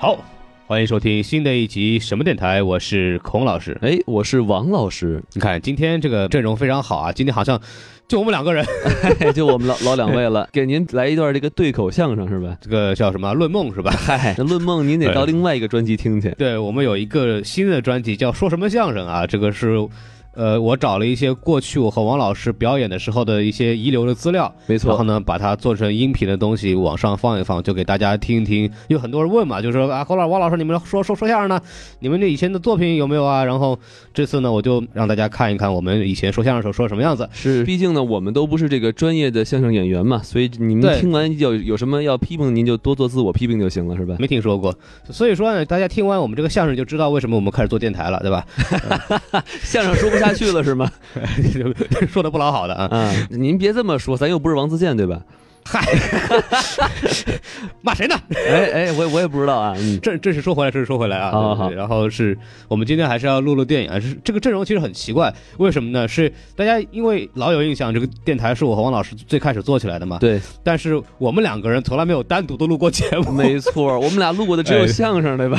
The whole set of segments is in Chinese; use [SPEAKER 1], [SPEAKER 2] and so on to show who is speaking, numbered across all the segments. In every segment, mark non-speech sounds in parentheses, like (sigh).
[SPEAKER 1] 好，欢迎收听新的一集什么电台，我是孔老师。
[SPEAKER 2] 哎，我是王老师， (laughs)
[SPEAKER 1] 你看今天这个阵容非常好啊，今天好像就我们两个人，
[SPEAKER 2] 哎就我们老老两位了，给您来一段这个对口相声是吧？
[SPEAKER 1] 这个叫什么论梦是吧？ (laughs)
[SPEAKER 3] 哎
[SPEAKER 2] 嗨，那论梦您得到另外一个专辑听去。
[SPEAKER 1] 对我们有一个新的专辑叫说什么相声啊，这个是。呃，我找了一些过去我和王老师表演的时候的一些遗留的资料，
[SPEAKER 2] 没
[SPEAKER 1] 然后
[SPEAKER 2] 错，
[SPEAKER 1] 呢，把它做成音频的东西往上放一放，就给大家听一听。有很多人问嘛，就说啊，侯老王老师，你们说说说相声呢？你们这以前的作品有没有啊？然后这次呢，我就让大家看一看我们以前说相声时候说什么样子。
[SPEAKER 2] 是，毕竟呢，我们都不是这个专业的相声演员嘛，所以你
[SPEAKER 1] 对
[SPEAKER 2] 们听完有有什么要批评，您就多做自我批评就行了，是吧？
[SPEAKER 1] 没听说过，所以说呢，大家听完我们这个相声就知道为什么我们开始做电台了，对吧？ (laughs)
[SPEAKER 2] 相声说不下去了是 (laughs) 吗？
[SPEAKER 1] 说的不老好的啊，
[SPEAKER 2] 啊，您别这么说，咱又不是王自健对 (laughs) 吧？
[SPEAKER 1] 嗨， (laughs) 骂谁呢？
[SPEAKER 2] 哎哎，我我也不知道啊，嗯，
[SPEAKER 1] 正正是说回来，正是说回来啊。对
[SPEAKER 2] 好好
[SPEAKER 1] 对
[SPEAKER 2] 好
[SPEAKER 1] 对然后是我们今天还是要录录电影啊，是这个阵容其实很奇怪，为什么呢？是大家因为老有印象，这个电台是我和王老师最开始做起来的嘛，
[SPEAKER 2] 对，
[SPEAKER 1] 但是我们两个人从来没有单独的录过节目，
[SPEAKER 2] 没错，我们俩录过的只
[SPEAKER 1] 哎
[SPEAKER 2] 有相声对吧？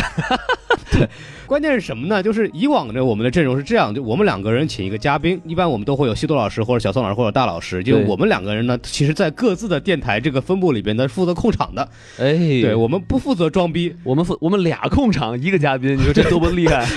[SPEAKER 1] 关键是什么呢？就是以往的我们的阵容是这样，就我们两个人请一个嘉宾，一般我们都会有西多老师或者小宋老师或者大老师。就
[SPEAKER 2] 对
[SPEAKER 1] 我们两个人呢，其实在各自的电台这个分部里边呢，负责控场的。
[SPEAKER 2] 哎，
[SPEAKER 1] 对我们不负责装逼，
[SPEAKER 2] 我们我们俩控场一个嘉宾，你说这多么厉 (laughs) 害，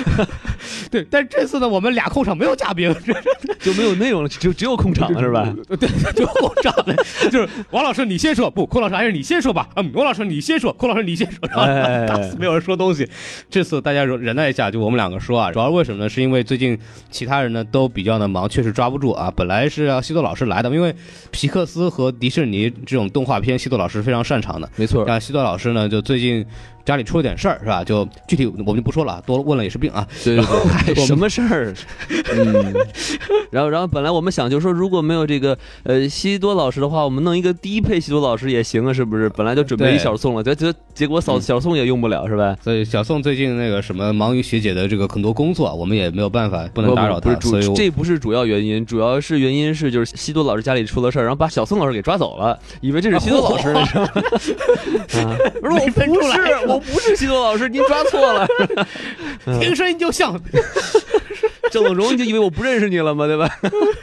[SPEAKER 1] 对。但这次呢，我们俩控场没有嘉宾，这
[SPEAKER 2] 就没有内容了，只只有控场了是吧？
[SPEAKER 1] (laughs) 就控场了。就是王老师你先说，不，孔老师还是你先说吧。嗯，王老师你先说，孔老师你先说，然后
[SPEAKER 2] (laughs) 哎
[SPEAKER 1] 打 (laughs) 死没有人说东西。这次大家忍忍耐一下，就我们两个说啊，主要为什么呢？是因为最近其他人呢都比较的忙，确实抓不住啊。本来是要西多老师来的，因为皮克斯和迪士尼这种动画片，西多老师非常擅长的。
[SPEAKER 2] 没错，
[SPEAKER 1] 但西多老师呢，就最近家里出了点事儿，是吧？就具体我们就不说了，多问了也是病啊。
[SPEAKER 2] 对对对，
[SPEAKER 1] 我
[SPEAKER 2] 还
[SPEAKER 1] 们
[SPEAKER 2] 什么事儿？ (laughs) 嗯，然后然后本来我们想就说，如果没有这个呃西多老师的话，我们弄一个低配西多老师也行啊，是不是？本来就准备
[SPEAKER 1] 对
[SPEAKER 2] 一小宋了，结结结果小
[SPEAKER 1] 嗯
[SPEAKER 2] 小宋也用不了，是吧？
[SPEAKER 1] 所以小宋最近那个什么忙于学姐的这个很多工作，我们也没有办法，不能打扰
[SPEAKER 2] 不
[SPEAKER 1] 他
[SPEAKER 2] 是，
[SPEAKER 1] 所以
[SPEAKER 2] 主
[SPEAKER 1] 我
[SPEAKER 2] 这不是主要原因，主要是原因是就是西多老师家里出了事儿，然后把小宋老师给抓走了，以为这是西多老师，你知道吗？啊， (laughs) 我说我不是，我不是西多老师，您抓错了。 (laughs)
[SPEAKER 1] 听声音就像，
[SPEAKER 2] 郑总，你就以为我不认识你了吗？对吧？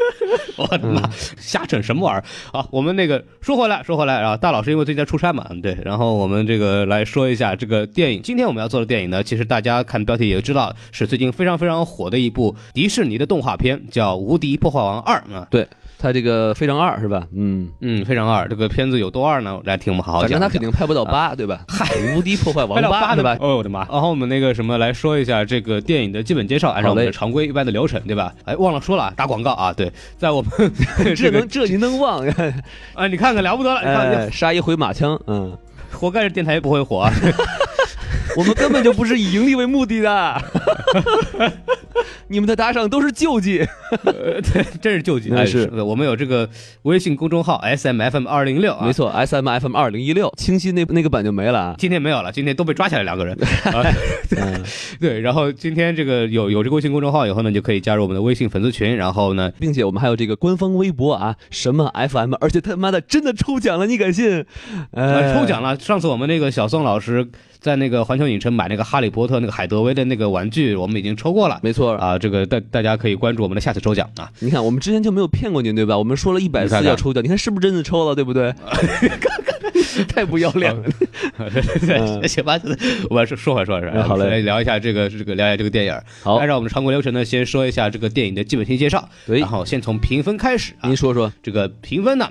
[SPEAKER 1] (laughs) 我的妈，瞎整什么玩意儿啊！我们那个说回来，说回来啊，大老师因为最近在出差嘛，对，然后我们这个来说一下这个电影。今天我们要做的电影呢，其实大家看标题也知道，是最近非常非常火的一部迪士尼的动画片，叫《无敌破坏王二》啊。
[SPEAKER 2] 他这个非常二是吧？嗯，
[SPEAKER 1] 嗯，非常二，这个片子有多二呢？来听我们好好
[SPEAKER 2] 反
[SPEAKER 1] 讲一
[SPEAKER 2] 正他
[SPEAKER 1] 讲。啊
[SPEAKER 2] 肯定拍不到八，对吧？嗨，无敌破坏王
[SPEAKER 1] 拍到
[SPEAKER 2] 八
[SPEAKER 1] 八
[SPEAKER 2] 对
[SPEAKER 1] 的
[SPEAKER 2] 吧？
[SPEAKER 1] 哦，我的妈！然后我们那个什么来说一下这个电影的基本介绍，按照我们的
[SPEAKER 2] 好嘞
[SPEAKER 1] 常规一般的流程，对吧？哎，忘了说了啊，打广告啊，对，在 (laughs) 我们
[SPEAKER 2] 这
[SPEAKER 1] (laughs) 这个
[SPEAKER 2] 能这您能忘？
[SPEAKER 1] 啊，你看看了不得了，你看
[SPEAKER 2] 哎，杀一回马枪，嗯，
[SPEAKER 1] 活该这电台也不会
[SPEAKER 2] (laughs)
[SPEAKER 1] 火啊。
[SPEAKER 2] 我们根本就不是以盈利为目的的。 (laughs) 你们的打赏都是救济，
[SPEAKER 1] 真是救急，
[SPEAKER 2] 那
[SPEAKER 1] 哎
[SPEAKER 2] 嗯是
[SPEAKER 1] 的我们有这个微信公众号 S M F M 二零六啊，
[SPEAKER 2] 没，错，S M F M 二零一六，清晰那那个版就没了啊。
[SPEAKER 1] 今天没有了，今天都被抓起来两个
[SPEAKER 2] (laughs)
[SPEAKER 1] 人。啊
[SPEAKER 2] 嗯
[SPEAKER 1] 对，然后今天这个有有这个微信公众号以后呢，你就可以加入我们的微信粉丝群，然后呢，
[SPEAKER 2] 并且我们还有这个官方微博啊，什么 FM，而且他妈的真的抽奖了，你敢信？
[SPEAKER 1] 呃，
[SPEAKER 2] 呃，
[SPEAKER 1] 抽奖了。上次我们那个小宋老师在那个环球影城买那个哈利波特那个海德薇的那个玩具，我们已经抽过了。
[SPEAKER 2] 没错，
[SPEAKER 1] 啊，这个大大家可以关注我们的下次抽奖啊！
[SPEAKER 2] 你看，我们之前就没有骗过您，对吧？我们说了一百
[SPEAKER 1] 你看
[SPEAKER 2] 次
[SPEAKER 1] 看
[SPEAKER 2] 要抽奖，你看是不是真的抽了，对不
[SPEAKER 1] (laughs)
[SPEAKER 2] 对？太不要脸了！
[SPEAKER 1] (laughs)
[SPEAKER 2] 嗯
[SPEAKER 1] 行吧，我们说说回来说回来，
[SPEAKER 2] 嗯好嘞
[SPEAKER 1] 来聊一下这个这个聊一下这个电影。
[SPEAKER 2] 好
[SPEAKER 1] 按，照我们的常规流程呢，先说一下这个电影的基本信息介绍，
[SPEAKER 2] 对
[SPEAKER 1] 然，后先从评分开始啊
[SPEAKER 2] 您。说说，
[SPEAKER 1] 这个评分呢，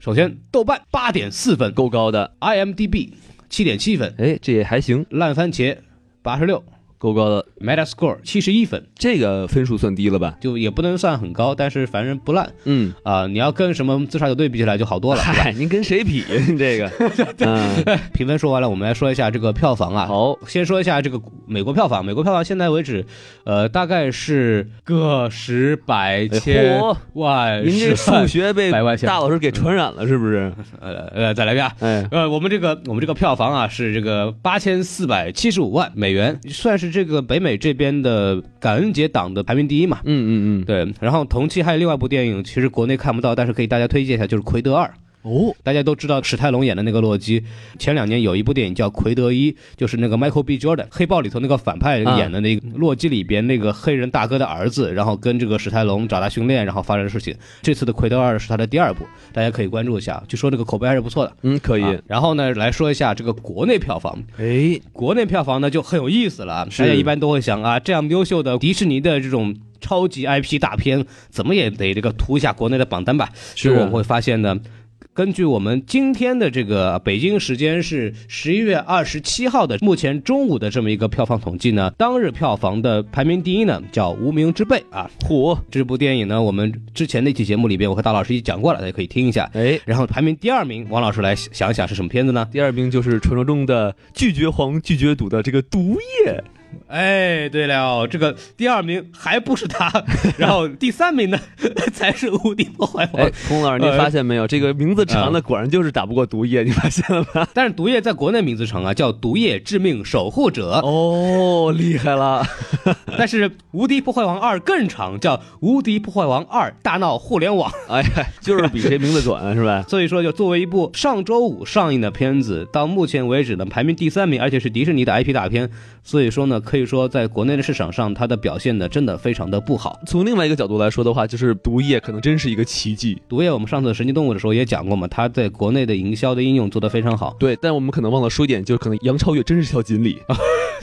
[SPEAKER 1] 首先豆瓣八点四分
[SPEAKER 2] 够高的，
[SPEAKER 1] ，IMDB 七点七分，
[SPEAKER 2] 哎，这也还行，
[SPEAKER 1] 烂番茄八十六，
[SPEAKER 2] 够高的，
[SPEAKER 1] Metascore 七十一分，
[SPEAKER 2] 这个分数算低了吧？
[SPEAKER 1] 就也不能算很高，但是反正不烂
[SPEAKER 2] 嗯，
[SPEAKER 1] 啊、你要跟什么自杀球队比起来就好
[SPEAKER 2] (laughs)
[SPEAKER 1] 多了。是吧
[SPEAKER 2] 嗨，您跟谁比这个？
[SPEAKER 1] (laughs)
[SPEAKER 2] 嗯，
[SPEAKER 1] 评分说完了，我们来说一下这个票房啊。
[SPEAKER 2] 好，
[SPEAKER 1] 先说一下这个美国票房，美国票房现在为止，呃，大概是个十百千
[SPEAKER 2] 哎嚯
[SPEAKER 1] 万，
[SPEAKER 2] 您这
[SPEAKER 1] 十万
[SPEAKER 2] 数学被
[SPEAKER 1] 百万千
[SPEAKER 2] 大老师给传染了，是不是？
[SPEAKER 1] 呃呃，再来一遍啊。
[SPEAKER 2] 哎，
[SPEAKER 1] (laughs) 呃，我们这个我们这个票房啊是这个八千四百七十五万美元，算是这个北美这边的感恩节档的排名第一嘛。
[SPEAKER 2] 嗯嗯嗯，
[SPEAKER 1] 对，然后同期还有另外一部电影，其实国内看不到，但是可以大家推荐一下，就是《奎德二》。
[SPEAKER 2] 哦，
[SPEAKER 1] 大家都知道史泰龙演的那个洛基，前两年有一部电影叫《奎德一》，就是那个 Michael B. Jordan 黑豹里头那个反派
[SPEAKER 2] 啊
[SPEAKER 1] 演的那个洛基里边那个黑人大哥的儿子，然后跟这个史泰龙找他训练，然后发生的事情。这次的《奎德二》是他的第二部，大家可以关注一下，据说这个口碑还是不错的。
[SPEAKER 2] 嗯，可以，
[SPEAKER 1] 啊然后呢，来说一下这个国内票房。
[SPEAKER 2] 哎，
[SPEAKER 1] 国内票房呢就很有意思了啊，
[SPEAKER 2] 是
[SPEAKER 1] 大家一般都会想啊，这样优秀的迪士尼的这种超级 IP 大片，怎么也得这个突一下国内的榜单吧？
[SPEAKER 2] 是
[SPEAKER 1] 所
[SPEAKER 2] 啊
[SPEAKER 1] 以我们会发现呢。根据我们今天的这个呃北京时间是十一月二十七号的目前中午的这么一个票房统计呢，当日票房的排名第一呢叫《无名之辈》啊。
[SPEAKER 2] 火，
[SPEAKER 1] 这部电影呢，我们之前那期节目里边我和大老师一起讲过了，大家可以听一下。
[SPEAKER 2] 哎，
[SPEAKER 1] 然后排名第二名，王老师来想一想是什么片子呢？
[SPEAKER 2] 第二名就是传说中的拒绝黄、拒绝赌的这个毒液，
[SPEAKER 1] 哎，对了，这个第二名还不是
[SPEAKER 2] (laughs)
[SPEAKER 1] 他，然后第三名呢 (laughs) 才是无敌破坏王。
[SPEAKER 2] 哎，嗯孔老师，您
[SPEAKER 1] 呃
[SPEAKER 2] 发现没有？这个名字长的果然就是打不过毒液，你发现了吧？
[SPEAKER 1] 但是毒液在国内名字长啊，叫《毒液致命守护者》
[SPEAKER 2] 哦，厉害了！
[SPEAKER 1] 但是《无敌破坏王二》更长，叫《无敌破坏王二大闹互联网》。 (laughs)
[SPEAKER 2] 哎呀，就是比谁名字短是吧？
[SPEAKER 1] 所以说，就作为一部上周五上映的片子，到目前为止呢，排名第三名，而且是迪士尼的 IP 大片。所以说呢，可以说在国内的市场上，它的表现呢，真的非常的不好。
[SPEAKER 2] 从另外一个角度来说的话，就是毒液可能真是一个奇迹。
[SPEAKER 1] 毒液，我们上次神奇动物的时候也讲过嘛，它在国内的营销的应用做得非常好。
[SPEAKER 2] 对，但我们可能忘了说一点，就是可能杨超越真是条锦鲤。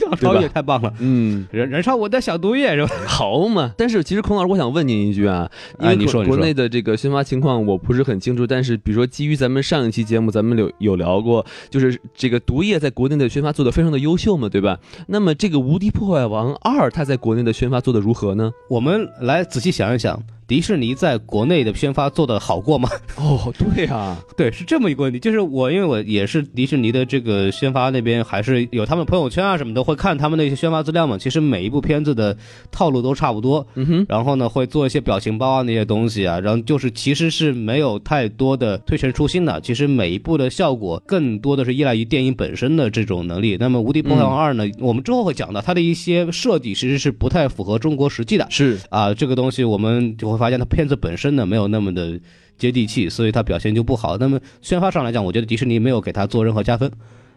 [SPEAKER 1] (laughs) 超越太棒了，
[SPEAKER 2] 嗯，
[SPEAKER 1] 燃燃烧我的小毒液是吧？
[SPEAKER 2] 好嘛。但是其实孔老师，我想问您一句啊，因
[SPEAKER 1] 哎
[SPEAKER 2] 为
[SPEAKER 1] 你说
[SPEAKER 2] 国
[SPEAKER 1] 你说
[SPEAKER 2] 国内的这个宣发情况我不是很清楚，但是比如说基于咱们上一期节目，咱们有有聊过，就是这个毒液在国内的宣发做得非常的优秀嘛，对吧？那么这个《无敌破坏王二》它在国内的宣发做得如何呢？
[SPEAKER 1] 我们来仔细想一想，迪士尼在国内的宣发做得好过吗？
[SPEAKER 2] 哦，对啊，
[SPEAKER 1] (laughs) 对，是这么一个问题。就是我，因为我也是迪士尼的这个宣发那边，还是有他们朋友圈啊什么的，会看他们那些宣发资料嘛。其实每一部片子的套路都差不多，
[SPEAKER 2] 嗯哼，
[SPEAKER 1] 然后呢会做一些表情包啊那些东西啊，然后就是其实是没有太多的推陈出新的。其实每一部的效果更多的是依赖于电影本身的这种能力。那么《无敌破坏
[SPEAKER 2] 嗯
[SPEAKER 1] 王二》呢，我们之后会讲到它的一些设计其实是不太符合中国实际的。
[SPEAKER 2] 是
[SPEAKER 1] 啊，这个东西我们就会发现，它片子本身呢没有那么的接地气，所以它表现就不好。那么宣发上来讲，我觉得迪士尼没有给它做任何加分，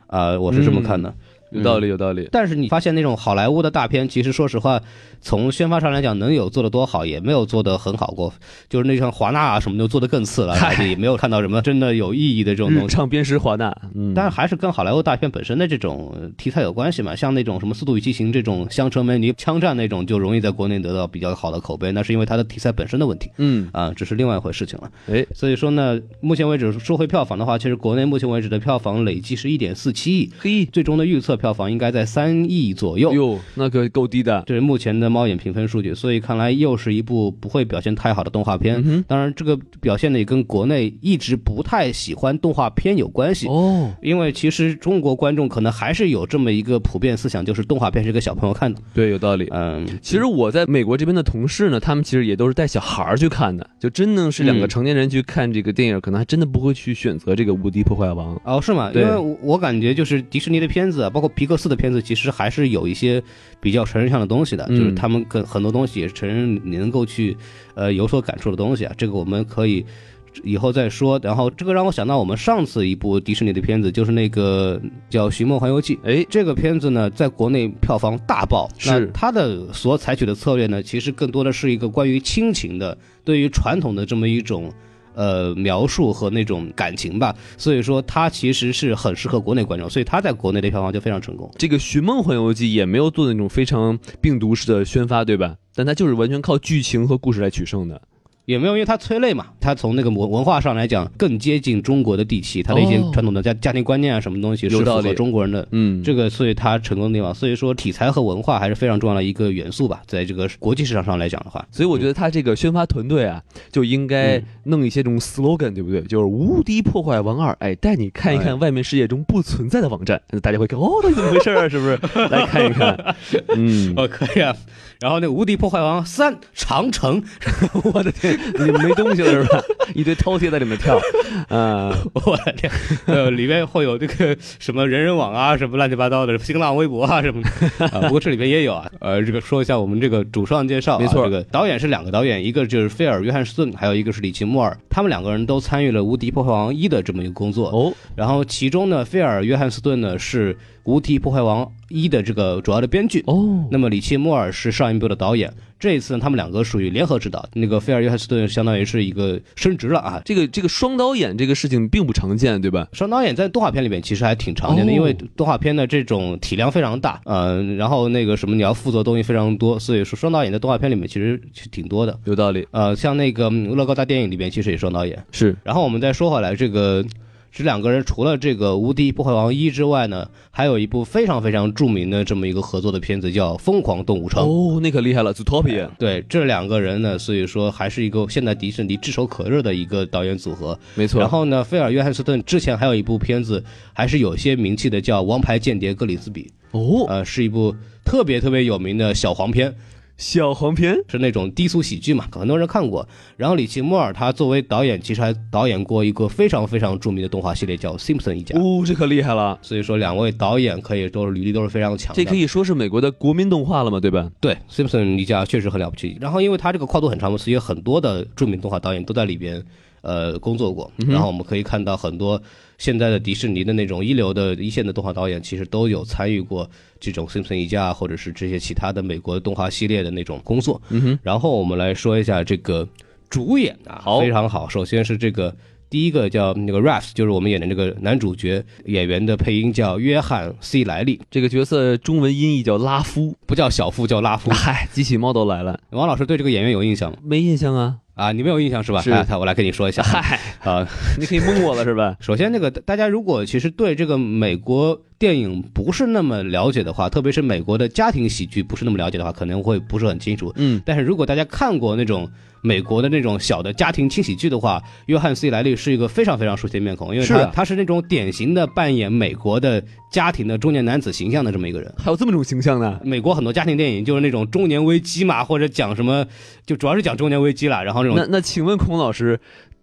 [SPEAKER 1] 啊、我是这么看的。
[SPEAKER 2] 有道理，有道理。
[SPEAKER 1] 但是你发现那种好莱坞的大片，其实说实话，从宣发上来讲，能有做的多好，也没有做的很好过。就是那像华纳啊什么的做的更次了，然后也没有看到什么真的有意义的这种东西。
[SPEAKER 2] 日嗯唱边石华纳，嗯，
[SPEAKER 1] 但是还是跟好莱坞大片本身的这种呃题材有关系嘛，像那种什么《速度与激情》这种乡村美女枪战那种，就容易在国内得到比较好的口碑，那是因为它的题材本身的问题
[SPEAKER 2] 嗯，
[SPEAKER 1] 啊，这是另外一回事情了。
[SPEAKER 2] 哎，
[SPEAKER 1] 所以说呢，目前为止说回票房的话，其实国内目前为止的票房累计是一点四七亿，
[SPEAKER 2] 嘿，
[SPEAKER 1] 最终的预测票房应该在三亿左右。
[SPEAKER 2] 哟，那可够低的，
[SPEAKER 1] 这是目前的猫眼评分数据，所以看来又是一部不会表现太好的动画
[SPEAKER 2] 嗯
[SPEAKER 1] 片。当然，这个表现呢也跟国内一直不太喜欢动画片有关系。
[SPEAKER 2] 哦，
[SPEAKER 1] 因为其实中国观众可能还是有这么一个普遍思想，就是动画片是给小朋友看的。
[SPEAKER 2] 对，有道理。
[SPEAKER 1] 嗯，
[SPEAKER 2] 其实我在美国这边的同事呢，他们其实也都是带小孩儿去看的，就真的是两个
[SPEAKER 1] 嗯
[SPEAKER 2] 成年人去看这个电影，可能还真的不会去选择这个《无敌破坏王》。
[SPEAKER 1] 哦，是吗？因
[SPEAKER 2] 对
[SPEAKER 1] 为我我感觉就是迪士尼的片子啊，包括皮克斯的片子，其实还是有一些比较成人向的东西的，
[SPEAKER 2] 嗯
[SPEAKER 1] 就是他们跟很多东西也是成人你能够去呃有所感触的东西啊。这个我们可以以后再说。然后这个让我想到我们上次一部迪士尼的片子，就是那个叫《寻梦环游记》。
[SPEAKER 2] 哎，
[SPEAKER 1] 这个片子呢，在国内票房大爆。
[SPEAKER 2] 是
[SPEAKER 1] 那它的所采取的策略呢，其实更多的是一个关于亲情的，对于传统的这么一种。呃，描述和那种感情吧，所以说它其实是很适合国内观众，所以它在国内的票房就非常成功。
[SPEAKER 2] 这个《寻梦环游记》也没有做那种非常病毒式的宣发，对吧？但它就是完全靠剧情和故事来取胜的。
[SPEAKER 1] 也没有，因为它催泪嘛，它从那个文文化上来讲更接近中国的地气，它的一些
[SPEAKER 2] 哦
[SPEAKER 1] 传统的家家庭观念啊，什么东西是
[SPEAKER 2] 有
[SPEAKER 1] 符
[SPEAKER 2] 道
[SPEAKER 1] 合
[SPEAKER 2] 理
[SPEAKER 1] 中国人的。
[SPEAKER 2] 嗯，
[SPEAKER 1] 这个，所以它成功的地方，所以说题材和文化还是非常重要的一个元素吧，在这个国际市场上来讲的话，
[SPEAKER 2] 所以我觉得他这个宣发团队啊，就应该弄一些这种 slogan，对不对？就是无敌破坏王二，哎，带你看一看外面世界中不存在的网站，大家会看哦，到底怎么回事啊？是不是？来看一 (laughs) 看，
[SPEAKER 1] (laughs)
[SPEAKER 2] 嗯，
[SPEAKER 1] 哦，可以啊。然后那《无敌破坏王三》长城， (laughs)
[SPEAKER 2] (laughs)
[SPEAKER 1] 我的天，
[SPEAKER 2] 你没东西了是吧？一堆饕餮在里面跳，啊，
[SPEAKER 1] (laughs) 我的天，呃，里面会有这个什么人人网啊，什么乱七八糟的，新浪微博啊什么的。啊、不过这里边也有啊。呃，这个说一下我们这个主创介绍、啊，
[SPEAKER 2] 没错
[SPEAKER 1] 这个导演是两个导演，一个就是菲尔·约翰逊，还有一个是里奇·莫尔，他们两个人都参与了《无敌破坏王一》的这么一个工作。
[SPEAKER 2] 哦，
[SPEAKER 1] 然后其中呢，菲尔·约翰逊呢是《无敌破坏王一》的这个主要的编剧。
[SPEAKER 2] 哦，
[SPEAKER 1] 那么里奇·莫尔是上一部的导演，这一次呢，他们两个属于联合执导。那个菲尔·约翰斯顿相当于是一个升职了啊。
[SPEAKER 2] 这个这个双导演这个事情并不常见，对吧？
[SPEAKER 1] 双导演在动画片里面其实还挺常见的，
[SPEAKER 2] 哦
[SPEAKER 1] 因为动画片的这种体量非常大，呃，然后那个什么你要负责的东西非常多，所以说双导演在动画片里面其实挺多的。
[SPEAKER 2] 有道理，
[SPEAKER 1] 呃，像那个嗯乐高大电影里面其实也双导演。
[SPEAKER 2] 是
[SPEAKER 1] 然后我们再说回来，这个这两个人除了这个《无敌破坏王一》之外呢，还有一部非常非常著名的这么一个合作的片子叫《疯狂动物城》。
[SPEAKER 2] 哦，那可厉害了，Zootopia，
[SPEAKER 1] 对这两个人呢，所以说还是一个现在迪士尼炙手可热的一个导演组合。
[SPEAKER 2] 没错，
[SPEAKER 1] 然后呢，菲尔·约翰斯顿之前还有一部片子还是有些名气的，叫《王牌间谍格里斯比》，
[SPEAKER 2] 哦，
[SPEAKER 1] 呃，是一部特别特别有名的小黄片，
[SPEAKER 2] 小黄片，
[SPEAKER 1] 是那种低俗喜剧嘛，很多人看过。然后里奇·莫尔他作为导演，其实还导演过一个非常非常著名的动画系列叫《Simpson 一家》。
[SPEAKER 2] 哦，这可厉害了。
[SPEAKER 1] 所以说，两位导演可以都是履历都是非常强的。
[SPEAKER 2] 这可以说是美国的国民动画了嘛，对吧？
[SPEAKER 1] 对，Simpson 一家确实很了不起。然后，因为他这个跨度很长嘛，所以很多的著名动画导演都在里边呃工作过。然后我们可以看到很多现在的迪士尼的那种一流的一线的动画导演，其实都有参与过这种 Simpson 一家啊或者是这些其他的美国动画系列的那种工作。然后我们来说一下这个主演啊，
[SPEAKER 2] 好
[SPEAKER 1] 非常好。首先是这个。第一个叫那个 Raps，就是我们演的这个男主角演员的配音叫约翰 ·C· 莱利，
[SPEAKER 2] 这个角色中文音译叫拉夫。
[SPEAKER 1] 不叫小夫，叫拉
[SPEAKER 2] (laughs)
[SPEAKER 1] 夫。
[SPEAKER 2] 嗨，机器猫都来了，
[SPEAKER 1] 王老师对这个演员有印象吗？
[SPEAKER 2] 没印象啊？
[SPEAKER 1] 啊，你没有印象是吧？
[SPEAKER 2] 是
[SPEAKER 1] 哎他我来跟你说一下。
[SPEAKER 2] 嗨，
[SPEAKER 1] 啊，
[SPEAKER 2] 你可以蒙我了是吧？
[SPEAKER 1] 首先那个大家如果其实对这个美国电影不是那么了解的话，特别是美国的家庭喜剧不是那么了解的话，可能会不是很清楚。
[SPEAKER 2] 嗯，
[SPEAKER 1] 但是如果大家看过那种美国的那种小的家庭轻喜剧的话，约翰 ·C· 莱利是一个非常非常熟悉的面孔，因为
[SPEAKER 2] 是
[SPEAKER 1] 他
[SPEAKER 2] 啊
[SPEAKER 1] 他是那种典型的扮演美国的家庭的中年男子形象的这么一个人。
[SPEAKER 2] 还有这么种形象呢？
[SPEAKER 1] 美国很多家庭电影就是那种中年危机嘛，或者讲什么，就主要是讲中年危机啦，然后那种
[SPEAKER 2] 那那请问孔老师，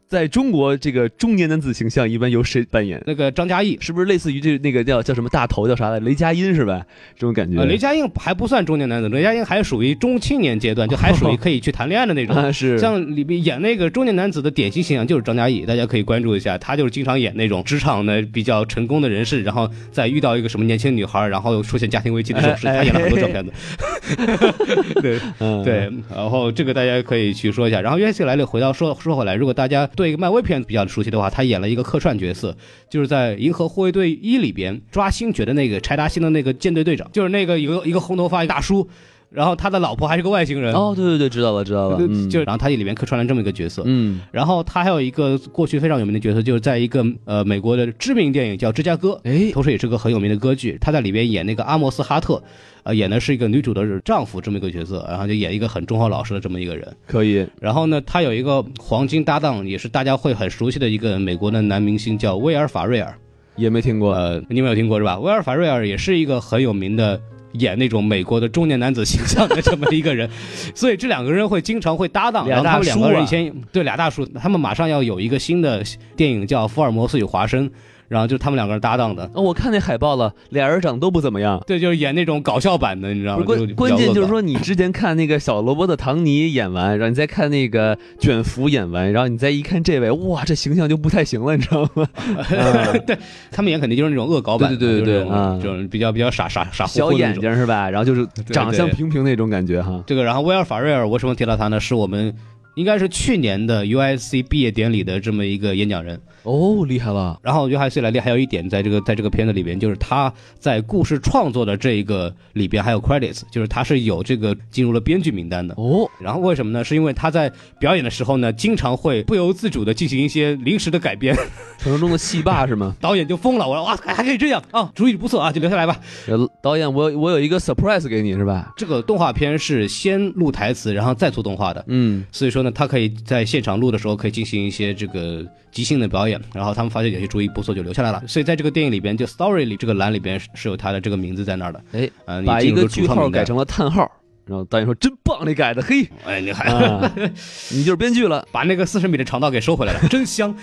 [SPEAKER 2] 在中国这个中年男子形象一般由谁扮演？
[SPEAKER 1] 那个张嘉译
[SPEAKER 2] 是不是类似于这那个叫叫什么大头叫啥来？雷佳音是吧？这种感觉？
[SPEAKER 1] 呃，雷佳音还不算中年男子，雷佳音还属于中青年阶段，就还属于可以去谈恋爱的那种。
[SPEAKER 2] 啊 (laughs) 是
[SPEAKER 1] 像里面演那个中年男子的典型形象就是张嘉译，大家可以关注一下，他就是经常演那种职场的比较成功的人士，然后再遇到一个什么年轻女孩，然后又出现家庭危机的这种事，
[SPEAKER 2] 哎哎
[SPEAKER 1] 他演了很多这种片子。 (laughs)
[SPEAKER 2] (laughs)
[SPEAKER 1] 对
[SPEAKER 2] 嗯
[SPEAKER 1] 对，然后这个大家可以去说一下。然后约翰·莱利回到说说回来，如果大家对一个漫威片比较熟悉的话，他演了一个客串角色，就是在《银河护卫队一》里边抓星爵的那个柴达星的那个舰队队长，就是那个一个一个红头发一大叔，然后他的老婆还是个外星人，
[SPEAKER 2] 哦，对对对，知道了知道了，嗯
[SPEAKER 1] 嗯就然后他里面客串了这么一个角色。
[SPEAKER 2] 嗯
[SPEAKER 1] 然后他还有一个过去非常有名的角色，就是在一个呃美国的知名电影叫《芝加哥》，
[SPEAKER 2] 哎
[SPEAKER 1] 同时也是个很有名的歌剧。他在里边演那个阿莫斯哈特，呃，演的是一个女主的丈夫这么一个角色，然后就演一个很忠厚老实的这么一个人。
[SPEAKER 2] 可以
[SPEAKER 1] 然后呢，他有一个黄金搭档，也是大家会很熟悉的一个美国的男明星，叫威尔法瑞尔。
[SPEAKER 2] 也没听过，
[SPEAKER 1] 呃，你们有听过是吧？威尔法瑞尔也是一个很有名的。演那种美国的中年男子形象的这么一个人，所以这两个人会经常会搭档。
[SPEAKER 2] 俩
[SPEAKER 1] 然后他们
[SPEAKER 2] 大
[SPEAKER 1] 两
[SPEAKER 2] 叔
[SPEAKER 1] 个人
[SPEAKER 2] 啊
[SPEAKER 1] 以前对俩大叔，他们马上要有一个新的电影叫《福尔摩斯与华生》，然后就他们两个人搭档的，
[SPEAKER 2] 哦，我看那海报了，俩人长得都不怎么样。
[SPEAKER 1] 对，就是演那种搞笑版的，你知道
[SPEAKER 2] 不
[SPEAKER 1] 吗？
[SPEAKER 2] 是关
[SPEAKER 1] 比较
[SPEAKER 2] 关键
[SPEAKER 1] 恶
[SPEAKER 2] 就是
[SPEAKER 1] 搞
[SPEAKER 2] 说，你之前看那个小罗伯特·唐尼演完，然后你再看那个卷福演完，然后你再一看这位，哇，这形象就不太行了，你知道吗？
[SPEAKER 1] (laughs) 对他们演肯定就是那种恶搞版的，
[SPEAKER 2] 对对
[SPEAKER 1] 就
[SPEAKER 2] 对对
[SPEAKER 1] 是那种
[SPEAKER 2] 嗯
[SPEAKER 1] 就是比较比较傻傻傻乎
[SPEAKER 2] 小
[SPEAKER 1] 乎啊的那
[SPEAKER 2] 眼
[SPEAKER 1] 种。
[SPEAKER 2] 睛是吧？然后就是
[SPEAKER 1] 对
[SPEAKER 2] 长相
[SPEAKER 1] 对
[SPEAKER 2] 平平那种感觉哈。
[SPEAKER 1] 这个，然后威尔法瑞尔，为什么提到他呢？是我们应该是去年的 UIC 毕业典礼的这么一个演讲人。
[SPEAKER 2] 哦，厉害了，
[SPEAKER 1] 然后约翰·谢莱利还有一点，在这个在这个片子里边，就是他在故事创作的这一个里边还有 credits，就是他是有这个进入了编剧名单的。
[SPEAKER 2] 哦，
[SPEAKER 1] 然后为什么呢？是因为他在表演的时候呢，经常会不由自主的进行一些临时的改编，
[SPEAKER 2] 传说中的戏霸是吗？
[SPEAKER 1] 导演就疯了，我说哇，还还可以这样啊，主意不错啊，就留下来吧。
[SPEAKER 2] 呃导演，我有我有一个 surprise 给你是吧？
[SPEAKER 1] 这个动画片是先录台词，然后再做动画的，
[SPEAKER 2] 嗯，
[SPEAKER 1] 所以说呢，他可以在现场录的时候可以进行一些这个即兴的表演，然后他们发现有些主意不错就留下来了，所以在这个电影里边，就 story 里这个栏里边是是有他的这个名字在那儿的，
[SPEAKER 2] 哎，
[SPEAKER 1] 呃，你
[SPEAKER 2] 把
[SPEAKER 1] 进
[SPEAKER 2] 一
[SPEAKER 1] 入
[SPEAKER 2] 个
[SPEAKER 1] 主
[SPEAKER 2] 句
[SPEAKER 1] 创
[SPEAKER 2] 号
[SPEAKER 1] 名单
[SPEAKER 2] 改，成了叹号，然后导演说真棒，你改的，嘿，
[SPEAKER 1] 哎，你还、
[SPEAKER 2] 啊， (laughs) 你就是编剧了，
[SPEAKER 1] (laughs) 把那个四十米的长道给收回来了，
[SPEAKER 2] (laughs)
[SPEAKER 1] 真香。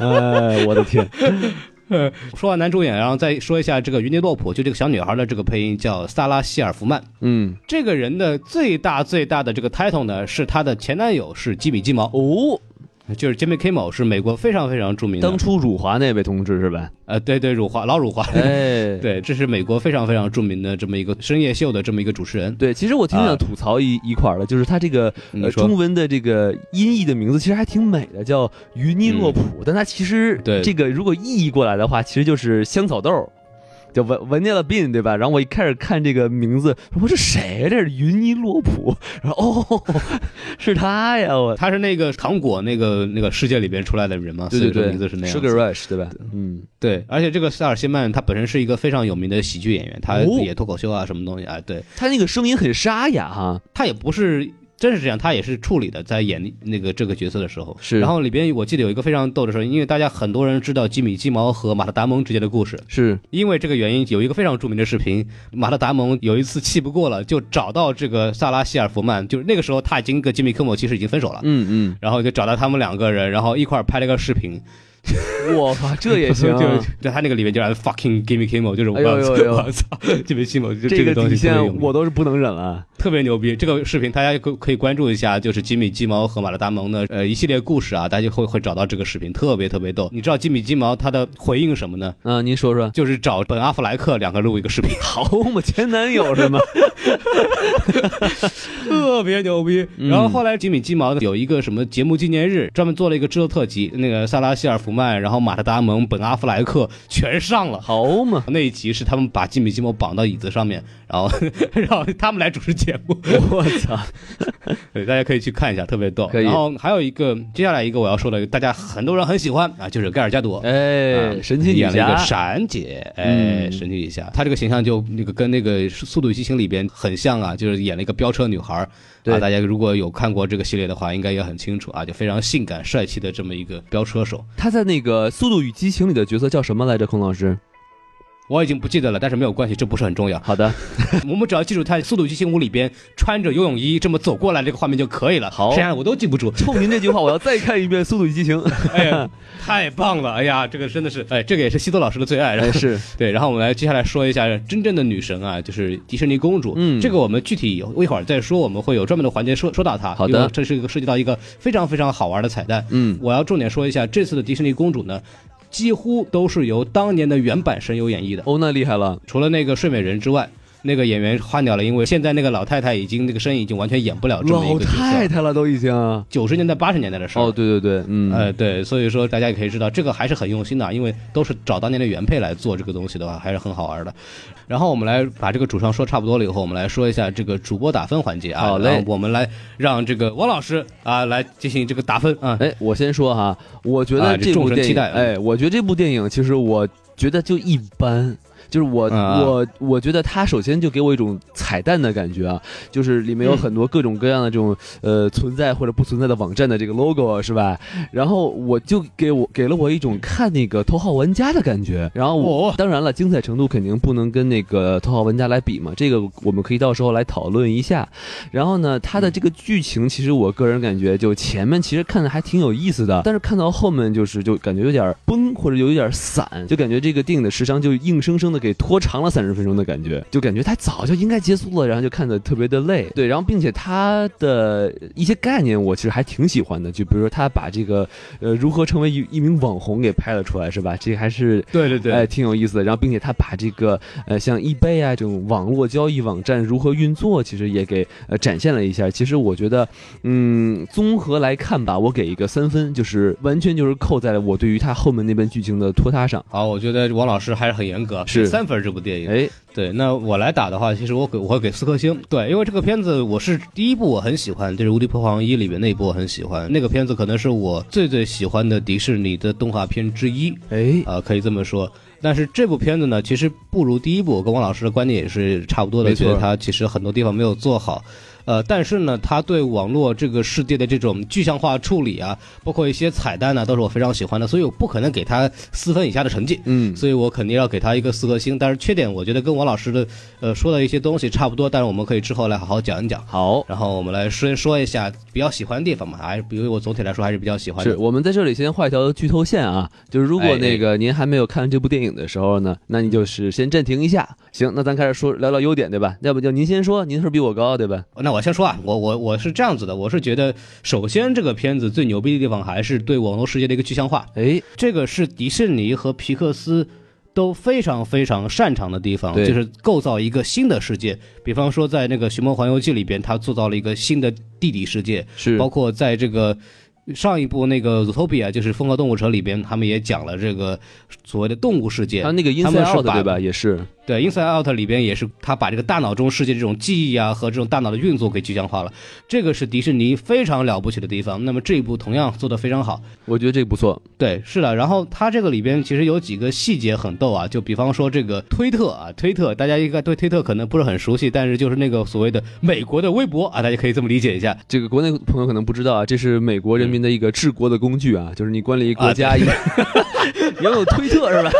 [SPEAKER 2] 哎，我的天，
[SPEAKER 1] 说完男主演，然后再说一下这个云尼洛普，就这个小女孩的这个配音叫萨拉希尔弗曼。
[SPEAKER 2] 嗯，
[SPEAKER 1] 这个人的最大最大的这个 title 呢，是她的前男友是基米基毛，
[SPEAKER 2] 哦，
[SPEAKER 1] 就是 Jimmy Kimmel，是美国非常非常著名的
[SPEAKER 2] 当，初辱华那位同志是吧？
[SPEAKER 1] 呃，对对，辱华老辱华，
[SPEAKER 2] 哎，
[SPEAKER 1] 对，这是美国非常非常著名的这么一个深夜秀的这么一个主持人。
[SPEAKER 2] 对，其实我挺想吐槽一、一块儿的，就是他这个
[SPEAKER 1] 你
[SPEAKER 2] 呃
[SPEAKER 1] 说
[SPEAKER 2] 中文的这个音译的名字其实还挺美的，叫于尼洛普，但它其实
[SPEAKER 1] 对
[SPEAKER 2] 这个如果意译过来的话，其实就是香草豆儿。叫文文涅勒宾对吧？然后我一开始看这个名字，我说这谁呀、这是云尼洛普。然后哦， (laughs) 是他呀！我
[SPEAKER 1] 他是那个糖果那个那个世界里边出来的人嘛，所以说名字是那样子。
[SPEAKER 2] ，Sugar Rush 对吧？嗯，
[SPEAKER 1] 对，而且这个塞尔谢曼他本身是一个非常有名的喜剧演员，他
[SPEAKER 2] 哦
[SPEAKER 1] 也脱口秀啊，什么东西啊，对
[SPEAKER 2] 他那个声音很沙哑哈。
[SPEAKER 1] 他也不是真是这样，他也是处理的，在演那个这个角色的时候
[SPEAKER 2] 是
[SPEAKER 1] 然后里边我记得有一个非常逗的时候，因为大家很多人知道吉米鸡毛和马特达蒙之间的故事，
[SPEAKER 2] 是
[SPEAKER 1] 因为这个原因有一个非常著名的视频，马特达蒙有一次气不过了，就找到这个萨拉希尔弗曼，就是那个时候他已经跟吉米科莫其实已经分手了，
[SPEAKER 2] 嗯
[SPEAKER 1] 然后就找到他们两个人，然后一块儿拍了一个视频，
[SPEAKER 2] 嗯，我靠，这也行、
[SPEAKER 1] 就
[SPEAKER 2] 啊
[SPEAKER 1] 是。在他那个里面就按 fucking give me Kimmel，就是我
[SPEAKER 2] (laughs) 哎呦
[SPEAKER 1] 操 (laughs)
[SPEAKER 2] 呦呦
[SPEAKER 1] 我操，这边 Kimmel 就
[SPEAKER 2] 这
[SPEAKER 1] 个东
[SPEAKER 2] 底
[SPEAKER 1] 西特别有
[SPEAKER 2] 线
[SPEAKER 1] 名
[SPEAKER 2] 我都是不能忍了。啊
[SPEAKER 1] 特别牛逼。这个视频大家可可以关注一下，就是吉米鸡毛和马勒达蒙的呃一系列故事啊，大家就会会找到这个视频，特别特别逗。你知道吉米鸡毛他的回应是什么呢？
[SPEAKER 2] 嗯、您说 (laughs) 说，
[SPEAKER 1] 就是找本阿弗莱克两个录一个视频，
[SPEAKER 2] 好嘛，前男友是吗？ (laughs)
[SPEAKER 1] 特别牛逼。然后后来吉米鸡毛有一个什么节目纪念日，专门做了一个制作特辑，那个萨拉希尔福曼，然后马特达蒙、本阿弗莱克全上了。
[SPEAKER 2] 好嘛，
[SPEAKER 1] 那一集是他们把吉米·基莫绑到椅子上面，然后 (laughs) 让他们来主持节目。
[SPEAKER 2] (laughs) 我操！
[SPEAKER 1] 对，大家可以去看一下，特别逗。
[SPEAKER 2] 可以
[SPEAKER 1] 然后还有一个，接下来一个我要说的，大家很多人很喜欢啊，就是盖尔加朵。
[SPEAKER 2] 哎，
[SPEAKER 1] 啊
[SPEAKER 2] 神奇女
[SPEAKER 1] 演了一个
[SPEAKER 2] 侠，
[SPEAKER 1] 闪姐，哎，
[SPEAKER 2] 嗯
[SPEAKER 1] 神奇女侠，她这个形象就那个跟那个《速度与激情》里边很像啊，就是演了一个飙车女孩儿
[SPEAKER 2] 对
[SPEAKER 1] 啊。大家如果有看过这个系列的话，应该也很清楚啊，就非常性感帅气的这么一个飙车手。
[SPEAKER 2] 她在那个《速度与激情》里的角色叫什么来着？孔老师，
[SPEAKER 1] 我已经不记得了，但是没有关系，这不是很重
[SPEAKER 2] (laughs)
[SPEAKER 1] 要。
[SPEAKER 2] 好的，
[SPEAKER 1] 我们只要记住他《速度与激情五》里边穿着游泳衣这么走过来这个画面就可以了。
[SPEAKER 2] 好
[SPEAKER 1] 剩下的我都记不住。
[SPEAKER 2] 冲您这句话，我要再看一遍《速度与激情》
[SPEAKER 1] (laughs) 哎呀，太棒了！哎呀，这个真的是，哎，这个也是西多老师的最爱。然
[SPEAKER 2] 哎。
[SPEAKER 1] 后
[SPEAKER 2] 是，
[SPEAKER 1] 对，然后我们来接下来说一下真正的女神啊，就是迪士尼公主。
[SPEAKER 2] 嗯
[SPEAKER 1] 这个我们具体有一会儿再说，我们会有专门的环节说说到她。
[SPEAKER 2] 好的
[SPEAKER 1] 因为这是一个涉及到一个非常非常好玩的彩蛋。
[SPEAKER 2] 嗯，
[SPEAKER 1] 我要重点说一下这次的迪士尼公主呢，几乎都是由当年的原版声优演绎的。
[SPEAKER 2] (laughs) 哦，那厉害了，
[SPEAKER 1] 除了那个睡美人之外，那个演员换掉了，因为现在那个老太太已经那个声音已经完全演不了这么一
[SPEAKER 2] 老
[SPEAKER 1] 个角
[SPEAKER 2] 太
[SPEAKER 1] 色。
[SPEAKER 2] 太了都已经。
[SPEAKER 1] 九十年代、八十年代的事儿。
[SPEAKER 2] 哦，对对对，嗯，
[SPEAKER 1] 呃，对，所以说大家也可以知道，这个还是很用心的，因为都是找当年的原配来做这个东西的话，还是很好玩的。然后我们来把这个主创说差不多了以后，我们来说一下这个主播打分环节啊。
[SPEAKER 2] 好嘞
[SPEAKER 1] 然后我们来让这个王老师啊来进行这个打分啊。
[SPEAKER 2] 哎，我先说哈，我觉
[SPEAKER 1] 啊
[SPEAKER 2] 得
[SPEAKER 1] 这
[SPEAKER 2] 这
[SPEAKER 1] 众
[SPEAKER 2] 部
[SPEAKER 1] 神
[SPEAKER 2] 电
[SPEAKER 1] 期
[SPEAKER 2] 影，
[SPEAKER 1] 待啊
[SPEAKER 2] 哎，我觉得这部电影其实我觉得就一般。就是我、
[SPEAKER 1] 啊
[SPEAKER 2] 我我觉得它首先就给我一种彩蛋的感觉啊，就是里面有很多各种各样的这种、呃存在或者不存在的网站的这个 logo 啊是吧？然后我就给我给了我一种看那个头号玩家的感觉。然后我、
[SPEAKER 1] 哦
[SPEAKER 2] 当然了，精彩程度肯定不能跟那个头号玩家来比嘛，这个我们可以到时候来讨论一下。然后呢，它的这个剧情，其实嗯我个人感觉，就前面其实看的还挺有意思的，但是看到后面就是就感觉有点崩或者有一点散，就感觉这个电影的时长就硬生生的给拖长了三十分钟的感觉，就感觉它早就应该结束了，然后就看得特别的累。对，然后并且它的一些概念我其实还挺喜欢的，就比如说他把这个呃如何成为一一名网红给拍了出来，是吧？这个还是
[SPEAKER 1] 对对
[SPEAKER 2] 哎，挺有意思的。然后，并且他把这个呃，像易贝啊这种网络交易网站如何运作，其实也给呃展现了一下。其实我觉得，嗯，综合来看吧，我给一个三分，就是完全就是扣在了我对于他后面那边剧情的拖沓上。
[SPEAKER 1] 好，我觉得王老师还是很严格，
[SPEAKER 2] 是
[SPEAKER 1] 给三分儿这部电影。
[SPEAKER 2] 哎，
[SPEAKER 1] 对，那我来打的话，其实我给我会给四颗星。对，因为这个片子我是第一部我很喜欢，就是《无敌破坏王一》里面那一部我很喜欢，那个片子可能是我最最喜欢的迪士尼的动画片之一。
[SPEAKER 2] 哎，
[SPEAKER 1] 啊、可以这么说。但是这部片子呢，其实不如第一部，我跟王老师的观点也是差不多的，
[SPEAKER 2] 没错
[SPEAKER 1] 觉得它其实很多地方没有做好。呃，但是呢，它对网络这个世界的这种具象化处理啊，包括一些彩蛋啊呢、都是我非常喜欢的，所以我不可能给它四分以下的成绩。
[SPEAKER 2] 嗯，
[SPEAKER 1] 所以我肯定要给他一个四颗星。但是缺点，我觉得跟王老师的呃说的一些东西差不多，但是我们可以之后来好好讲一讲。
[SPEAKER 2] 好。
[SPEAKER 1] 然后我们来先说一下比较喜欢的地方嘛，还是比如我总体来说还是比较喜欢
[SPEAKER 2] 是
[SPEAKER 1] 的。
[SPEAKER 2] 我们在这里先画一条剧透线啊，就是如
[SPEAKER 1] 哎
[SPEAKER 2] 果
[SPEAKER 1] 哎
[SPEAKER 2] 那个您还没有看这部电影的时候呢，那你就是先暂停一下。行，那咱开始说聊聊优点对吧？要不就您先说，您是比我高对吧？
[SPEAKER 1] 那我先说啊，我我我是这样子的，我是觉得首先这个片子最牛逼的地方还是对网络世界的一个具象化，
[SPEAKER 2] 哎，
[SPEAKER 1] 这个是迪士尼和皮克斯都非常非常擅长的地方，
[SPEAKER 2] 对
[SPEAKER 1] 就是构造一个新的世界。比方说在那个《寻梦环游记》里边，他塑造了一个新的地底世界，
[SPEAKER 2] 是
[SPEAKER 1] 包括在这个上一部那个《Zootopia》就是《疯狂动物城》里边，他们也讲了这个所谓的动物世界
[SPEAKER 2] 还有。那个
[SPEAKER 1] 他们
[SPEAKER 2] Inside
[SPEAKER 1] 是
[SPEAKER 2] Out
[SPEAKER 1] 把
[SPEAKER 2] 对吧？也是，
[SPEAKER 1] 对，《Inside Out》里边也是他把这个大脑中世界这种记忆啊和这种大脑的运作给具象化了，这个是迪士尼非常了不起的地方。那么这一部同样做得非常好。
[SPEAKER 2] 我觉得这个不错。
[SPEAKER 1] 对，是的。然后它这个里边其实有几个细节很逗啊，就比方说这个推特啊，推特大家应该对推特可能不是很熟悉，但是就是那个所谓的美国的微博啊，大家可以这么理解一下。
[SPEAKER 2] 这个国内朋友可能不知道啊，这是美国人民的一个治国的工具啊，就是你管理一国家，你 (laughs) 你要有推特是吧？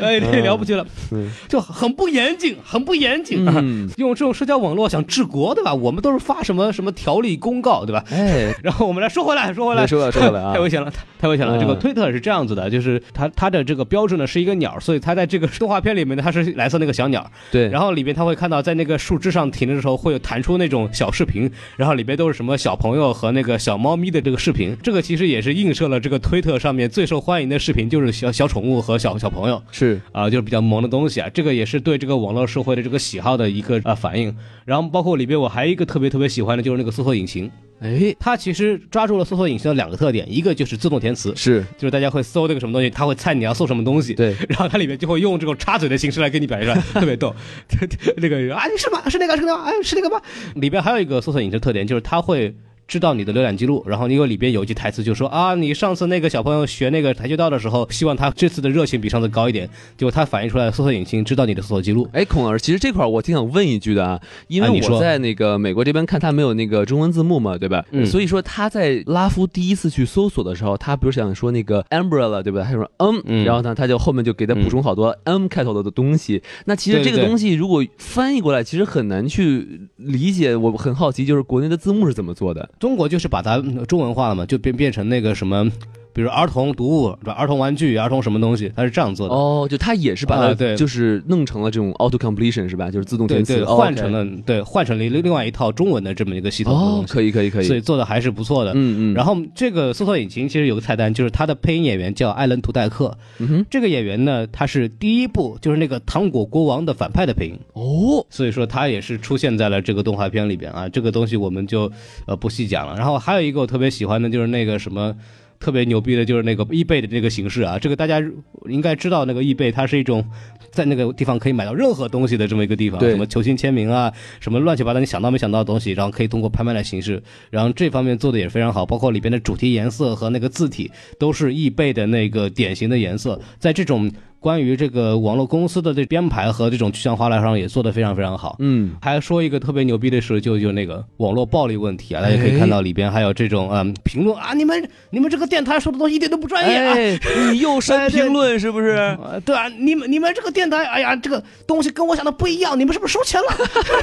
[SPEAKER 1] 哎，这聊不去了，
[SPEAKER 2] 嗯
[SPEAKER 1] 就很不严谨，很不严谨啊。
[SPEAKER 2] 嗯，
[SPEAKER 1] (laughs) 用这种社交网络想治国，对吧？我们都是发什么什么条例公告，对吧？
[SPEAKER 2] (laughs) 哎，
[SPEAKER 1] 然后我们来说回来，说回来，
[SPEAKER 2] 说回来说回来啊 (laughs)
[SPEAKER 1] 太危险了，太太危险了。
[SPEAKER 2] 嗯
[SPEAKER 1] 这个推特是这样子的，就是它它的这个标志呢是一个鸟，所以它在这个动画片里面呢，它是蓝色那个小鸟，
[SPEAKER 2] 对，
[SPEAKER 1] 然后里边他会看到，在那个树枝上停着的时候，会有弹出那种小视频，然后里边都是什么小朋友和那个小猫咪的这个视频。这个其实也是映射了这个推特上面最受欢迎的视频，就是小小宠物和小小朋友
[SPEAKER 2] 是
[SPEAKER 1] 啊，就是比较萌的东西啊。这个也是对这个网络社会的这个喜好的一个啊反应。然后包括里边我还有一个特别特别喜欢的就是那个搜索引擎，
[SPEAKER 2] 哎
[SPEAKER 1] 它其实抓住了搜索引擎的两个特点，一个就是自动填词。
[SPEAKER 2] 是，
[SPEAKER 1] 就是大家会搜那个什么东西，它会猜你要搜什么东西，
[SPEAKER 2] 对，
[SPEAKER 1] 然后它里面就会用这种插嘴的形式来给你表现出来，特别逗。 (laughs) 那个啊，你是吗？是那个？是那个吗？哎，是那个吗？里边还有一个搜索引擎特点就是它会。知道你的浏览记录，然后因为里边有一句台词就说啊，你上次那个小朋友学那个跆拳道的时候，希望他这次的热情比上次高一点，结果它反映出来的搜索引擎知道你的搜索记录，
[SPEAKER 2] 哎，孔儿，其实这块儿我挺想问一句的啊，因
[SPEAKER 1] 啊
[SPEAKER 2] 为
[SPEAKER 1] 你说
[SPEAKER 2] 我在那个美国这边看他没有那个中文字幕嘛，对吧？
[SPEAKER 1] 嗯
[SPEAKER 2] 所以说他在拉夫第一次去搜索的时候，他比如想说那个 umbrella，对吧？他就说嗯，
[SPEAKER 1] 嗯
[SPEAKER 2] 然后呢，他就后面就给他补充好多 m 开头的东西。那其实
[SPEAKER 1] 对
[SPEAKER 2] 这
[SPEAKER 1] 对
[SPEAKER 2] 个
[SPEAKER 1] 对
[SPEAKER 2] 东西如果翻译过来，其实很难去理解。我很好奇，就是国内的字幕是怎么做的？
[SPEAKER 1] 中国就是把它嗯中文化了嘛，就变变成那个什么，比如儿童读物、儿童玩具、儿童什么东西，它是这样做的。
[SPEAKER 2] 哦，就他也是把
[SPEAKER 1] 啊
[SPEAKER 2] 它
[SPEAKER 1] 对
[SPEAKER 2] 就是弄成了这种 auto completion 是吧？就是自动
[SPEAKER 1] 对对，
[SPEAKER 2] 填词，哦
[SPEAKER 1] 换
[SPEAKER 2] OK
[SPEAKER 1] 成了对换成了另另外一套中文的这么一个系统的
[SPEAKER 2] 哦
[SPEAKER 1] 东，西，
[SPEAKER 2] 可以可以可以，
[SPEAKER 1] 所以做的还是不错的。
[SPEAKER 2] 嗯嗯，
[SPEAKER 1] 然
[SPEAKER 2] 后
[SPEAKER 1] 后这个搜索引擎其实有个菜单，就是它的配音演员叫艾伦·图戴克。
[SPEAKER 2] 嗯哼
[SPEAKER 1] 这个演员呢，他是第一部就是那个糖果国王的反派的配音，
[SPEAKER 2] 哦，
[SPEAKER 1] 所以说他也是出现在了这个动画片里边啊。这个东西我们就呃不细讲了。然后还有一个我特别喜欢的就是那个什么。特别牛逼的就是那个易贝的这个形式啊，这个大家应该知道，那个易贝它是一种在那个地方可以买到任何东西的这么一个地方，
[SPEAKER 2] 对
[SPEAKER 1] 什么球星签名啊，什么乱七八糟你想到没想到的东西，然后可以通过拍卖的形式，然后这方面做的也非常好，包括里边的主题颜色和那个字体都是易贝的那个典型的颜色，在这种。关于这个网络公司的这编排和这种去向化来上也做得非常非常好。
[SPEAKER 2] 嗯，
[SPEAKER 1] 还说一个特别牛逼的事，就就那个网络暴力问题啊，
[SPEAKER 2] 哎
[SPEAKER 1] 大家可以看到里边还有这种嗯评论啊，你们你们这个电台说的东西一点都不专业啊，
[SPEAKER 2] 哎，你又删
[SPEAKER 1] 哎对
[SPEAKER 2] 评论是不是？
[SPEAKER 1] 呃，对啊，你们你们这个电台，哎呀，这个东西跟我想的不一样，你们是不是收钱了？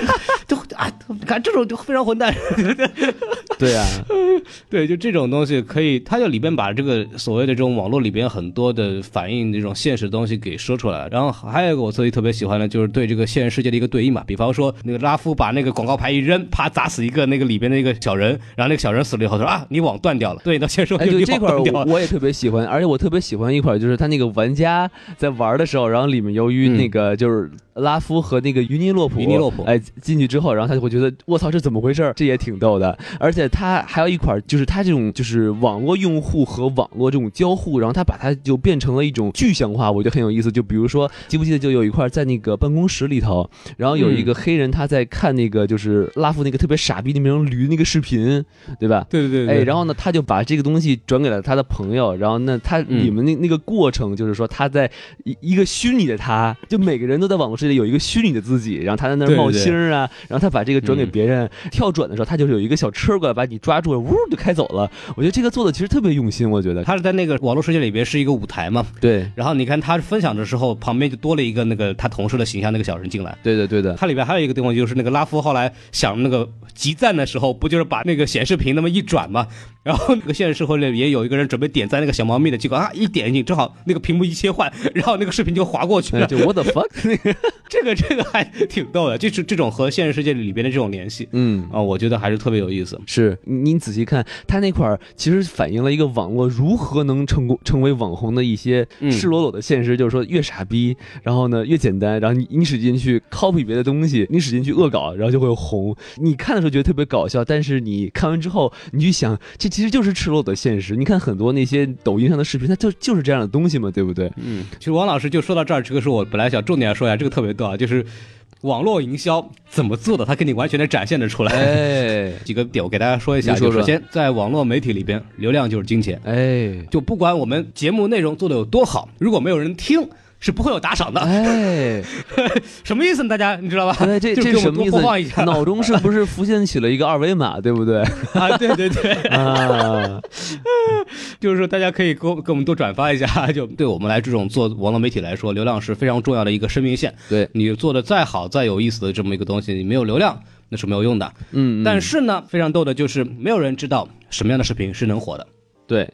[SPEAKER 1] (laughs)
[SPEAKER 2] (laughs)
[SPEAKER 1] 就啊，看这种就非常混蛋。
[SPEAKER 2] (laughs) 对啊，
[SPEAKER 1] 对，就这种东西可以，它就里边把这个所谓的这种网络里边很多的反映这种现实东西给说出来。然后还有一个我自己特别喜欢的，就是对这个现实世界的一个对应嘛。比方说那个拉夫把那个广告牌一扔，啪砸死一个那个里边的一个小人，然后那个小人死了以后，他说啊，你网断掉了。对，到现实
[SPEAKER 2] 哎，
[SPEAKER 1] 世界
[SPEAKER 2] 对
[SPEAKER 1] 你
[SPEAKER 2] 这
[SPEAKER 1] 网
[SPEAKER 2] 块儿
[SPEAKER 1] 断掉
[SPEAKER 2] 我
[SPEAKER 1] 了。
[SPEAKER 2] 我也特别喜欢，而且我特别喜欢一块儿就是他那个玩家在玩的时候，然后里面由于
[SPEAKER 1] 嗯
[SPEAKER 2] 那个就是拉夫和那个于尼洛普，
[SPEAKER 1] 于尼洛普
[SPEAKER 2] 哎进去之后，然后他就会觉得我操这怎么回事儿？这也挺逗的。而且他还有一块儿就是他这种就是网络用户和网络这种交互，然后他把它就变成了一种具象化，我觉得很有意思。就比如说记不记得就有一块儿在那个办公室里头，然后
[SPEAKER 1] 嗯
[SPEAKER 2] 有一个黑人他在看那个就是拉夫那个特别傻逼的那种驴那个视频，对吧？
[SPEAKER 1] 对对
[SPEAKER 2] 哎，然后呢，他就把这个东西转给了他的朋友，然后那他
[SPEAKER 1] 嗯
[SPEAKER 2] 你们那那个过程就是说，他在一一个虚拟的他，就每个人都在网络世界有一个虚拟的自己，然后他在那儿
[SPEAKER 1] 对对
[SPEAKER 2] 冒
[SPEAKER 1] 对
[SPEAKER 2] 星儿啊，然后他把这个转给
[SPEAKER 1] 嗯
[SPEAKER 2] 别人，跳转的时候，他就是有一个小车过来把你抓住，呜就开走了。我觉得这个做的其实特别用心，我觉得
[SPEAKER 1] 他是在那个网络世界里边是一个舞台嘛，
[SPEAKER 2] 对。
[SPEAKER 1] 然后你看他分享的时候，旁边就多了一个那个他同事的形象，那个小人进来。
[SPEAKER 2] 对的，对的，
[SPEAKER 1] 它里边还有一个地方，就是那个拉夫后来想那个集赞的时候，不就是把那个显示屏那么一转嘛？然后那个现实社会里也有一个人准备点赞那个小猫咪的，结果啊一点进，正好那个屏幕一切换，然后那个视频就划过去
[SPEAKER 2] 哎，
[SPEAKER 1] 了。
[SPEAKER 2] 就 what the fuck 那个，
[SPEAKER 1] 这个这个还挺逗的，就是这种和现实世界里边的这种联系
[SPEAKER 2] 嗯，
[SPEAKER 1] 啊、我觉得还是特别有意思。
[SPEAKER 2] 是您仔细看，他那块儿其实反映了一个网络如何能成功成为网红的一些
[SPEAKER 1] 嗯
[SPEAKER 2] 赤裸裸的现实，就是说越傻逼，然后呢越简单，然后你你使劲去 copy 别的东西，你使劲去恶搞，然后就会红。你看的时候觉得特别搞笑，但是你看完之后，你去想，这其实就是赤裸裸的现实。你看很多那些抖音上的视频，它就就是这样的东西嘛，对不对？
[SPEAKER 1] 嗯，其实王老师就说到这儿，这个是我本来想重点说一下，这个特别逗啊，就是网络营销怎么做的，他给你完全的展现了出来。
[SPEAKER 2] 哎
[SPEAKER 1] 几个点我给大家说一下，
[SPEAKER 2] 您说
[SPEAKER 1] 就
[SPEAKER 2] 说
[SPEAKER 1] 首先在网络媒体里边，流量就是金钱。
[SPEAKER 2] 哎
[SPEAKER 1] 就不管我们节目内容做的有多好，如果没有人听，是不会有打赏的。 (laughs)
[SPEAKER 2] 哎，
[SPEAKER 1] 什么意思呢？大家你知道吧？ (laughs)
[SPEAKER 2] 哎，这
[SPEAKER 1] 就
[SPEAKER 2] 这
[SPEAKER 1] 是给
[SPEAKER 2] 什
[SPEAKER 1] 我们
[SPEAKER 2] 么
[SPEAKER 1] 多
[SPEAKER 2] 意
[SPEAKER 1] 播放一
[SPEAKER 2] 思？
[SPEAKER 1] 下
[SPEAKER 2] 脑中是不是浮现起了一个二维码，对不对？
[SPEAKER 1] (laughs) 啊！对对对，
[SPEAKER 2] 啊。
[SPEAKER 1] 就是说大家可以给我给我们多转发一下。 (laughs) 就对我们来这种做网络媒体来说，流量是非常重要的一个生命线。
[SPEAKER 2] 对，
[SPEAKER 1] 你做的再好、再有意思的这么一个东西，你没有流量那是没有用的。
[SPEAKER 2] 嗯，
[SPEAKER 1] 但是呢，非常逗的就是没有人知道什么样的视频是能火的。
[SPEAKER 2] 对，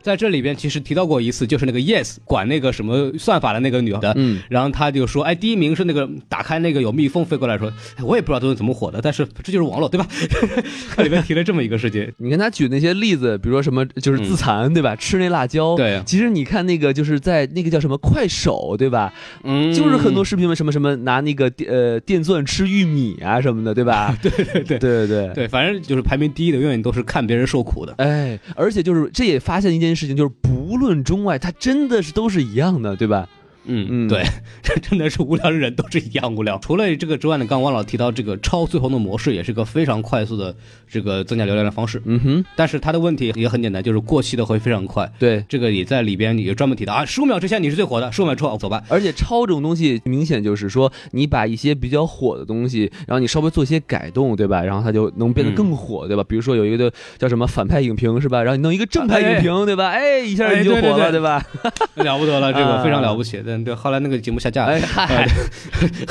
[SPEAKER 1] 在这里边其实提到过一次，就是那个 Yes 管那个什么算法的那个女的，
[SPEAKER 2] 嗯，
[SPEAKER 1] 然后他就说，哎，第一名是那个打开那个有蜜蜂飞过来说，哎我也不知道东西怎么火的，但是这就是网络，对吧？ (laughs) 它里面提了这么一个事情，
[SPEAKER 2] 你看他举那些例子，比如说什么就是自残，嗯对吧？吃那辣椒，
[SPEAKER 1] 对
[SPEAKER 2] 其实你看那个就是在那个叫什么快手，对吧？
[SPEAKER 1] 嗯
[SPEAKER 2] 就是很多视频嘛，什么什么拿那个电呃电钻吃玉米啊什么的，对吧？ (laughs) 对对对对对。
[SPEAKER 1] 对，反正就是排名第一的永远都是看别人受苦的。
[SPEAKER 2] 哎，而且就是这也发现一件事情，就是不论中外，它真的是都是一样的，对吧？
[SPEAKER 1] 嗯
[SPEAKER 2] 嗯
[SPEAKER 1] 对， (laughs) 这真的是无聊的人都是一样无聊。除了这个之外呢，刚刚王老提到这个超最红的模式，也是个非常快速的这个增加流量的方式。
[SPEAKER 2] 嗯哼，
[SPEAKER 1] 但是它的问题也很简单，就是过期的会非常快。
[SPEAKER 2] 对。
[SPEAKER 1] 这个也在里边也专门提到啊，十五秒之前你是最火的，十五秒之后走吧。
[SPEAKER 2] 而且超这种东西，明显就是说，你把一些比较火的东西，然后你稍微做一些改动，对吧？然后它就能变得更火，对吧？比如说有一个叫什么反派影评，是吧？然后你弄一个正派影评，对吧？哎，一下
[SPEAKER 1] 哎
[SPEAKER 2] 你就火
[SPEAKER 1] 对对
[SPEAKER 2] 了，
[SPEAKER 1] 对
[SPEAKER 2] 吧？
[SPEAKER 1] (laughs) 了不得了，这
[SPEAKER 2] 啊
[SPEAKER 1] 个非常了不起。但对，后来那个节目下架了。
[SPEAKER 2] 哎嗨， (laughs)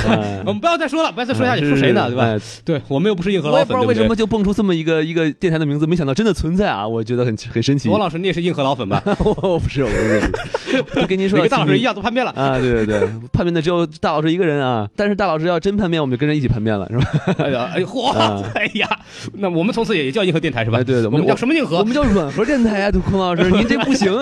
[SPEAKER 2] 嗯
[SPEAKER 1] (laughs) 我们不要再说了，不要再说下去，
[SPEAKER 2] 是
[SPEAKER 1] 说谁呢？对吧？
[SPEAKER 2] 哎
[SPEAKER 1] 对我们又不是硬核
[SPEAKER 2] 我
[SPEAKER 1] 老
[SPEAKER 2] 也
[SPEAKER 1] 粉，
[SPEAKER 2] 不知道为什么就蹦出这么一个一个电台的名字，没想到真的存在啊！我觉得很很神奇。 (laughs)
[SPEAKER 1] 对不对。王老师，你也是硬核老粉吧？
[SPEAKER 2] 我不是，我不是，就跟您说
[SPEAKER 1] 你
[SPEAKER 2] 到
[SPEAKER 1] 跟大老
[SPEAKER 2] 亲
[SPEAKER 1] 师
[SPEAKER 2] 密
[SPEAKER 1] 一样都叛变
[SPEAKER 2] (laughs)
[SPEAKER 1] 了。
[SPEAKER 2] 啊！对对对，叛变的只有大老师一个人啊！但是大老师要真叛变，我们就跟着一起叛变了，是吧？
[SPEAKER 1] 哎呀，哎嚯
[SPEAKER 2] 啊，
[SPEAKER 1] 哎呀，那我们从此也叫硬核电台是吧？
[SPEAKER 2] 哎对对我
[SPEAKER 1] 我
[SPEAKER 2] 们
[SPEAKER 1] 们叫什么硬
[SPEAKER 2] (laughs) 我
[SPEAKER 1] 核
[SPEAKER 2] 们叫软核电台啊，孔老师，您这不
[SPEAKER 1] (laughs)
[SPEAKER 2] 行。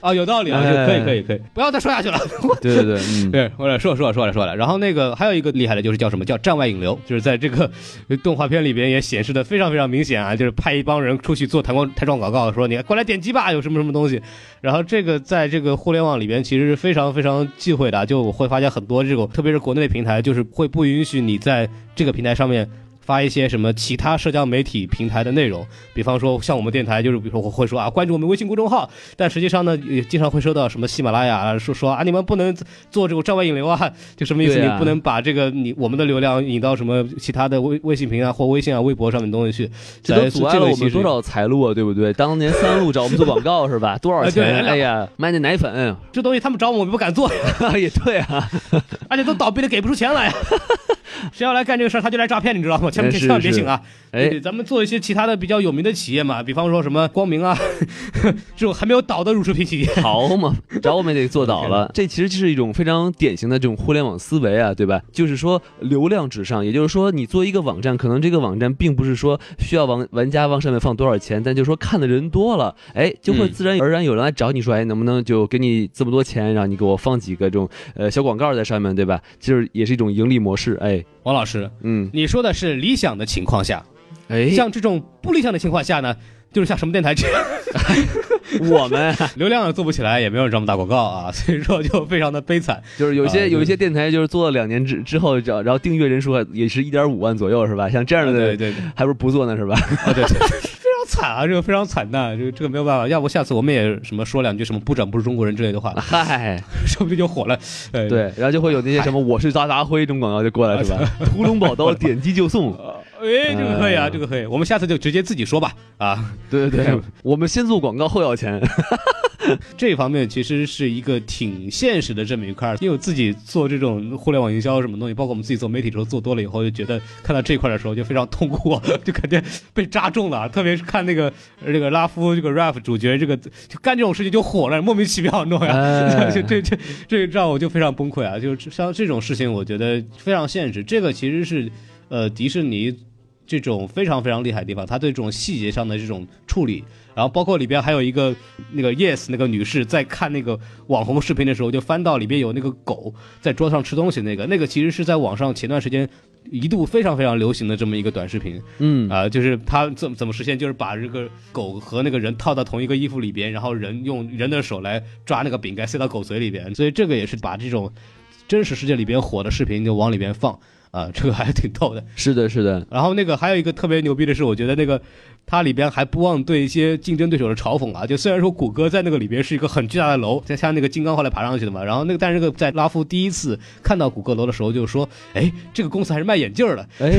[SPEAKER 1] 啊？有道理啊，
[SPEAKER 2] 哎
[SPEAKER 1] 就可以可以可以，不要再说下去了。
[SPEAKER 2] 对对对，嗯，
[SPEAKER 1] 对，我来说说说了说了。然后那个还有一个厉害的就是叫什么叫站外引流，就是在这个呃动画片里边也显示的非常非常明显啊，就是派一帮人出去做弹光弹窗广告，说你过来点击吧，有什么什么东西。然后这个在这个互联网里边其实是非常非常忌讳的啊，就我会发现很多这种，特别是国内的平台，就是会不允许你在这个平台上面。发一些什么其他社交媒体平台的内容，比方说像我们电台，就是比如说我会说啊，关注我们微信公众号，但实际上呢，也经常会收到什么喜马拉雅啊说说啊，你们不能做这种站外引流啊， (laughs) 就什么意思？
[SPEAKER 2] 对啊
[SPEAKER 1] 你不能把这个你我们的流量引到什么其他的微微信平台或微信啊、微博上面的东西去，
[SPEAKER 2] 这都
[SPEAKER 1] 咱
[SPEAKER 2] 阻碍
[SPEAKER 1] 这
[SPEAKER 2] 了
[SPEAKER 1] 个
[SPEAKER 2] 我
[SPEAKER 1] 其
[SPEAKER 2] 们
[SPEAKER 1] 实
[SPEAKER 2] 多少财路啊，对不对？当年三鹿找我们做广告是吧？多少
[SPEAKER 1] 啊
[SPEAKER 2] 钱？
[SPEAKER 1] (laughs) 对
[SPEAKER 2] 哎呀，卖那奶粉 (laughs)
[SPEAKER 1] 这东西他们找我们不敢做，
[SPEAKER 2] 也对啊，
[SPEAKER 1] 而且都倒闭了，给不出钱来， (laughs) 谁要来干这个事儿，他就来诈骗，你知道吗？千万
[SPEAKER 2] 哎
[SPEAKER 1] 别
[SPEAKER 2] 是
[SPEAKER 1] 千万别信啊！对
[SPEAKER 2] 哎
[SPEAKER 1] 对，，咱们做一些其他的比较有名的企业嘛，比方说什么光明啊， (laughs) 这种还没有倒的乳制品企业。
[SPEAKER 2] 好 (laughs) 嘛，找我们也得做倒了。这其实就是一种非常典型的这种互联网思维啊，对吧？就是说流量至上，也就是说你做一个网站，可能这个网站并不是说需要玩玩家往上面放多少钱，但就是说看的人多了，哎，就会
[SPEAKER 1] 嗯
[SPEAKER 2] 自然而然有人来找你说，哎，能不能就给你这么多钱，让你给我放几个这种呃小广告在上面，对吧？就是也是一种盈利模式，哎，
[SPEAKER 1] 王老师，
[SPEAKER 2] 嗯，
[SPEAKER 1] 你说的是理想的情况下，
[SPEAKER 2] 哎，
[SPEAKER 1] 像这种不理想的情况下呢，就是像什么电台这样，
[SPEAKER 2] (laughs)
[SPEAKER 1] (laughs)
[SPEAKER 2] 我们啊
[SPEAKER 1] 流量做不起来，也没有人找我们打广告啊， (laughs) 所以说就非常的悲惨。
[SPEAKER 2] 就是有
[SPEAKER 1] 啊
[SPEAKER 2] 些有一
[SPEAKER 1] 对
[SPEAKER 2] 些电台就是做了两年之之后，然后然后订阅人数啊也是一点五万左右，是吧？像这样
[SPEAKER 1] 对
[SPEAKER 2] 的
[SPEAKER 1] 对对，啊
[SPEAKER 2] 还不如不做呢，是吧？
[SPEAKER 1] 对对。 (laughs) 非常惨啊，这个非常惨淡，这个这个没有办法，要不下次我们也什么说两句什么不整不是中国人之类的话， (laughs)
[SPEAKER 2] 嗨，
[SPEAKER 1] 说不定就火了。呃，
[SPEAKER 2] 对，然后就会有那些什么我是渣渣辉这种广告就过来，是 (laughs) 吧？屠龙宝刀点击就送，
[SPEAKER 1] 哎，这个可以啊，
[SPEAKER 2] 哎
[SPEAKER 1] 这个可以，我们下次就直接自己说吧。啊，
[SPEAKER 2] 对对对， (laughs) 我们先做广告后要钱，
[SPEAKER 1] 这方面其实是一个挺现实的这么一块儿，因为我自己做这种互联网营销什么东西，包括我们自己做媒体的时候做多了以后，就觉得看到这一块的时候就非常痛苦，就感觉被扎中了啊。特别是看那个呃这个拉夫这个 rap 主角这个就干这种事情就火了，莫名其妙，你懂吗？
[SPEAKER 2] 哎
[SPEAKER 1] 就这这这让我就非常崩溃啊！就是像这种事情，我觉得非常现实。这个其实是呃迪士尼这种非常非常厉害的地方，他对这种细节上的这种处理，然后包括里边还有一个那个 Yes 那个女士在看那个网红视频的时候，就翻到里边有那个狗在桌上吃东西那个，那个其实是在网上前段时间。一度非常非常流行的这么一个短视频
[SPEAKER 2] 嗯，
[SPEAKER 1] 啊、就是它怎么怎么实现，就是把这个狗和那个人套到同一个衣服里边，然后人用人的手来抓那个饼干塞到狗嘴里边，所以这个也是把这种真实世界里边火的视频就往里边放啊、这个还挺逗的。
[SPEAKER 2] 是的，是的，
[SPEAKER 1] 然后那个还有一个特别牛逼的是，我觉得那个它里边还不忘对一些竞争对手的嘲讽啊。就虽然说谷歌在那个里边是一个很巨大的楼，像像那个金刚后来爬上去的嘛，然后那个但是那个在拉夫第一次看到谷歌楼的时候就说，哎，这个公司还是卖眼镜儿的。
[SPEAKER 2] 哎，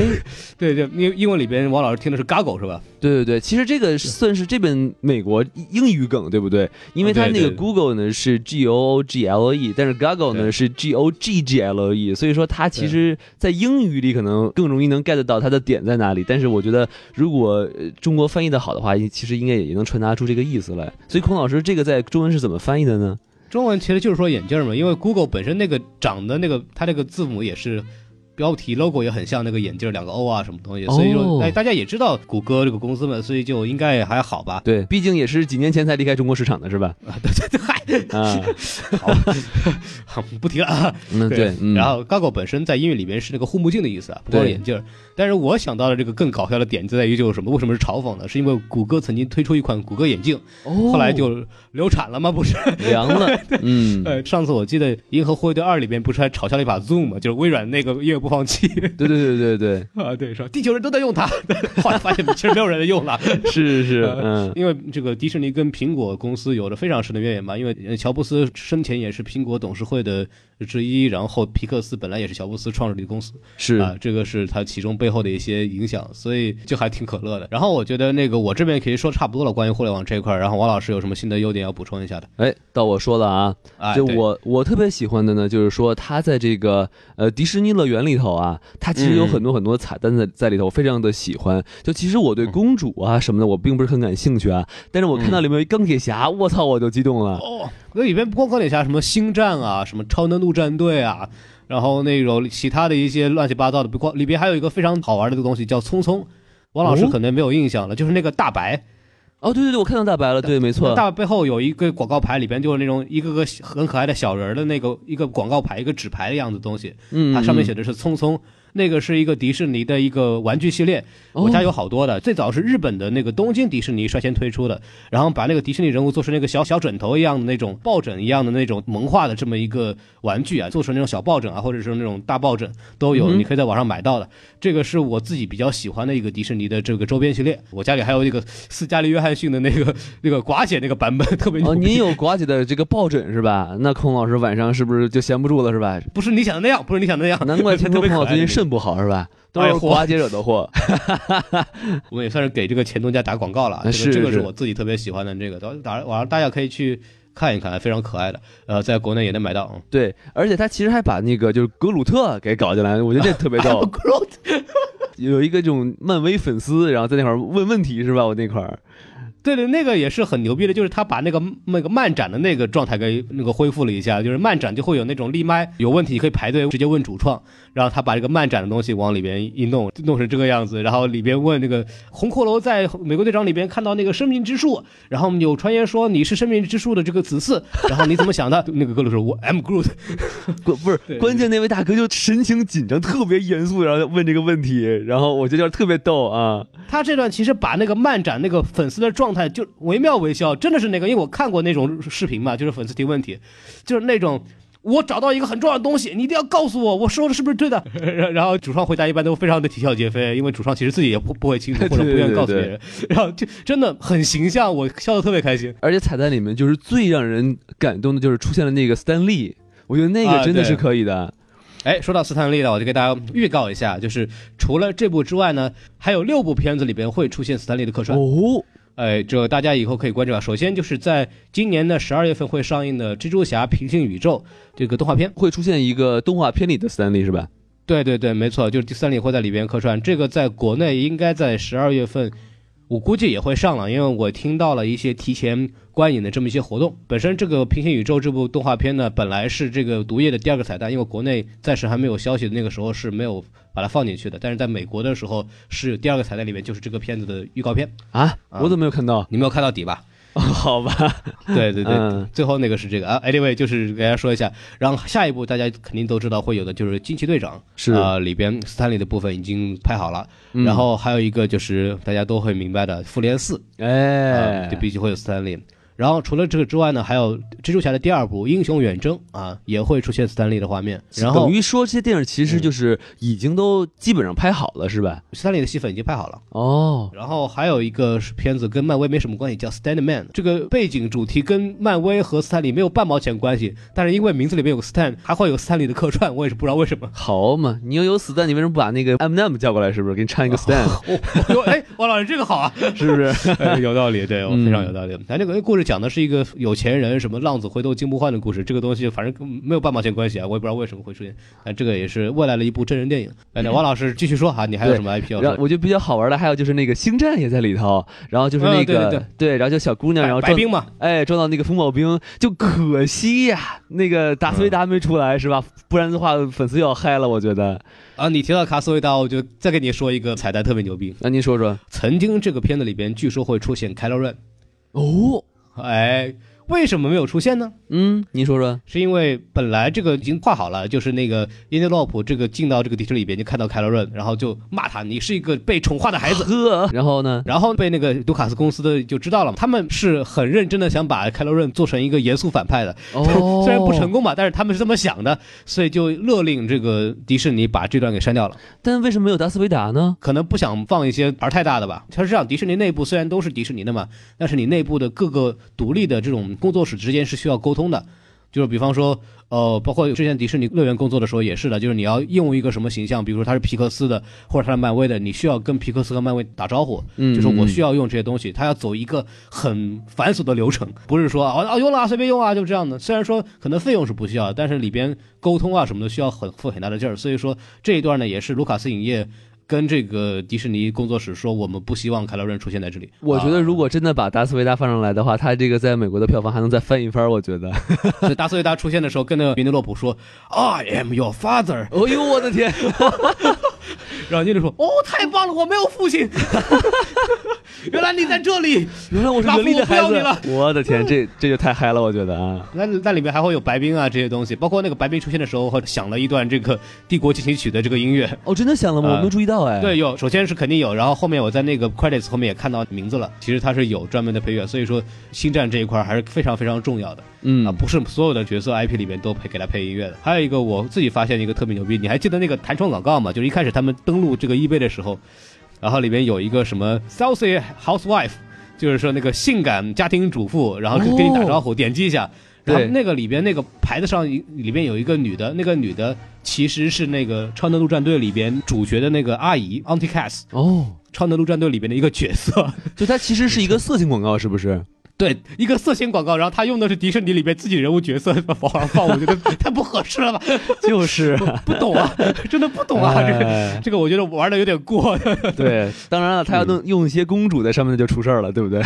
[SPEAKER 1] 对对，因为英文里边王老师听的是 goggle 是吧？
[SPEAKER 2] 对对对，其实这个算是这本美国英语梗，对不对？因为它
[SPEAKER 1] 嗯对
[SPEAKER 2] 那个
[SPEAKER 1] 对
[SPEAKER 2] Google 呢是 G O O G L E，但是 Goggle 呢
[SPEAKER 1] 对
[SPEAKER 2] 是 G O G G L E，所以说它其实，在英语里可能更容易能 get 到它的点在哪里。但是我觉得，如果呃中国翻译的好的话，其实应该也能传达出这个意思来。所以孔老师，这个在中文是怎么翻译的呢？
[SPEAKER 1] 中文其实就是说眼镜儿嘛，因为 Google 本身那个长的那个它那个字母也是。标题 logo 也很像那个眼镜儿，两个 O 啊，什么东西，所以
[SPEAKER 2] 哦
[SPEAKER 1] 说哎，大家也知道谷歌这个公司嘛，所以就应该也还好吧。 (laughs)
[SPEAKER 2] 对，毕竟也是几年前才离开中国市场的是吧？
[SPEAKER 1] 嗨，
[SPEAKER 2] 啊，
[SPEAKER 1] (laughs) 好，不提了啊。
[SPEAKER 2] 嗯，对，嗯，
[SPEAKER 1] 然后 goggle 本身在英语里面是那个护目镜的意思啊，不光
[SPEAKER 2] 对
[SPEAKER 1] 眼镜儿。但是我想到的这个更搞笑的点就在于，就是什么？为什么是嘲讽呢？是因为谷歌曾经推出一款谷歌眼镜，后
[SPEAKER 2] 后
[SPEAKER 1] 来就流产了吗？不是？(laughs)
[SPEAKER 2] 凉了，嗯，
[SPEAKER 1] 呃，上次我记得《银河护卫队二》里面不是还嘲笑了一把 Zoom 嘛，就是微软那个音乐播放
[SPEAKER 2] (laughs)
[SPEAKER 1] 器
[SPEAKER 2] 对对对对对，
[SPEAKER 1] 啊，对，说地球人都在用它，后来发现其实没有人在用了。
[SPEAKER 2] (laughs) 是是，嗯。
[SPEAKER 1] 因为这个迪士尼跟苹果公司有着非常深的渊源嘛，因为呃乔布斯生前也是苹果董事会的之一，然后皮克斯本来也是乔布斯创立的公司
[SPEAKER 2] 是
[SPEAKER 1] 啊、这个是他其中背后的一些影响，所以就还挺可乐的。然后我觉得那个我这边可以说差不多了，关于互联网这一块儿，然后王老师有什么新的优点要补充一下的？
[SPEAKER 2] 哎，到我说了啊，
[SPEAKER 1] 哎，
[SPEAKER 2] 就
[SPEAKER 1] 对
[SPEAKER 2] 我我特别喜欢的呢，就是说它在这个呃迪士尼乐园里头啊，它其实有
[SPEAKER 3] 嗯
[SPEAKER 2] 很多很多彩蛋在在里头，我非常的喜欢。就其实我对公主啊什么的，我并不是很感兴趣啊，但是我看到里面有一钢铁侠，
[SPEAKER 1] 嗯
[SPEAKER 2] 我操，我就激动了。
[SPEAKER 1] 哦，那里边不光钢铁侠，什么星战啊，什么超能陆战队啊，然后那种其他的一些乱七八糟的，不光里边还有一个非常好玩的东西叫匆匆。王老师
[SPEAKER 2] 哦
[SPEAKER 1] 可能没有印象了，就是那个大白，
[SPEAKER 2] 哦，对对对，我看到大白了，对，没错
[SPEAKER 1] 那，大白背后有一个广告牌，里边就是那种一个个很可爱的小人儿的那个一个广告牌，一个纸牌的样子的东西，
[SPEAKER 2] 嗯，
[SPEAKER 1] 它上面写
[SPEAKER 2] 的
[SPEAKER 1] 的是匆匆。那个是一个迪士尼的一个玩具系列，我
[SPEAKER 2] 哦
[SPEAKER 1] 家有好多的。最早是日本的那个东京迪士尼率先推出的，然后把那个迪士尼人物做成那个小小枕头一样的那种抱枕一样的那种萌化的这么一个玩具啊，做成那种小抱枕啊，或者是那种大抱枕都
[SPEAKER 2] 嗯
[SPEAKER 1] 有，你可以在网上买到的。这个是我自己比较喜欢的一个迪士尼的这个周边系列。我家里还有一个斯嘉丽约翰逊的那个那个寡姐那个版本，特别牛
[SPEAKER 2] 哦，
[SPEAKER 1] 逼
[SPEAKER 2] 您有寡姐的这个抱枕是吧？那孔老师晚上是不是就闲不住了是吧？
[SPEAKER 1] 不是你想的那样，不是你想的那样。
[SPEAKER 2] 难怪听
[SPEAKER 1] (laughs) 特
[SPEAKER 2] 说
[SPEAKER 1] 别
[SPEAKER 2] 孔
[SPEAKER 1] 可
[SPEAKER 2] 老
[SPEAKER 1] 爱
[SPEAKER 2] 最近
[SPEAKER 1] 那个
[SPEAKER 2] 肾不好是吧？都
[SPEAKER 1] 哎
[SPEAKER 2] 是
[SPEAKER 1] 嚯
[SPEAKER 2] 寡姐惹的祸。
[SPEAKER 1] 我们也算是给这个前东家打广告了啊。这个
[SPEAKER 2] 呃是
[SPEAKER 1] 这个
[SPEAKER 2] 是
[SPEAKER 1] 是我自己特别喜欢的这个，当当然晚上大家可以去看一看，非常可爱的。呃，在国内也能买到。嗯
[SPEAKER 2] 对，而且他其实还把那个就是格鲁特给搞进来，我觉得这特别
[SPEAKER 1] (laughs)
[SPEAKER 2] 逗。
[SPEAKER 1] 嗯
[SPEAKER 2] (laughs)
[SPEAKER 1] 哎
[SPEAKER 2] 有一个这种漫威粉丝，然后在那块儿问问题是吧？我那块
[SPEAKER 1] (laughs)
[SPEAKER 2] 儿
[SPEAKER 1] 对对，那个也是很牛逼的，就是他把那个那个漫展的那个状态给那个恢复了一下，就是漫展就会有那种立麦有问题可以排队直接问主创，然后他把这个漫展的东西往里边一弄，弄成这个样子，然后里边问那个红骷髅在美国队长里边看到那个生命之树，然后有传言说你是生命之树的这个子嗣，然后你怎么想的？那个格鲁说我 am Groot，
[SPEAKER 2] 关不是
[SPEAKER 1] 对
[SPEAKER 2] 关键那位大哥就神情紧张，特别严肃，然后问这个问题，然后我觉得特别逗啊。
[SPEAKER 1] 他这段其实把那个漫展那个粉丝的状态就惟妙惟肖，真的是那个，因为我看过那种视频嘛，就是粉丝提问题，就是那种。我找到一个很重要的东西，你一定要告诉我，我说的是不是对的？ (laughs) 然然后主创回答一般都非常的啼笑皆非，因为主创其实自己也不不会清楚，或者不愿意告诉别人。然后就真的很形象，我笑得特别开心。
[SPEAKER 2] 而且彩蛋里面就是最让人感动的，就是出现了那个 Stan Lee，我觉得那个
[SPEAKER 1] 啊
[SPEAKER 2] 真的
[SPEAKER 1] 对
[SPEAKER 2] 是可以的。
[SPEAKER 1] 哎，说到斯坦利呢，我就给大家预告一下，就是除了这部之外呢，还有六部片子里边会出现斯坦利的客串。
[SPEAKER 2] 哦，
[SPEAKER 1] 哎，这大家以后可以关注啊。首先就是在今年的十二月份会上映的《蜘蛛侠：平行宇宙》这个动画片。
[SPEAKER 2] 会出现一个动画片里的 Stan Lee 是吧？
[SPEAKER 1] 对对对，没错，就是第三里会在里边客串。这个在国内应该在十二月份，我估计也会上了，因为我听到了一些提前观影的这么一些活动。本身这个《平行宇宙》这部动画片呢，本来是这个毒液的第二个彩蛋，因为国内暂时还没有消息，那个时候是没有把它放进去的。但是在美国的时候是有第二个彩蛋里面就是这个片子的预告片，
[SPEAKER 2] 啊，
[SPEAKER 1] 啊
[SPEAKER 2] 我怎么没有看到？ (laughs)
[SPEAKER 1] 你没有看到底吧？
[SPEAKER 2] 好吧，
[SPEAKER 1] 对对对，
[SPEAKER 2] 嗯
[SPEAKER 1] 最后那个是这个啊。Anyway，就是给大家说一下，然后下一步大家肯定都知道会有的，就是惊奇队长
[SPEAKER 2] 是
[SPEAKER 1] 呃里边斯坦利的部分已经拍好了，
[SPEAKER 2] 嗯
[SPEAKER 1] 然后还有一个就是大家都会明白的复联四，
[SPEAKER 2] 哎
[SPEAKER 1] 啊，就必须会有斯坦利。然后除了这个之外呢，还有蜘蛛侠的第二部《英雄远征》啊，也会出现斯坦利的画面。然后嗯
[SPEAKER 2] 等于说这些电影其实就是已经都基本上拍好了，是吧？
[SPEAKER 1] 斯坦利的戏份已经拍好了。
[SPEAKER 2] 哦，
[SPEAKER 1] 然后还有一个是片子跟漫威没什么关系，叫《Stand Man》。这个背景主题跟漫威和斯坦利没有半毛钱关系，但是因为名字里面有个 Stan，还会有斯坦利的客串，我也是不知道为什 (laughs) 么。
[SPEAKER 2] 好嘛，你又有 Stan，你为什么不把那个 Eminem 叫过来？是不是给你唱一个 Stan？
[SPEAKER 1] (laughs) 哦，我哎，王老师这个好啊，
[SPEAKER 2] 是不是？
[SPEAKER 1] 哎 (laughs) 有道 (laughs) 理，对，我非常有道理。咱这个故事讲的是一个有钱人什么浪子回头金不换的故事，这个东西反正跟没有半毛钱关系啊，我也不知道为什么会出现。但这个也是未来的一部真人电影。哎，那王老师继续说哈，你还有什么 IP 要
[SPEAKER 2] 然后
[SPEAKER 1] 说？
[SPEAKER 2] 我觉得比较好玩的还有就是那个星战也在里头，然后就是那
[SPEAKER 1] 啊
[SPEAKER 2] 个
[SPEAKER 1] 对对
[SPEAKER 2] 然后就小姑娘，然后
[SPEAKER 1] 白
[SPEAKER 2] 撞
[SPEAKER 1] 白冰嘛，
[SPEAKER 2] 哎撞到那个风暴兵，就可惜呀、那个达斯维达没出来是吧？
[SPEAKER 1] 嗯
[SPEAKER 2] 不然的话粉丝又要嗨了，我觉得。
[SPEAKER 1] 啊，你提到卡斯维达，我就再给你说一个彩蛋，特别牛逼。
[SPEAKER 2] 那您说说
[SPEAKER 1] 曾经这个片子里边据说会出现 Kylo Ren，
[SPEAKER 2] 哦，
[SPEAKER 1] 哎，为什么没有出现呢？
[SPEAKER 2] 嗯，您说说，
[SPEAKER 1] 是因为本来这个已经画好了，就是那个伊内洛普这个进到这个迪士尼里边就看到 Kylo Ren，然后就骂他你是一个被宠坏的孩
[SPEAKER 2] (laughs)
[SPEAKER 1] 子。
[SPEAKER 2] 呵，然后呢？
[SPEAKER 1] 然后被那个卢卡斯公司的就知道了，他们是很认真的想把 Kylo Ren 做成一个严肃反派的，，
[SPEAKER 2] 哦
[SPEAKER 1] (laughs) (laughs) 虽然不成功吧，但是他们是这么想的，所以就勒令这个迪士尼把这段给删掉了。
[SPEAKER 2] 但为什么没有达斯维达呢？
[SPEAKER 1] 可能不想放一些玩太大的吧。它是这样，迪士尼内部虽然都是迪士尼的嘛，但是你内部的各个独立的这种工作室之间是需要沟通的。就是比方说，呃，包括之前迪士尼乐园工作的时候也是的，就是你要应用一个什么形象，比如说他是皮克斯的，或者他是漫威的，你需要跟皮克斯和漫威打招呼，
[SPEAKER 2] 嗯
[SPEAKER 1] 就说我需要用这些东西，他要走一个很繁琐的流程，不是说啊啊用了啊随便用啊就这样的。虽然说可能费用是不需要，但是里边沟通啊什么的需要很费很大的劲儿，所以说这一段呢也是卢卡斯影业跟这个迪士尼工作室说，我们不希望凯洛人出现在这里。
[SPEAKER 2] 我觉
[SPEAKER 1] 啊
[SPEAKER 2] 得如果真的把达斯维达放上来的话，他这个在美国的票房还能再翻一番。我觉 (laughs) 得，
[SPEAKER 1] 所以达斯维达出现的
[SPEAKER 2] 哦
[SPEAKER 1] 时候，跟那个云尼洛普说 “I am your father”，
[SPEAKER 2] 哦呦我的天，
[SPEAKER 1] 然后妮妮说：“哦，太棒了，我没有父亲， (laughs) 原来你在这里。
[SPEAKER 2] (laughs) 原来我
[SPEAKER 1] 是袁立的孩子
[SPEAKER 2] 我的天，这这就太嗨了，我觉得啊。
[SPEAKER 1] 那”那里面还会有白冰啊这些东西，包括那个白冰出现的时候，还响了一段这个《帝国进行曲》的这个音乐。
[SPEAKER 2] 哦，真的想了吗？
[SPEAKER 1] 呃
[SPEAKER 2] 我没有注意到哎。
[SPEAKER 1] 对，，有，首先是肯定有，然后后面我在那个 credits 后面也看到名字了，其实它是有专门的配乐，所以说星战这一块还是非常非常重要的。啊，
[SPEAKER 2] 嗯，
[SPEAKER 1] 不是所有的角色 IP 里面都配给他配音乐的。还有一个我自己发现一个特别牛逼，你还记得那个弹窗广告吗？就是一开始他们登录这个 eBay 的时候，然后里面有一个什么 Saucy Housewife，就是说那个性感家庭主妇，然后跟
[SPEAKER 2] 哦
[SPEAKER 1] 跟你打招呼，点击一下。然后
[SPEAKER 2] 对
[SPEAKER 1] 那个里边那个牌子上里边有一个女的，那个女的其实是那个《超能陆战队》里边主角的那个阿姨 Auntie Cass，《
[SPEAKER 2] 哦，
[SPEAKER 1] 超能陆战队》里边的一个角色。
[SPEAKER 2] 就它其实是一个色情广告，是不是？
[SPEAKER 1] 对，一个色情广告，然后他用的是迪士尼里面自己人物角色往上放，我觉得太不合适了吧？
[SPEAKER 2] (laughs) (laughs) 就是，
[SPEAKER 1] 不懂啊，真的不懂啊，这个
[SPEAKER 2] 哎
[SPEAKER 1] 这个我觉得玩的有点过。 (laughs)
[SPEAKER 2] 对，当然了，他要弄用一些公主在上面就出事儿了，对不对？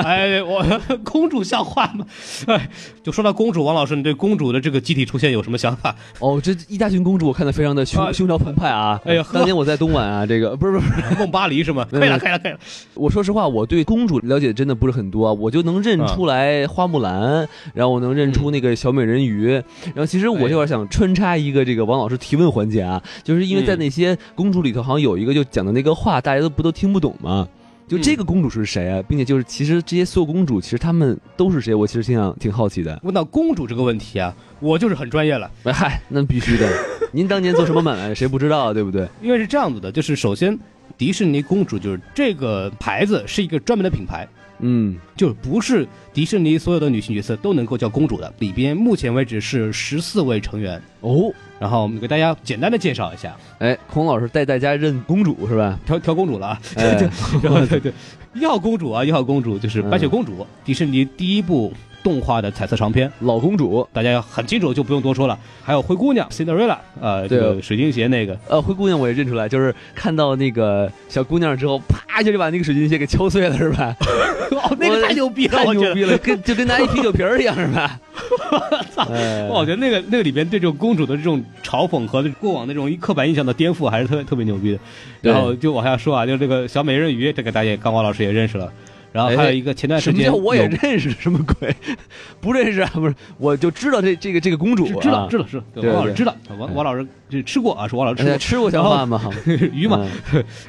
[SPEAKER 1] 哎，我公主像话吗？哎，就说到公主，王老师，你对公主的这个集体出现有什么想法？
[SPEAKER 2] (laughs) 哦，这一大群公主我看的非常的
[SPEAKER 1] 啊
[SPEAKER 2] 胸胸潮澎湃啊！
[SPEAKER 1] 哎呀呵
[SPEAKER 2] 当年我在东莞啊，这个不是不是不是，
[SPEAKER 1] 梦巴黎是吗？
[SPEAKER 2] 没
[SPEAKER 1] 可以
[SPEAKER 2] 有
[SPEAKER 1] 了，可以了，可以了。
[SPEAKER 2] 我说实话，我对公主了解真的不是很多啊，我嗯就能认出来花木兰，然后我能认出那个小美人鱼，然后其实我这块儿想穿插一个这个王老师提问环节啊，就是因为在那些公主里头好像有一个就讲的那个话，大家都不都听不懂吗？就这个公主是谁啊？并且就是其实这些所有公主其实她们都是谁？我其实挺想挺好奇的。
[SPEAKER 1] 问到公主这个问题啊，我就是很专业了。
[SPEAKER 2] 哎嗨，那必须的。您当年做什么买卖，谁不知道啊？对不对？
[SPEAKER 1] 因为是这样子的，就是首先，迪士尼公主就是这个牌子是一个专门的品牌，
[SPEAKER 2] 嗯，
[SPEAKER 1] 就不是迪士尼所有的女性角色都能够叫公主的。里边目前为止是十四位成员，
[SPEAKER 2] 哦，
[SPEAKER 1] 然后我们给大家简单的介绍一下，
[SPEAKER 2] 哎，孔老师带大家认公主是吧？
[SPEAKER 1] 调调公主了啊，
[SPEAKER 2] 哎
[SPEAKER 1] 然 (laughs) 后对对，一号公主啊，一号公主就是白雪公主，迪士尼第一部动画的彩色长片。
[SPEAKER 2] 老公主，
[SPEAKER 1] 大家很清楚，就不用多说了。还有灰姑娘 Cinderella，呃，
[SPEAKER 2] 对
[SPEAKER 1] 这个水晶鞋那个， (laughs)
[SPEAKER 2] 呃，灰姑娘我也认出来，就是看到那个小姑娘之后，啪一下就把那个水晶鞋给敲碎了
[SPEAKER 1] (laughs)
[SPEAKER 2] 是吧？
[SPEAKER 1] 哦，那个太牛逼了，
[SPEAKER 2] 太
[SPEAKER 1] 我觉
[SPEAKER 2] 牛
[SPEAKER 1] 得，
[SPEAKER 2] 逼了，跟就跟拿一啤酒瓶儿一样是
[SPEAKER 1] (laughs)
[SPEAKER 2] 吧？哎
[SPEAKER 1] 我觉得那个那个里边对这种公主的这种嘲讽和过往那种刻板印象的颠覆，还是特别特别牛逼的。
[SPEAKER 2] 对
[SPEAKER 1] 然后就往下说啊，就这个小美人鱼，这个大家也刚王老师也认识了。然后还有一个前段时
[SPEAKER 2] 哎什么
[SPEAKER 1] 间
[SPEAKER 2] 叫我也
[SPEAKER 1] 有
[SPEAKER 2] 认识？什么鬼？不认识啊？不是，我就知道这这个这个公主、啊，
[SPEAKER 1] 知道知道知道，
[SPEAKER 2] 对
[SPEAKER 1] 对王老师
[SPEAKER 2] 对嗯
[SPEAKER 1] 知道，王王老师就吃过啊，是王老师
[SPEAKER 2] 哎
[SPEAKER 1] 吃
[SPEAKER 2] 呀嗯
[SPEAKER 1] 过
[SPEAKER 2] 吃过小饭吗？
[SPEAKER 1] (laughs) 鱼嘛，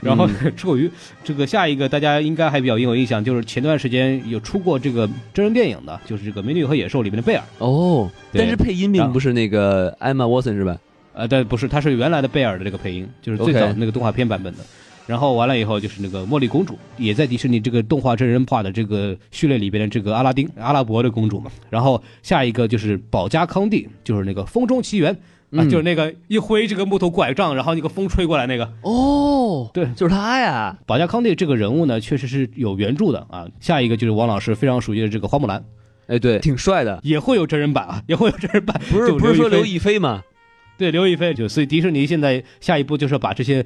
[SPEAKER 1] 然后 (laughs) 吃过鱼。这个下一个大家应该还比较有印象，就是前段时间有出过这个真人电影的，就是这个《美女和野兽》里面的贝尔。
[SPEAKER 2] 哦，
[SPEAKER 1] 对
[SPEAKER 2] 但是配音并不是那个 Emma Watson 是吧？
[SPEAKER 1] 呃，但不是，它是原来的贝尔的这个配音，就是最
[SPEAKER 2] OK
[SPEAKER 1] 早那个动画片版本的。然后完了以后就是那个茉莉公主，也在迪士尼这个动画真人化的这个序列里边的这个阿拉丁阿拉伯的公主嘛。然后下一个就是保加康帝，就是那个《风中奇缘》啊，
[SPEAKER 2] 嗯
[SPEAKER 1] 就是那个一挥这个木头拐杖，然后那个风吹过来那个。
[SPEAKER 2] 哦，
[SPEAKER 1] 对
[SPEAKER 2] 就是她呀。
[SPEAKER 1] 保加康帝这个人物呢，确实是有原著的啊。下一个就是王老师非常熟悉的这个花木兰，
[SPEAKER 2] 哎，对，挺帅
[SPEAKER 1] (laughs)
[SPEAKER 2] 的，
[SPEAKER 1] 也会有真人版啊，也会有真人版。
[SPEAKER 2] 不是
[SPEAKER 1] 就
[SPEAKER 2] 不是说
[SPEAKER 1] 刘亦
[SPEAKER 2] 刘
[SPEAKER 1] 菲
[SPEAKER 2] 亦菲吗？
[SPEAKER 1] 对刘亦菲，就所以迪士尼现在下一步就是把这些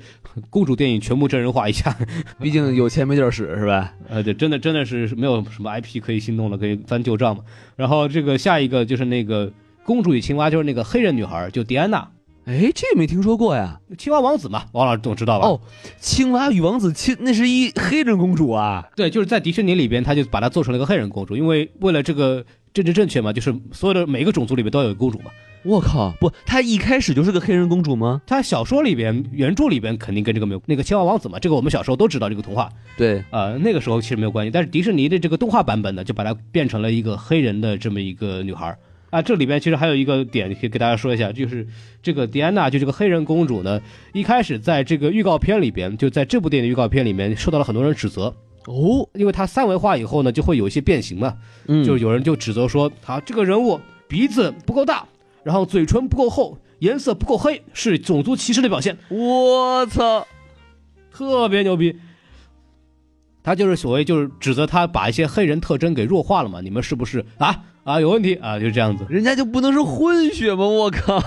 [SPEAKER 1] 公主电影全部真人化一下。
[SPEAKER 2] 毕竟有钱没地儿使
[SPEAKER 1] (laughs)
[SPEAKER 2] 是吧？
[SPEAKER 1] 呃，对，真的真的是没有什么 IP 可以心动了，可以翻旧账嘛。然后这个下一个就是那个《公主与青蛙》，就是那个黑人女孩，就迪安娜，
[SPEAKER 2] 哎，这没听说过呀。
[SPEAKER 1] 青蛙王子嘛，王老师总知道吧？
[SPEAKER 2] 哦，青蛙与王子亲，那是一黑人公主啊。
[SPEAKER 1] 对，就是在迪士尼里边，他就把她做成了一个黑人公主，因为为了这个政治正确嘛，就是所有的每个种族里边都要有公主嘛。
[SPEAKER 2] 我靠，不，她一开始就是个黑人公主吗？
[SPEAKER 1] 他小说里边原著里边肯定跟这个没有那个青蛙王子嘛，这个我们小时候都知道这个童话，
[SPEAKER 2] 对，
[SPEAKER 1] 呃，那个时候其实没有关系，但是迪士尼的这个动画版本呢，就把它变成了一个黑人的这么一个女孩儿啊。这里边其实还有一个点可以给大家说一下，就是这个迪安娜，就这个黑人公主呢，一开始在这个预告片里边，就在这部电影的预告片里面受到了很多人指责。
[SPEAKER 2] 哦，
[SPEAKER 1] 因为她三维化以后呢，就会有一些变形嘛，
[SPEAKER 2] 嗯
[SPEAKER 1] 就是有人就指责说，啊，这个人物鼻子不够大，然后嘴唇不够厚，颜色不够黑，是种族歧视的表现。
[SPEAKER 2] 我操，
[SPEAKER 1] 特别牛逼。他就是所谓就是指责他把一些黑人特征给弱化了嘛，你们是不是啊啊有问题啊？就是这样子。
[SPEAKER 2] 人家就不能是混血吗？我靠，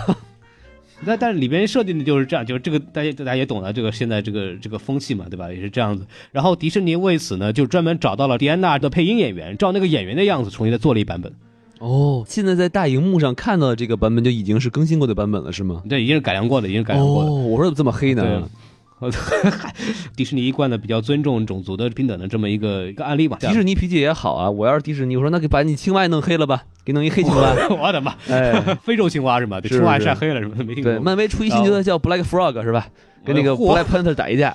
[SPEAKER 1] 那但是里边设定的就是这样，就是这个大家大家也懂了，这个现在这个这个风气嘛，对吧？也是这样子。然后迪士尼为此呢，就专门找到了迪安娜的配音演员，照那个演员的样子重新再做了一版本，
[SPEAKER 2] 哦，现在在大荧幕上看到的这个版本就已经是更新过的版本了，是吗？
[SPEAKER 1] 这已经是改良过的，已经是改
[SPEAKER 2] 哦，
[SPEAKER 1] 良过的。
[SPEAKER 2] 我说怎么这么黑
[SPEAKER 1] 对
[SPEAKER 2] 呢？
[SPEAKER 1] 迪士尼一贯的比较尊重种族的平等的这么一个一个案例吧。
[SPEAKER 2] 迪士尼脾气也好啊，我要是迪士尼，我说那给把你青蛙也弄黑了吧，给弄一黑青蛙。
[SPEAKER 1] (laughs) 我的妈，
[SPEAKER 2] 哦哎，哦
[SPEAKER 1] 非洲青蛙是吗？对，
[SPEAKER 2] 是
[SPEAKER 1] 青蛙还
[SPEAKER 2] 是
[SPEAKER 1] 晒黑了是吗？没听
[SPEAKER 2] (laughs) 对，
[SPEAKER 1] 过。
[SPEAKER 2] 漫威出一新角色叫 Black Frog 是吧？跟那个
[SPEAKER 1] 嚯
[SPEAKER 2] Black Panther 打一架。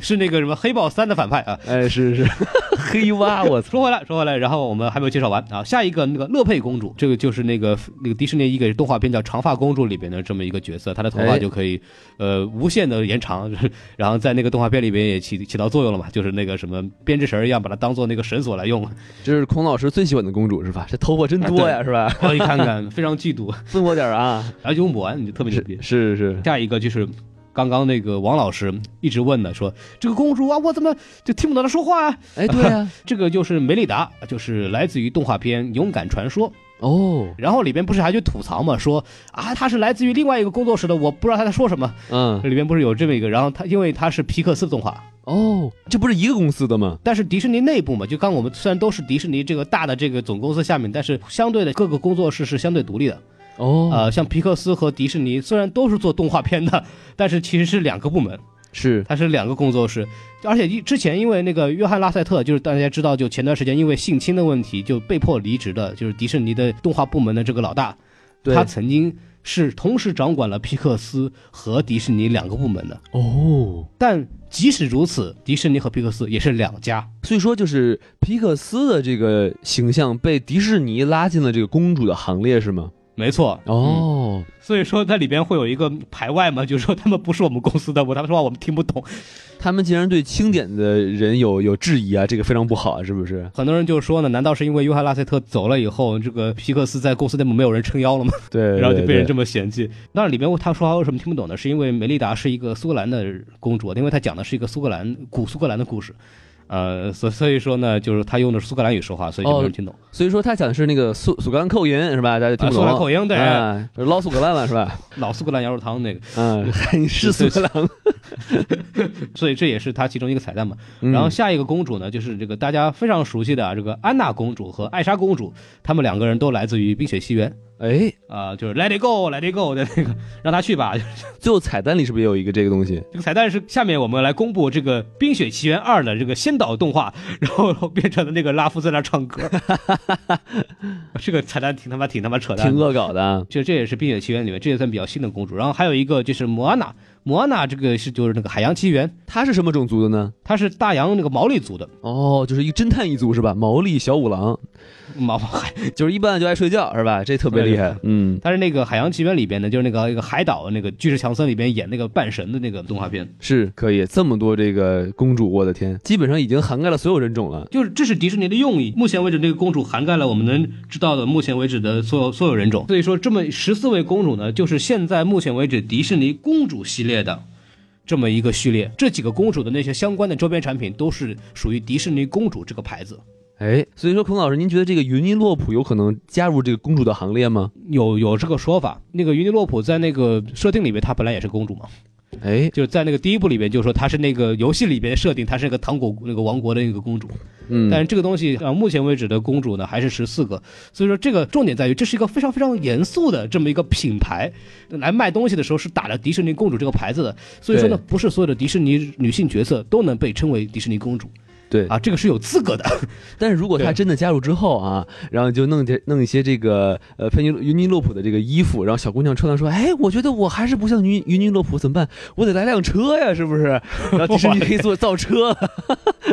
[SPEAKER 1] 是那个什么黑豹三的反派啊。
[SPEAKER 2] (laughs) 哎，是是， (laughs) 黑蛙，我操！
[SPEAKER 1] 说回来，说回来，然后我们还没有介绍完啊，下一个那个乐佩公主，这个就是那个那个迪士尼一个动画片叫《长发公主》里边的这么一个角色，她的头发
[SPEAKER 2] 哎
[SPEAKER 1] 就可以、呃无限的延长， (laughs) 然后在那个动画片里边也起起到作用了嘛，就是那个什么编织绳儿一样，把它当做那个绳索来 (laughs) 用。
[SPEAKER 2] 这是孔老师最喜欢的公主是吧？这头发真多
[SPEAKER 1] 哎
[SPEAKER 2] 呀，是吧？
[SPEAKER 1] 我哦一看看，非常嫉妒，
[SPEAKER 2] 分我点儿啊！
[SPEAKER 1] 然后用不完，你就特别牛
[SPEAKER 2] 是
[SPEAKER 1] 逼。
[SPEAKER 2] 是是，
[SPEAKER 1] 下一个就是刚刚那个王老师一直问的，说这个公主啊，我怎么就听不懂她说话啊？ (laughs)
[SPEAKER 2] 哎，对呀，
[SPEAKER 1] 这个就是梅丽达，就是来自于动画片《勇敢传说》。
[SPEAKER 2] 哦，
[SPEAKER 1] 然后里边不是还去吐槽嘛，说啊，他是来自于另外一个工作室的，我不知道他在说什么。
[SPEAKER 2] 嗯，
[SPEAKER 1] 里边不是有这么一个，然后他因为他是皮克斯动画，
[SPEAKER 2] 哦，这不是一个公司的吗？
[SPEAKER 1] 但是迪士尼内部嘛，就刚我们虽然都是迪士尼这个大的这个总公司下面，但是相对的各个工作室是相对独立的。
[SPEAKER 2] 哦，
[SPEAKER 1] 呃，像皮克斯和迪士尼虽然都是做动画片的，但是其实是两个部门，
[SPEAKER 2] 是，
[SPEAKER 1] 它是两个工作室。而且一之前因为那个约翰拉塞特，就是大家知道，就前段时间因为性侵的问题就被迫离职的，就是迪士尼的动画部门的这个老大，
[SPEAKER 2] 对
[SPEAKER 1] 他曾经是同时掌管了皮克斯和迪士尼两个部门的。
[SPEAKER 2] 哦，
[SPEAKER 1] 但即使如此，迪士尼和皮克斯也是两家。
[SPEAKER 2] 所以说就是皮克斯的这个形象被迪士尼拉进了这个公主的行列是吗？
[SPEAKER 1] 没错，
[SPEAKER 2] 哦，
[SPEAKER 1] 所以说在里边会有一个排外嘛，就是说他们不是我们公司的，我他们说话我们听不懂。
[SPEAKER 2] 他们竟然对清点的人有有质疑啊，这个非常不好啊，是不是？
[SPEAKER 1] 很多人就说呢，难道是因为约翰拉塞特走了以后，这个皮克斯在公司内部没有人撑腰了吗？
[SPEAKER 2] 对，
[SPEAKER 1] 然后就被人这
[SPEAKER 2] 么
[SPEAKER 1] 么嫌弃。当然，里面他说话为什么听不懂呢？是因为梅丽达是一个苏格兰的公主，因为她讲的是一个苏格兰古苏格兰的故事，呃，所所以说呢，就是她用的是苏格兰语说话，所以就没人听懂。
[SPEAKER 2] 所以说他讲的是那个苏苏格兰口音是吧？大家听
[SPEAKER 1] 啊
[SPEAKER 2] 不
[SPEAKER 1] 苏
[SPEAKER 2] 懂。
[SPEAKER 1] 格兰口音对
[SPEAKER 2] 啊，老苏格兰了是吧？
[SPEAKER 1] 老苏格兰羊肉汤那个， (laughs)
[SPEAKER 2] 嗯，你是苏格兰。
[SPEAKER 1] 所以这也是她其中一个彩蛋嘛。
[SPEAKER 2] 嗯
[SPEAKER 1] 然后下一个公主呢，就是这个大家非常熟悉的、啊、这个安娜公主和艾莎公主，她们两个人都来自于《冰雪奇缘》。
[SPEAKER 2] 哎，
[SPEAKER 1] 啊、就是 Let it go，Let it go 的那个，让她去吧。
[SPEAKER 2] 最后彩蛋里是不是也有一个这个东西？
[SPEAKER 1] 这个彩蛋是下面我们来公布这个《冰雪奇缘二》的这个先导动画，然后 (laughs) 变成了那个拉夫在那唱
[SPEAKER 2] (laughs)
[SPEAKER 1] 歌，这个彩蛋挺他妈挺他妈扯淡
[SPEAKER 2] 挺
[SPEAKER 1] 的。
[SPEAKER 2] 恶搞的啊。
[SPEAKER 1] 就这也是《冰雪奇缘》里面这也算比较新的公主，然后还有一个就是莫安娜，莫安娜这个是就是那个海洋奇缘，
[SPEAKER 2] 他是什么种族的呢？
[SPEAKER 1] 她是大洋那个毛利族的
[SPEAKER 2] 哦，就是一侦探一族是吧？毛利小五郎， (laughs)
[SPEAKER 1] 毛，海，
[SPEAKER 2] 就是一般就爱睡觉是吧？这特别厉害。嗯，
[SPEAKER 1] 但是那个海洋奇缘里边呢，就是那个一个海岛那个巨石强森里边演那个半神的那个动画片，
[SPEAKER 2] 是可以。这么多这个公主，我的天，基本上已经涵盖了所有人种了。
[SPEAKER 1] 就是这是迪士尼的用意。目前为止，这个公主涵盖了我们能知道的目前为止的所有所有人种。所以说，这么十四位公主呢，就是现在目前为止迪士尼公主系列的。这么一个序列，这几个公主的那些相关的周边产品都是属于迪士尼公主这个牌子，
[SPEAKER 2] 哎，所以说孔老师，您觉得这个云尼洛普有可能加入这个公主的行列吗？
[SPEAKER 1] 有有这个说法。那个云尼洛普在那个设定里面，她本来也是公主嘛，
[SPEAKER 2] 哎，
[SPEAKER 1] 就是在那个第一部里面就说她是那个游戏里边设定她是那个糖果那个王国的那个公主，
[SPEAKER 2] 嗯，
[SPEAKER 1] 但是这个东西啊，呃目前为止的公主呢还是十四个，所以说这个重点在于，这是一个非常非常严肃的这么一个品牌，来卖东西的时候是打着迪士尼公主这个牌子的，所以说呢，
[SPEAKER 2] 对
[SPEAKER 1] 不是所有的迪士尼女性角色都能被称为迪士尼公主
[SPEAKER 2] 对
[SPEAKER 1] 啊，这个是有资格的。
[SPEAKER 2] 但是如果他
[SPEAKER 1] 对
[SPEAKER 2] 真的加入之后啊，然后就弄点弄一些这个呃佩妮云尼洛普的这个衣服，然后小姑娘穿上说，哎，我觉得我还是不像云云尼洛普，怎么办？我得来辆车呀，是不
[SPEAKER 1] (laughs)
[SPEAKER 2] 是？然后迪士尼可以做造车，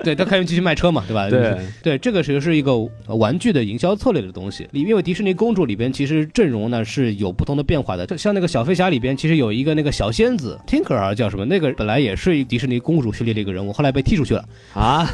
[SPEAKER 1] 对，他开始继续卖车嘛，对吧？
[SPEAKER 2] 对，
[SPEAKER 1] 对，这个其实是一个呃玩具的营销策略的东西。里因为迪士尼公主里边其实阵容呢是有不同的变化的，就像那个小飞侠里边其实有一个那个小仙子 Tinker 啊叫什么，那个本来也是迪士尼公主系列的一个人物，后来被踢出去了。
[SPEAKER 2] 啊，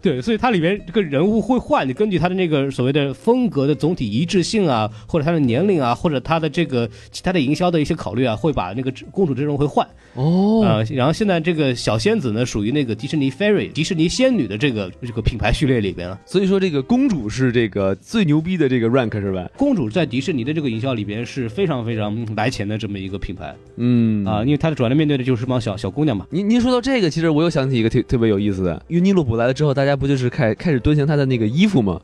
[SPEAKER 1] 对，所以它里边这个人物会换，你根据他的那个所谓的风格的总体一致性啊，或者他的年龄啊，或者他的这个其他的营销的一些考虑啊，会把那个公主阵容会换
[SPEAKER 2] 哦，
[SPEAKER 1] 啊、然后现在这个小仙子呢，属于那个迪士尼 Fairy 迪士尼仙女的这个这个品牌序列里边了。啊
[SPEAKER 2] 所以说这个公主是这个最牛逼的这个 rank 是吧？
[SPEAKER 1] 公主在迪士尼的这个营销里边是非常非常来钱的这么一个品牌
[SPEAKER 2] 嗯
[SPEAKER 1] 啊、因为它的主要面对的就是帮小小姑娘嘛。
[SPEAKER 2] 您您说到这个，其实我又想起一个特特别有意思的，云尼洛普来了之后，大家不就是开开始蹲行他的那个衣服吗？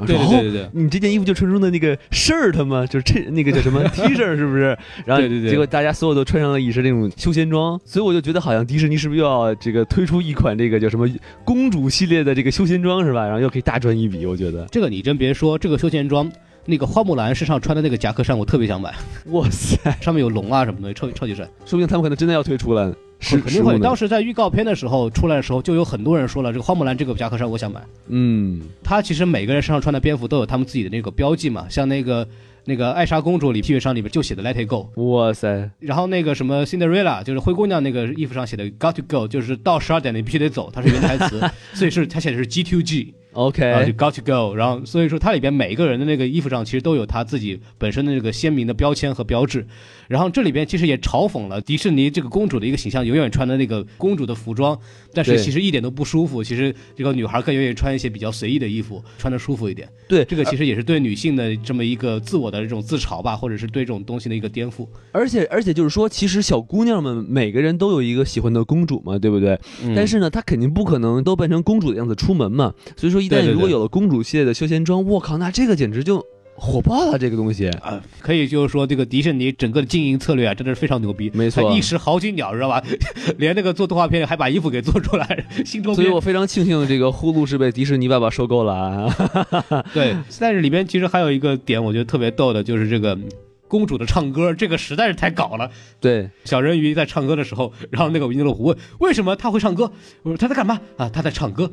[SPEAKER 1] 对对
[SPEAKER 2] 啊然
[SPEAKER 1] 对
[SPEAKER 2] 后
[SPEAKER 1] 对对
[SPEAKER 2] 你这件衣服就穿成了那个 shirt 嘛，就是衬那个叫什 (laughs) 么 T 恤，是不是？然后
[SPEAKER 1] 对对对
[SPEAKER 2] 结果大家所有都穿上了以是那种休闲装，所以我就觉得好像迪士尼是不是又要这个推出一款这个叫什么公主系列的这个休闲装是吧？然后又可以大赚一笔，我觉得，
[SPEAKER 1] 这个你真别说，这个休闲装，那个花木兰身上穿的那个夹克衫，我特别想买，
[SPEAKER 2] (laughs)
[SPEAKER 1] (laughs)
[SPEAKER 2] 哇塞，
[SPEAKER 1] 上面有龙啊什么的，超级超级帅。
[SPEAKER 2] 说不定他们可能真的要推出了。是
[SPEAKER 1] 肯定会。当
[SPEAKER 2] 时，
[SPEAKER 1] 时在预告片的时候出来的时候，就有很多人说了，这个花木兰这个夹克衫我想买。
[SPEAKER 2] 嗯，
[SPEAKER 1] 他其实每个人身上穿的蝙蝠都有他们自己的那个标记嘛，像那个那个艾莎公主里 T 恤衫里边就写的 Let it go，
[SPEAKER 2] 哇塞，
[SPEAKER 1] 然后那个什么 Cinderella 就是灰姑娘那个衣服上写的 Got to go，就是到十二点你必须得走，它是原台词，所以是它写的是 G to G，然后就
[SPEAKER 2] OK，
[SPEAKER 1] Got to go，然后所以说它里边每个人的那个衣服上其实都有他自己本身的这个鲜明的标签和标志，然后这里边其实也嘲讽了迪士尼这个公主的一个形象，永远穿的那个公主的服装，但是
[SPEAKER 2] 对
[SPEAKER 1] 其实一点都不舒服，其实这个女孩更愿意穿一些比较随意的衣服，穿的舒服一点。
[SPEAKER 2] 对
[SPEAKER 1] 这个其实也是对女性的这么一个自我的这种自嘲吧，或者是对这种东西的一个颠覆。
[SPEAKER 2] 而且而且就是说，其实小姑娘们每个人都有一个喜欢的公主嘛，对不对？
[SPEAKER 1] 嗯
[SPEAKER 2] 但是呢，她肯定不可能都扮成公主的样子出门嘛。所以说，一
[SPEAKER 1] 对
[SPEAKER 2] 旦
[SPEAKER 1] 对
[SPEAKER 2] 如果
[SPEAKER 1] 对
[SPEAKER 2] 有了公主系列的休闲装，我靠，那这个简直就火爆了，这个东西。
[SPEAKER 1] 啊，可以就是说，这个迪士尼整个的经营策略啊，真的是非常牛逼，
[SPEAKER 2] 没错
[SPEAKER 1] 它一石好几鸟，知道吧？ (laughs) 连那个做动画片还把衣服给做出来， (laughs) 新周
[SPEAKER 2] 所以
[SPEAKER 1] 边
[SPEAKER 2] 我非常庆幸这个呼噜是被迪士尼爸爸收购了啊！ (laughs)
[SPEAKER 1] 对，但是里边其实还有一个点，我觉得特别逗的，就是这个公主的唱歌，这个实在是太搞了。
[SPEAKER 2] 对，
[SPEAKER 1] 小人鱼在唱歌的时候，然后那个维尼洛普问为什么他会唱歌，我说他在干嘛啊？他在唱歌。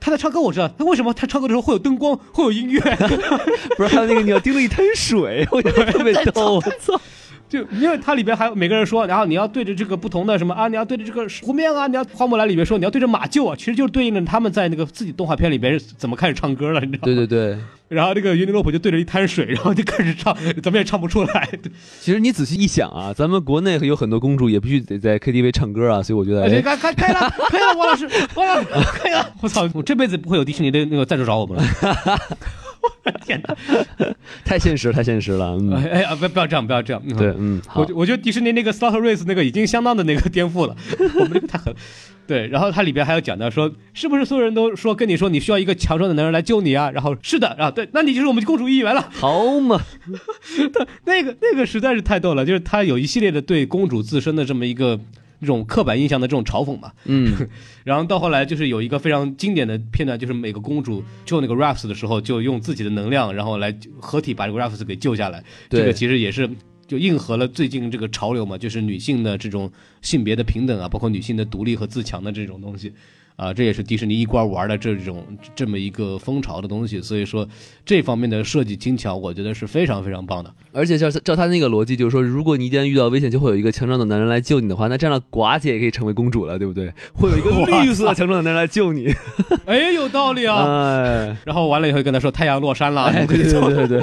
[SPEAKER 1] 他在唱歌，我知道。他为什么他唱歌的时候会有灯光，会有音乐？
[SPEAKER 2] 不是还有那个你要盯着一滩水，我觉得特别逗，我操！
[SPEAKER 1] 就因为它里边还有每个人说，然后你要对着这个不同的什么啊，你要对着这个湖面啊，你要花木兰里面说你要对着马厩啊，其实就是对应着他们在那个自己动画片里边是怎么开始唱歌了，你知道吗？
[SPEAKER 2] 对对对，
[SPEAKER 1] (laughs) 然后那个云尼洛普就对着一滩水，然后就开始
[SPEAKER 2] (laughs)
[SPEAKER 1] 唱，怎么也唱不出来。
[SPEAKER 2] 其实你仔细一想啊，咱们国内有很多公主也必须得在 KTV 唱歌啊，所以我觉得，
[SPEAKER 1] 而且
[SPEAKER 2] 哎，
[SPEAKER 1] 看看 (laughs) 可以了，可以了，王老师，王老师 (laughs) 可以了。我操，我这辈子不会有迪士尼的那个赞助找我们
[SPEAKER 2] (laughs)
[SPEAKER 1] 了。我的天哪！
[SPEAKER 2] 太现实，太现实了。嗯，
[SPEAKER 1] 哎哎啊，不不要这样，不要这样。嗯
[SPEAKER 2] 对，，嗯，
[SPEAKER 1] 我
[SPEAKER 2] 好
[SPEAKER 1] 觉，我觉得迪士尼那个 Slaughter Race 那个已经相当的那个颠覆了，我们这个太狠了。对，然后它里边还有讲到说，是不是所有人都说跟你说你需要一个强壮的男人来救你啊？然后是的，啊对，那你就是我们公主一员了。 (laughs)
[SPEAKER 2] 好嘛，
[SPEAKER 1] 那个那个实在是太逗了，就是他有一系列的对公主自身的这么一个那种刻板印象的这种嘲讽嘛。 (laughs)
[SPEAKER 2] 嗯。
[SPEAKER 1] 然后到后来就是有一个非常经典的片段，就是每个公主救那个 Raps 的时候，就用自己的能量，然后来合体把这个 Raps 给救下来。
[SPEAKER 2] 对
[SPEAKER 1] 这个其实也是就应和了最近这个潮流嘛，就是女性的这种性别的平等啊，包括女性的独立和自强的这种东西。啊，这也是迪士尼一贯玩的这种这么一个风潮的东西，所以说这方面的设计精巧，我觉得是非常非常棒的。
[SPEAKER 2] 而且照照他那个逻辑，就是说，如果你一旦遇到危险，就会有一个强壮的男人来救你的话，那这样的寡姐也可以成为公主了，对
[SPEAKER 1] (laughs)
[SPEAKER 2] 不对？会有一个绿色强壮的男人来救你。
[SPEAKER 1] (laughs) 哎，有道理啊！
[SPEAKER 2] 哎，
[SPEAKER 1] 然后完了以后跟他说太阳落山了，
[SPEAKER 2] 哎，对对对对对，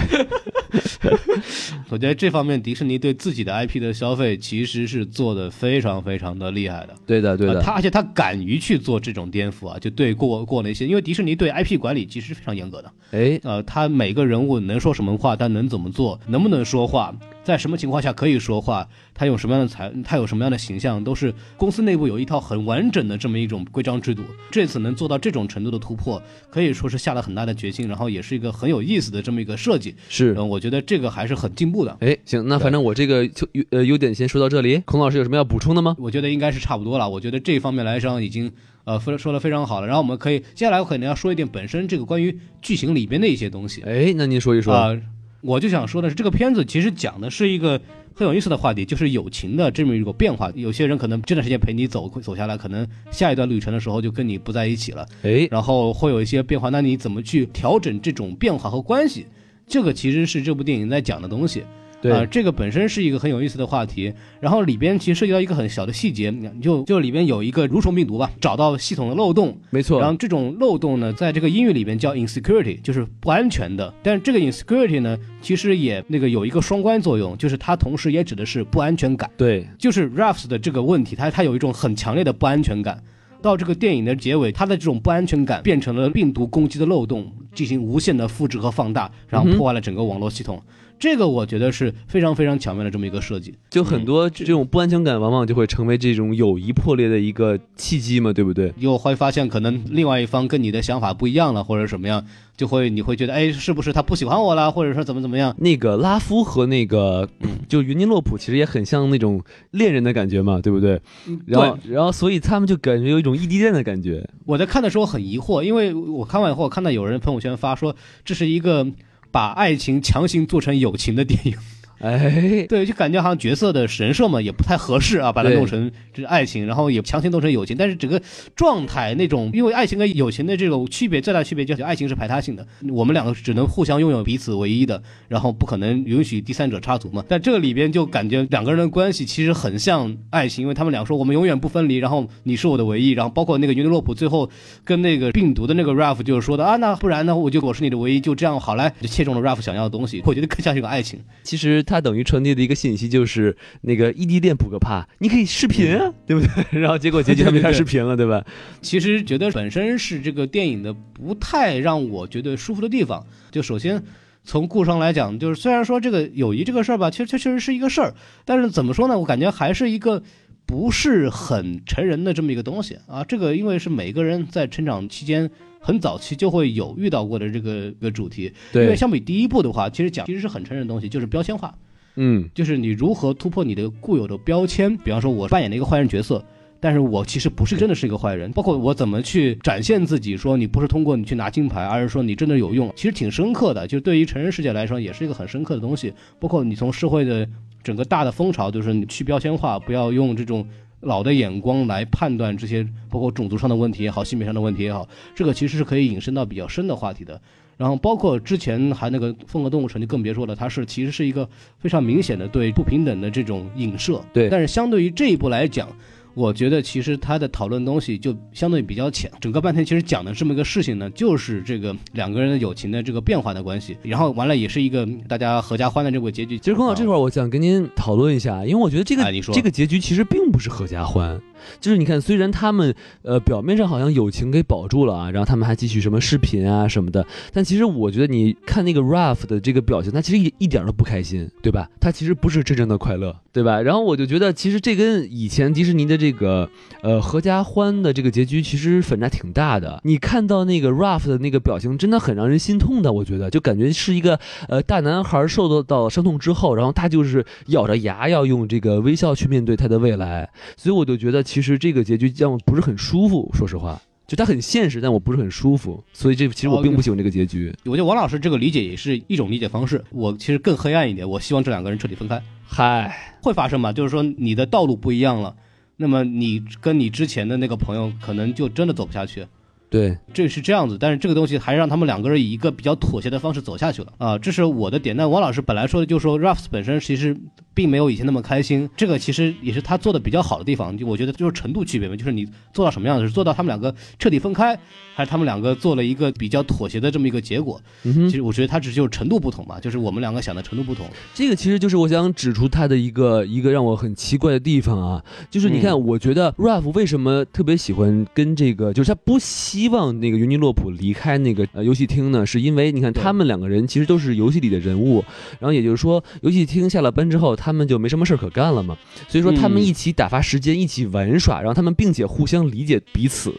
[SPEAKER 1] 我觉得这方面迪士尼对自己的 IP 的消费其实是做的非常非常的厉害的。
[SPEAKER 2] 对的对
[SPEAKER 1] 呃他
[SPEAKER 2] 的，
[SPEAKER 1] 而且他敢于去做这种颠覆啊，就对过过那些，因为迪士尼对 IP 管理其实非常严格的。
[SPEAKER 2] 哎，
[SPEAKER 1] 呃，他每个人物能说什么话，他能怎么做，能不能说话，在什么情况下可以说话，他有什么样的才，他有什么样的形象，都是公司内部有一套很完整的这么一种规章制度。这次能做到这种程度的突破，可以说是下了很大的决心，然后也是一个很有意思的这么一个设计。
[SPEAKER 2] 是。
[SPEAKER 1] 嗯，我觉得这个还是很进步的。
[SPEAKER 2] 哎，行，那反正我这个就优呃优点先说到这里。孔老师有什么要补充的吗？
[SPEAKER 1] 我觉得应该是差不多了。我觉得这方面来上已经呃说说的非常好了。然后我们可以接下来我可能要说一点本身这个关于剧情里边的一些东西啊、
[SPEAKER 2] 哎，那您说一说。
[SPEAKER 1] 我就想说的是，这个片子其实讲的是一个很有意思的话题，就是友情的这么一个变化。有些人可能这段时间陪你走走下来，可能下一段旅程的时候就跟你不在一起了。
[SPEAKER 2] 哎，
[SPEAKER 1] 然后会有一些变化。那你怎么去调整这种变化和关系？这个其实是这部电影在讲的东西。
[SPEAKER 2] 对
[SPEAKER 1] 啊、这个本身是一个很有意思的话题。然后里边其实涉及到一个很小的细节，就就里边有一个蠕虫病毒吧，找到系统的漏洞，
[SPEAKER 2] 没错
[SPEAKER 1] 然。后这种漏洞呢，在这个英语里面叫 insecurity，就是不安全的。但是这个 insecurity 呢，其实也那个有一个双关作用，就是它同时也指的是不安全感。
[SPEAKER 2] 对，
[SPEAKER 1] 就是 Ruffs 的这个问题，他他有一种很强烈的不安全感。到这个电影的结尾，他的这种不安全感变成了病毒攻击的漏洞，进行无限的复制和放大，然后破坏了整个网络系统。这个我觉得是非常非常巧妙的这么一个设计。
[SPEAKER 2] 就很多这种不安全感，往往就会成为这种友谊破裂的一个契机嘛，对不对？
[SPEAKER 1] 又会发现可能另外一方跟你的想法不一样了，或者什么样，就会你会觉得，哎，是不是他不喜欢我啦，或者说怎么怎么样？
[SPEAKER 2] 那个拉夫和那个就云尼洛普，其实也很像那种恋人的感觉嘛，对不嗯对？然后，然后，所以他们就感觉有一种异地恋的感觉。
[SPEAKER 1] 我在看的时候很疑惑，因为我看完以后，我看到有人朋友圈发说这是一个把爱情强行做成友情的电影。
[SPEAKER 2] 哎，
[SPEAKER 1] 对，就感觉好像角色的人设嘛也不太合适啊，把它
[SPEAKER 2] 对
[SPEAKER 1] 弄成这是爱情，然后也强行弄成友情，但是整个状态那种，因为爱情跟友情的这种区别，最大区别就是爱情是排他性的，我们两个只能互相拥有彼此唯一的，然后不可能允许第三者插足嘛。但这里边就感觉两个人的关系其实很像爱情，因为他们俩说我们永远不分离，然后你是我的唯一，然后包括那个云尼洛普最后跟那个病毒的那个 Ralph 就是说的啊，那不然呢，我就我是你的唯一，就这样好来，就切中了 Ralph 想要的东西，我觉得更像是一个爱情。
[SPEAKER 2] 其实它等于传递的一个信息就是，那个异地恋补个怕，你可以视频啊，对不对？然后结果结局他们开始视频了，对吧？
[SPEAKER 1] 其实觉得本身是这个电影的不太让我觉得舒服的地方。就首先从故事上来讲，就是虽然说这个友谊这个事儿吧，其实确确实是一个事儿，但是怎么说呢？我感觉还是一个。不是很成人的这么一个东西啊，这个因为是每个人在成长期间很早期就会有遇到过的这个这个主题，因为
[SPEAKER 2] 对，
[SPEAKER 1] 相比第一部的话，其实讲其实是很成人的东西，就是标签化，
[SPEAKER 2] 嗯，
[SPEAKER 1] 就是你如何突破你的固有的标签，比方说我扮演了一个坏人角色。但是我其实不是真的是一个坏人，包括我怎么去展现自己，说你不是通过你去拿金牌，而是说你真的有用，其实挺深刻的，就是对于成人世界来说也是一个很深刻的东西。包括你从社会的整个大的风潮，就是你去标签化，不要用这种老的眼光来判断这些，包括种族上的问题也好，性别上的问题也好，这个其实是可以引申到比较深的话题的。然后包括之前还那个《风格动物城》就更别说了，它是其实是一个非常明显的对不平等的这种影射。
[SPEAKER 2] 对
[SPEAKER 1] 但是相对于这一部来讲，我觉得其实它的讨论东西就相对比较浅。整个半天其实讲的这么一个事情呢，就是这个两个人的友情的这个变化的关系，然后完了也是一个大家合家欢的这个结局。
[SPEAKER 2] 其实孔老这
[SPEAKER 1] 啊
[SPEAKER 2] 块儿我想跟您讨论一下，因为我觉得这个、
[SPEAKER 1] 哎你说
[SPEAKER 2] 这个结局其实并不是合家欢，就是你看，虽然他们呃表面上好像友情给保住了啊，然后他们还继续什么视频啊什么的，但其实我觉得你看那个 Ralph 的这个表情，他其实一一点儿都不开心，对吧？他其实不是真正的快乐，对吧？然后我就觉得其实这跟以前迪士尼的这个呃合家欢的这个结局其实反差挺大的。你看到那个 Ralph 的那个表情，真的很让人心痛的，我觉得就感觉是一个呃大男孩受到到伤痛之后，然后他就是咬着牙要用这个微笑去面对他的未来，所以我就觉得其实这个结局让我不是很舒服，说实话。就他很现实，但我不是很舒服，所以这其实我并不喜欢这个结局。
[SPEAKER 1] 我觉得王老师这个理解也是一种理解方式。我其实更黑暗一点，我希望这两个人彻底分开。
[SPEAKER 2] 嗨，
[SPEAKER 1] 会发生嘛？就是说你的道路不一样了，那么你跟你之前的那个朋友可能就真的走不下去。
[SPEAKER 2] 对，
[SPEAKER 1] 这是这样子，但是这个东西还是让他们两个人以一个比较妥协的方式走下去了啊、这是我的点。但王老师本来说的就是说 r a f s 本身其实并没有以前那么开心，这个其实也是他做的比较好的地方。就我觉得就是程度区别嘛，就是你做到什么样子，是做到他们两个彻底分开，还是他们两个做了一个比较妥协的这么一个结果？
[SPEAKER 2] 嗯哼
[SPEAKER 1] 其实我觉得他只是就是程度不同嘛，就是我们两个想的程度不同。
[SPEAKER 2] 这个其实就是我想指出他的一个一个让我很奇怪的地方啊，就是你看，
[SPEAKER 1] 嗯
[SPEAKER 2] 我觉得 Ralph 为什么特别喜欢跟这个，就是他不希望那个尤尼洛普离开那个呃游戏厅呢？是因为你看
[SPEAKER 1] 对
[SPEAKER 2] 他们两个人其实都是游戏里的人物，然后也就是说，游戏厅下了班之后，他们就没什么事儿可干了嘛，所以说他们
[SPEAKER 1] 嗯
[SPEAKER 2] 一起打发时间，一起玩耍，然后他们并且互相理解彼此，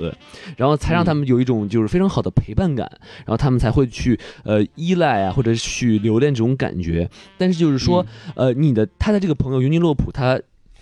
[SPEAKER 2] 然后才
[SPEAKER 1] 嗯
[SPEAKER 2] 让他们有一种就是非常好的陪伴感，然后他们才会去呃依赖啊，或者去留恋这种感觉。但是就是说，
[SPEAKER 1] 嗯
[SPEAKER 2] 呃，你的他的这个朋友尤尼洛普他。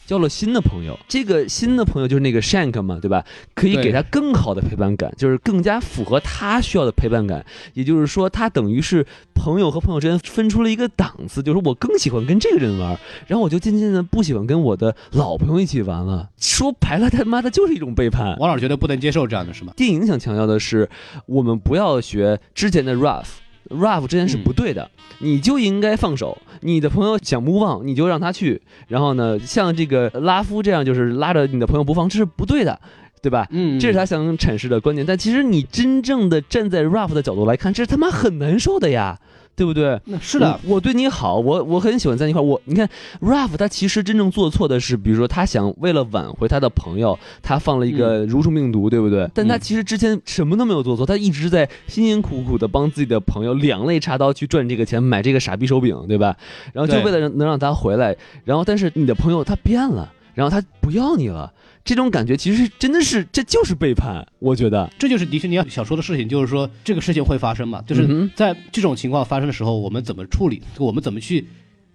[SPEAKER 2] 交了新的朋友，这个新的朋友就是那个 Shank 嘛，对吧？可以
[SPEAKER 1] 对
[SPEAKER 2] 给他更好的陪伴感，就是更加符合他需要的陪伴感。也就是说，他等于是朋友和朋友之间分出了一个档次，就是我更喜欢跟这个人玩，然后我就渐渐的不喜欢跟我的老朋友一起玩了。说白了，他妈的就是一种背叛。
[SPEAKER 1] 王老师觉得不能接受这样的是吗？
[SPEAKER 2] 电影想强调的是，我们不要学之前的 rough。rough 之前是不对的，你就应该放手。你的朋友想 move on，你就让他去。然后呢，像这个拉夫这样，就是拉着你的朋友不放，这是不对的，对吧？
[SPEAKER 1] 嗯
[SPEAKER 2] 这是他想阐释的观点。但其实你真正的站在 rough 的角度来看，这是他妈很难受的呀。对不对？
[SPEAKER 1] 那是的，
[SPEAKER 2] 我，我对你好，我我很喜欢在一块儿。我你看 Ralph 他其实真正做错的是，比如说他想为了挽回他的朋友，他放了一个蠕虫病毒，对不对？但他其实之前什么都没有做错，他一直在辛辛苦苦的帮自己的朋友两肋插刀去赚这个钱，买这个傻逼手柄，对吧？然后就
[SPEAKER 1] 对
[SPEAKER 2] 为了能让他回来，然后但是你的朋友他变了，然后他不要你了。这种感觉其实真的是，这就是背叛，我觉得。
[SPEAKER 1] 这就是迪士尼想说的事情，就是说这个事情会发生嘛，就
[SPEAKER 2] 嗯
[SPEAKER 1] 是
[SPEAKER 2] 哼
[SPEAKER 1] 在这种情况发生的时候，我们怎么处理，我们怎么去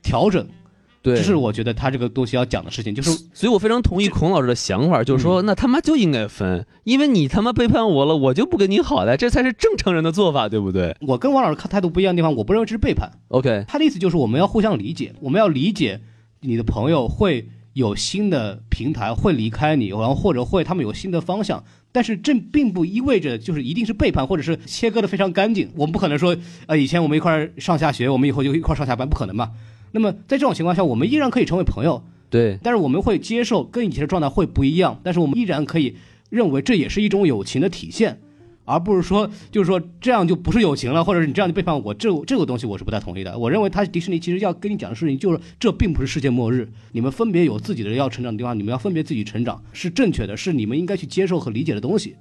[SPEAKER 1] 调整，
[SPEAKER 2] 对，
[SPEAKER 1] 这是我觉得他这个东西要讲的事情，就是
[SPEAKER 2] 所以我非常同意孔老师的想法，就是说，那他妈就应该分，因为你他妈背叛我了，我就不跟你好了，这才是正常人的做法，对不对
[SPEAKER 1] 我跟王老师看态度不一样的地方，我不认为这是背叛，
[SPEAKER 2] ？OK，
[SPEAKER 1] 他的意思就是我们要互相理解，我们要理解你的朋友会有新的平台，会离开你，然后或者会他们有新的方向。但是这并不意味着就是一定是背叛，或者是切割的非常干净。我们不可能说，呃，以前我们一块儿上下学，我们以后就一块儿上下班，不可能嘛。那么在这种情况下，我们依然可以成为朋友，
[SPEAKER 2] 对，
[SPEAKER 1] 但是我们会接受跟以前的状态会不一样，但是我们依然可以认为这也是一种友情的体现，而不是说就是说这样就不是友情了，或者是你这样就背叛我，这这个东西我是不太同意的。我认为他迪士尼其实要跟你讲的事情就是这并不是世界末日，你们分别有自己的要成长的地方，你们要分别自己成长是正确的，是你们应该去接受和理解的东西。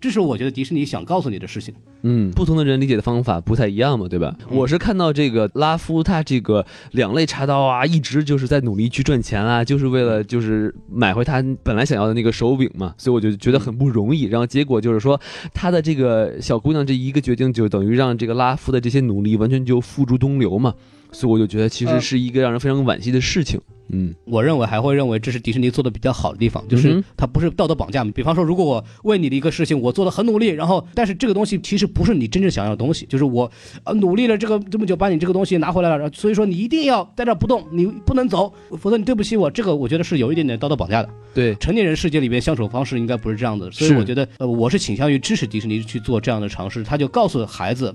[SPEAKER 1] 这是我觉得迪士尼想告诉你的事情。
[SPEAKER 2] 嗯，不同的人理解的方法不太一样嘛，对吧？
[SPEAKER 1] 嗯
[SPEAKER 2] 我是看到这个拉夫他这个两肋插刀啊，一直就是在努力去赚钱啊，就是为
[SPEAKER 1] 嗯
[SPEAKER 2] 了就是买回他本来想要的那个手柄嘛，所以我就觉得很不容易。然后结果就是说，他的这个小姑娘这一个决定，就等于让这个拉夫的这些努力完全就付诸东流嘛，所以我就觉得其实
[SPEAKER 1] 呃
[SPEAKER 2] 是一个让人非常惋惜的事情。嗯，
[SPEAKER 1] 我认为还会认为这是迪士尼做的比较好的地方，就是
[SPEAKER 2] 嗯
[SPEAKER 1] 它不是道德绑架。比方说，如果我为你的一个事情，我做的很努力，然后但是这个东西其实不是你真正想要的东西，就是我呃努力了这个这么久，把你这个东西拿回来了，然后所以说你一定要在这儿不动，你不能走，否则你对不起我。这个我觉得是有一点点道德绑架的。
[SPEAKER 2] 对，
[SPEAKER 1] 成年人世界里边相处方式应该不是这样的，所以
[SPEAKER 2] 是
[SPEAKER 1] 我觉得呃，我是倾向于支持迪士尼去做这样的尝试。他就告诉孩子，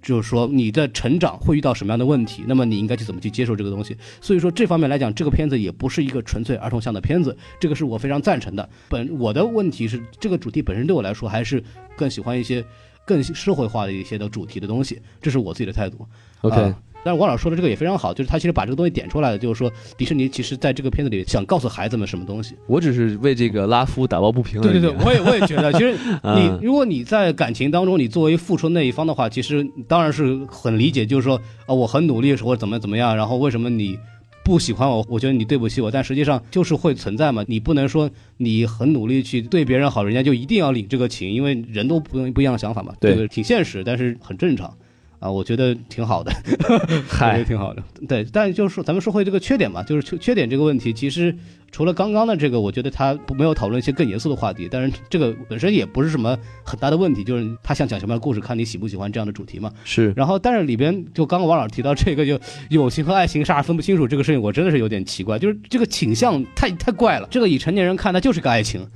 [SPEAKER 1] 就是说你的成长会遇到什么样的问题，那么你应该去怎么去接受这个东西。所以说这方面来讲，这个片子也不是一个纯粹儿童向的片子，这个是我非常赞成的。本我的问题是，这个主题本身对我来说还是更喜欢一些更社会化的一些的主题的东西，这是我自己的态度。
[SPEAKER 2] OK
[SPEAKER 1] 啊但是王老师说的这个也非常好，就是他其实把这个东西点出来了，就是说迪士尼其实在这个片子里想告诉孩子们什么东西。
[SPEAKER 2] 我只是为这个拉夫打抱不平而已。啊
[SPEAKER 1] 对 (laughs) 对对，我也我也觉得， (laughs) 其实
[SPEAKER 2] 嗯
[SPEAKER 1] 你如果你在感情当中，你作为付出那一方的话，其实当然是很理解，就是说啊、我很努力或者怎么怎么样，然后为什么你不喜欢我？我觉得你对不起我，但实际上就是会存在嘛。你不能说你很努力去对别人好，人家就一定要领这个情，因为人都不不一样的想法嘛，
[SPEAKER 2] 对
[SPEAKER 1] 对不对？挺现实，但是很正常。啊，我觉得挺好的，我觉得
[SPEAKER 2] 嗨，
[SPEAKER 1] 挺好的。对，但就是说咱们说回这个缺点嘛，就是缺缺点这个问题，其实除了刚刚的这个，我觉得他不没有讨论一些更严肃的话题，但是这个本身也不是什么很大的问题，就是他想讲什么样的故事，看你喜不喜欢这样的主题嘛。
[SPEAKER 2] 是
[SPEAKER 1] 然后，但是里边就刚刚王老师提到这个，就友情和爱情啥也分不清楚这个事情，我真的是有点奇怪，就是这个倾向太太怪了。这个以成年人看，它就是个爱情。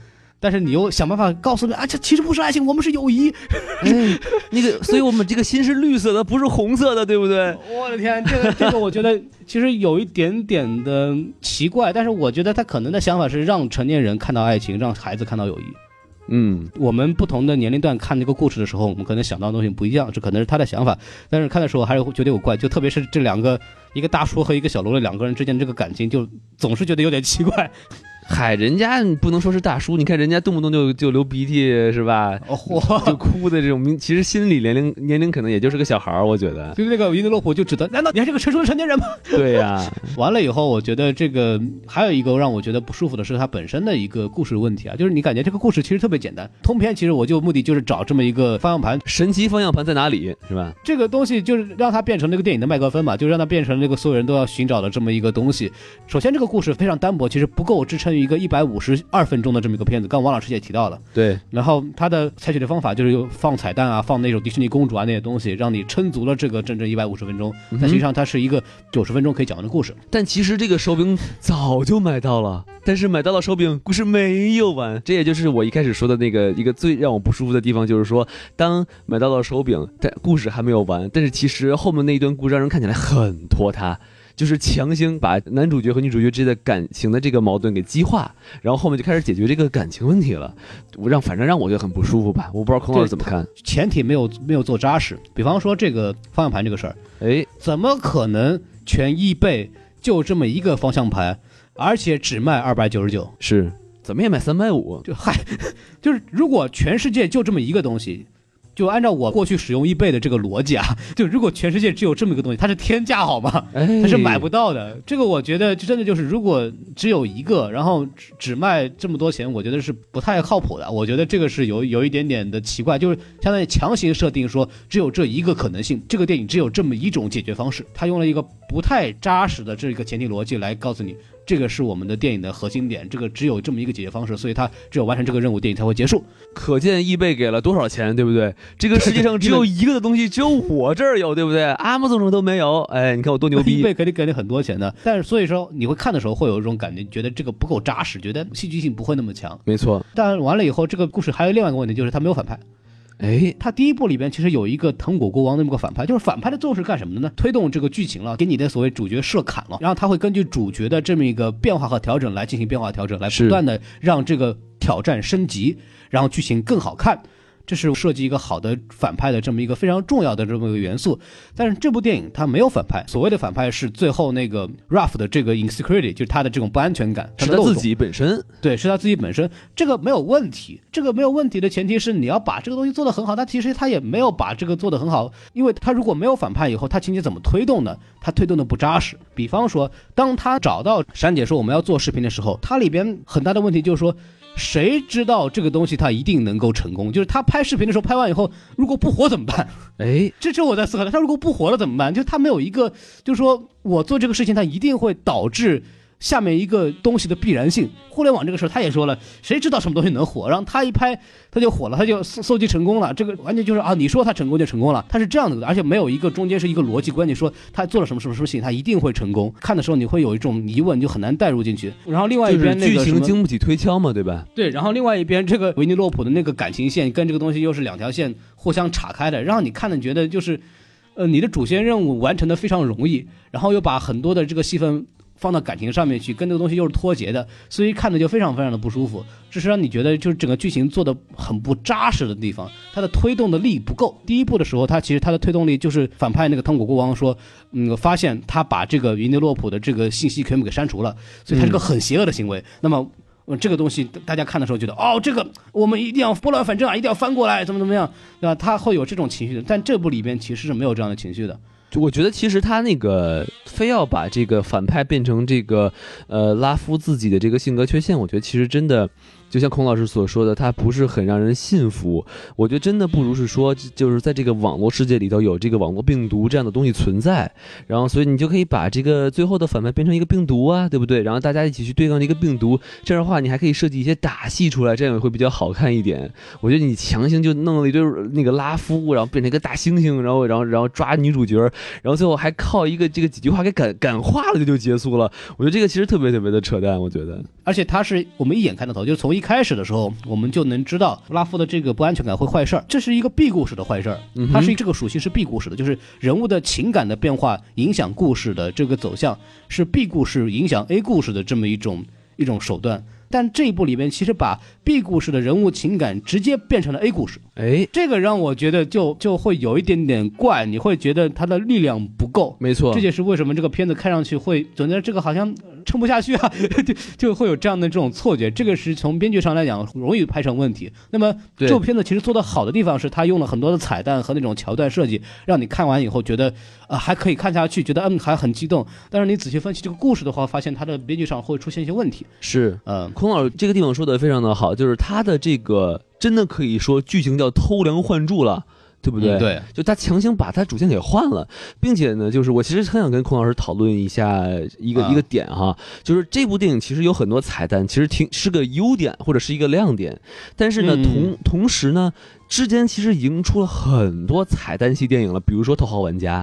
[SPEAKER 1] 但是你又想办法告诉你啊，这其实不是爱情，我们是友谊。
[SPEAKER 2] 哎，那个，所以我们这个心是绿色的，不是红色的，对不对？
[SPEAKER 1] 我的天，这个这个，我觉得其实有一点点的奇怪，但是我觉得他可能的想法是让成年人看到爱情，让孩子看到友谊。
[SPEAKER 2] 嗯，
[SPEAKER 1] 我们不同的年龄段看这个故事的时候，我们可能想到的东西不一样，这可能是他的想法。但是看的时候还是会觉得有怪，就特别是这两个一个大叔和一个小喽啰两个人之间这个感情，就总是觉得有点奇怪。
[SPEAKER 2] 嗨，人家你不能说是大叔，你看人家动不动就就流鼻涕，是吧？
[SPEAKER 1] 哦， (laughs) 嚯！
[SPEAKER 2] 就哭的这种，其实心理年龄年龄可能也就是个小孩儿，我觉得。
[SPEAKER 1] 就那个云德洛普就指责，难道你还是个成熟的成年人吗？
[SPEAKER 2] 对呀、
[SPEAKER 1] 完了以后，我觉得这个还有一个让我觉得不舒服的是它本身的一个故事问题啊，就是你感觉这个故事其实特别简单，通篇其实我就目的就是找这么一个方向盘，
[SPEAKER 2] 神奇方向盘在哪里？是吧？
[SPEAKER 1] 这个东西就是让它变成那个电影的麦克风嘛，就让它变成那个所有人都要寻找的这么一个东西。首先，这个故事非常单薄，其实不够支撑于一个一百五十二分钟的这么一个片子。刚刚王老师也提到了，
[SPEAKER 2] 对，
[SPEAKER 1] 然后他的采取的方法就是有放彩蛋啊，放那种迪士尼公主啊那些东西，让你撑足了这个整整一百五十分钟。但实际上，它是一个九十分钟可以讲完的故事。
[SPEAKER 2] 但其实这个手柄早就买到了，但是买到了手柄故事没有完，这也就是我一开始说的那个一个最让我不舒服的地方，就是说当买到了手柄，但故事还没有完，但是其实后面那一段故事让人看起来很拖沓。就是强行把男主角和女主角之间的感情的这个矛盾给激化，然后后面就开始解决这个感情问题了。我让反正让我就很不舒服吧，我不知道孔老师怎么看。
[SPEAKER 1] 前提没有没有做扎实。比方说这个方向盘这个事儿，
[SPEAKER 2] 哎，
[SPEAKER 1] 怎么可能全易贝就这么一个方向盘，而且只卖二百九十九？
[SPEAKER 2] 是怎么也买三百五，
[SPEAKER 1] 就嗨， (laughs) 就是如果全世界就这么一个东西，就按照我过去使用易贝的这个逻辑啊，就如果全世界只有这么一个东西，它是天价好吗？
[SPEAKER 2] 哎，
[SPEAKER 1] 它 (laughs) 是买不到的。这个我觉得就真的就是，如果只有一个，然后只只卖这么多钱，我觉得是不太靠谱的。我觉得这个是有有一点点的奇怪，就是相当于强行设定说只有这一个可能性，这个电影只有这么一种解决方式。他用了一个不太扎实的这个前提逻辑来告诉你，这个是我们的电影的核心点，这个只有这么一个解决方式，所以他只有完成这个任务，电影才会结束。
[SPEAKER 2] 可见易贝给了多少钱，对不对？这个世界上只有一个的东西，只有我这儿有，对不对？阿莫总上都没有，哎，你看我多 (laughs) 牛
[SPEAKER 1] 一
[SPEAKER 2] 逼！
[SPEAKER 1] 倍肯定给你很多钱的，但是所以说你会看的时候会有一种感觉，觉得这个不够扎实，觉得戏剧性不会那么强。
[SPEAKER 2] 没错，
[SPEAKER 1] 但完了以后，这个故事还有另外一个问题，就是他没有反派。
[SPEAKER 2] 哎，
[SPEAKER 1] 他第一部里边其实有一个藤谷国王那么个反派，就是反派的作用是干什么的呢？推动这个剧情了，给你的所谓主角设坎了，然后他会根据主角的这么一个变化和调整来进行变化调整，来
[SPEAKER 2] 是
[SPEAKER 1] 不断的让这个挑战升级，然后剧情更好看。这是设计一个好的反派的这么一个非常重要的这么一个元素，但是这部电影它没有反派，所谓的反派是最后那个 Ruff 的这个 insecurity，就是他的这种不安全感，
[SPEAKER 2] 是
[SPEAKER 1] 的
[SPEAKER 2] 他
[SPEAKER 1] 漏
[SPEAKER 2] 自
[SPEAKER 1] 洞
[SPEAKER 2] 己本身，
[SPEAKER 1] 对，是他自己本身，这个没有问题。这个没有问题的前提是你要把这个东西做得很好，但其实他也没有把这个做得很好，因为他如果没有反派以后，他情节怎么推动呢？他推动的不扎实。比方说，当他找到珊姐说我们要做视频的时候，它里边很大的问题就是说。谁知道这个东西它一定能够成功？就是他拍视频的时候，拍完以后如果不火怎么办？
[SPEAKER 2] 哎，
[SPEAKER 1] 这是我在思考的。他如果不火了怎么办？就他没有一个，就是说我做这个事情，它一定会导致下面一个东西的必然性。互联网这个事儿，他也说了，谁知道什么东西能火？然后他一拍，他就火了，他就搜搜集成功了。这个完全就是啊，你说他成功就成功了，他是这样子的，而且没有一个中间是一个逻辑观念，说他做了什么什么什么事情，他一定会成功。看的时候你会有一种疑问，你就很难带入进去。然后另外一
[SPEAKER 2] 就是
[SPEAKER 1] 边那个
[SPEAKER 2] 剧
[SPEAKER 1] 什
[SPEAKER 2] 情
[SPEAKER 1] 么
[SPEAKER 2] 经不起推敲嘛，对吧？
[SPEAKER 1] 对，然后另外一边这个维尼洛普的那个感情线跟这个东西又是两条线互相岔开的，让你看的觉得就是，呃，你的主线任务完成的非常容易，然后又把很多的这个戏份放到感情上面去，跟这个东西又是脱节的，所以看的就非常非常的不舒服。这是让你觉得就是整个剧情做的很不扎实的地方，它的推动的力不够。第一部的时候，它其实它的推动力就是反派那个汤谷国王说，嗯，发现他把这个云尼洛普的这个信息全部给删除了，所以它是个很邪恶的行为。那么。嗯，这个东西大家看的时候觉得，哦，这个我们一定要拨乱反正啊，一定要翻过来，怎么怎么样，对吧？他会有这种情绪的，但这部里边其实是没有这样的情绪的。
[SPEAKER 2] 就我觉得其实他那个非要把这个反派变成这个呃拉夫自己的这个性格缺陷，我觉得其实真的就像孔老师所说的，他不是很让人信服。我觉得真的不如是说，就就是在这个网络世界里头有这个网络病毒这样的东西存在，然后所以你就可以把这个最后的反派变成一个病毒啊，对不对？然后大家一起去对抗这个病毒，这样的话你还可以设计一些打戏出来，这样也会比较好看一点。我觉得你强行就弄了一堆那个拉夫，然后变成一个大猩猩，然后然后然后抓女主角，然后最后还靠一个这个几句话给感感化了，这就结束了。我觉得这个其实特别特别的扯淡，我觉得
[SPEAKER 1] 而且他是我们一眼看到头，就是从一开始的时候，我们就能知道拉夫的这个不安全感会坏事儿，这是一个 B 故事的坏事儿，它是这个属性是 B 故事的，就是人物的情感的变化影响故事的这个走向，是 B 故事影响 A 故事的这么一种一种手段。但这一部里边其实把 B 故事的人物情感直接变成了 A 故事，
[SPEAKER 2] 哎，
[SPEAKER 1] 这个让我觉得就就会有一点点怪，你会觉得它的力量不够，
[SPEAKER 2] 没错
[SPEAKER 1] 这，也是为什么这个片子看上去会总觉得这个好像呃撑不下去啊， (laughs) 就就会有这样的这种错觉。这个是从编剧上来讲容易拍成问题。那么
[SPEAKER 2] 对
[SPEAKER 1] 这部片子其实做的好的地方是，它用了很多的彩蛋和那种桥段设计，让你看完以后觉得啊、呃还可以看下去，觉得嗯还很激动。但是你仔细分析这个故事的话，发现它的编剧上会出现一些问题。
[SPEAKER 2] 是。
[SPEAKER 1] 嗯、
[SPEAKER 2] 孔老师这个地方说的非常的好，就是他的这个真的可以说剧情叫偷梁换柱了，对不对？
[SPEAKER 1] 嗯对，
[SPEAKER 2] 就他强行把他主线给换了，并且呢，就是我其实很想跟孔老师讨论一下一个、
[SPEAKER 1] 啊
[SPEAKER 2] 一个点哈，就是这部电影其实有很多彩蛋，其实挺是个优点或者是一个亮点，但是呢，
[SPEAKER 1] 嗯
[SPEAKER 2] 同同时呢。之前其实已经出了很多彩蛋系电影了，比如说《头号玩家》，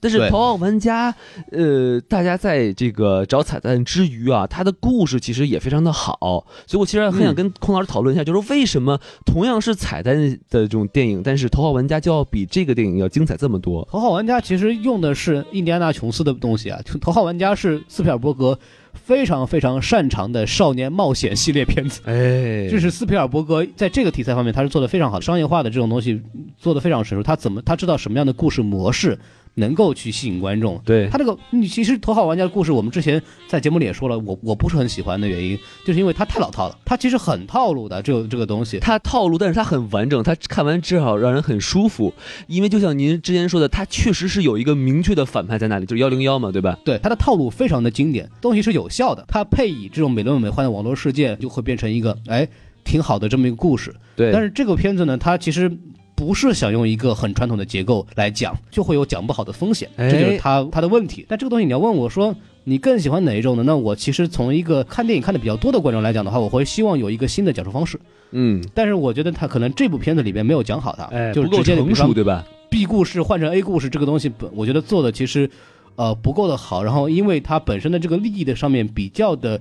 [SPEAKER 2] 但是
[SPEAKER 1] 对
[SPEAKER 2] 《头号玩家》呃，大家在这个找彩蛋之余啊，它的故事其实也非常的好，所以我其实很
[SPEAKER 1] 嗯
[SPEAKER 2] 想跟孔老师讨论一下，就是为什么同样是彩蛋的这种电影，但是《头号玩家》就要比这个电影要精彩这么多？
[SPEAKER 1] 头号玩家其实用的是印第安纳琼斯的东西啊，就头号玩家是斯皮尔伯格非常非常擅长的少年冒险系列片子。
[SPEAKER 2] 哎
[SPEAKER 1] 这是斯皮尔伯格在这个题材方面，他是做的非常好的，商业化的这种东西做的非常成熟。他怎么他知道什么样的故事模式能够去吸引观众？
[SPEAKER 2] 对，
[SPEAKER 1] 他这个，你其实头号玩家的故事，我们之前在节目里也说了，我我不是很喜欢的原因，就是因为它太老套了，它其实很套路的，这个这个东西。
[SPEAKER 2] 它套路，但是它很完整，它看完至少让人很舒服。因为就像您之前说的，它确实是有一个明确的反派在那里，就是幺零幺嘛，对吧？
[SPEAKER 1] 对它的套路非常的经典，东西是有效的，它配以这种美轮美奂的网络世界，就会变成一个哎挺好的这么一个故事。
[SPEAKER 2] 对
[SPEAKER 1] 但
[SPEAKER 2] 是
[SPEAKER 1] 是这个片子呢，它其实不是想用一个很传统的结构来讲，就会有讲不好的风险，
[SPEAKER 2] 哎
[SPEAKER 1] 这就是它它的问题。但这个东西你要问我说。你更喜欢哪一种呢？那我其实从一个看电影看的比较多的观众来讲的话，我会希望有一个新的讲述方式。
[SPEAKER 2] 嗯，
[SPEAKER 1] 但是我觉得他可能这部片子里边没有讲好它，就
[SPEAKER 2] 哎不
[SPEAKER 1] 是
[SPEAKER 2] 够
[SPEAKER 1] 直接地比
[SPEAKER 2] 成
[SPEAKER 1] 方
[SPEAKER 2] 熟，对吧？
[SPEAKER 1] B 故事换成 A 故事这个东西，本我觉得做的其实呃不够的好。然后因为它本身的这个利益的上面比较的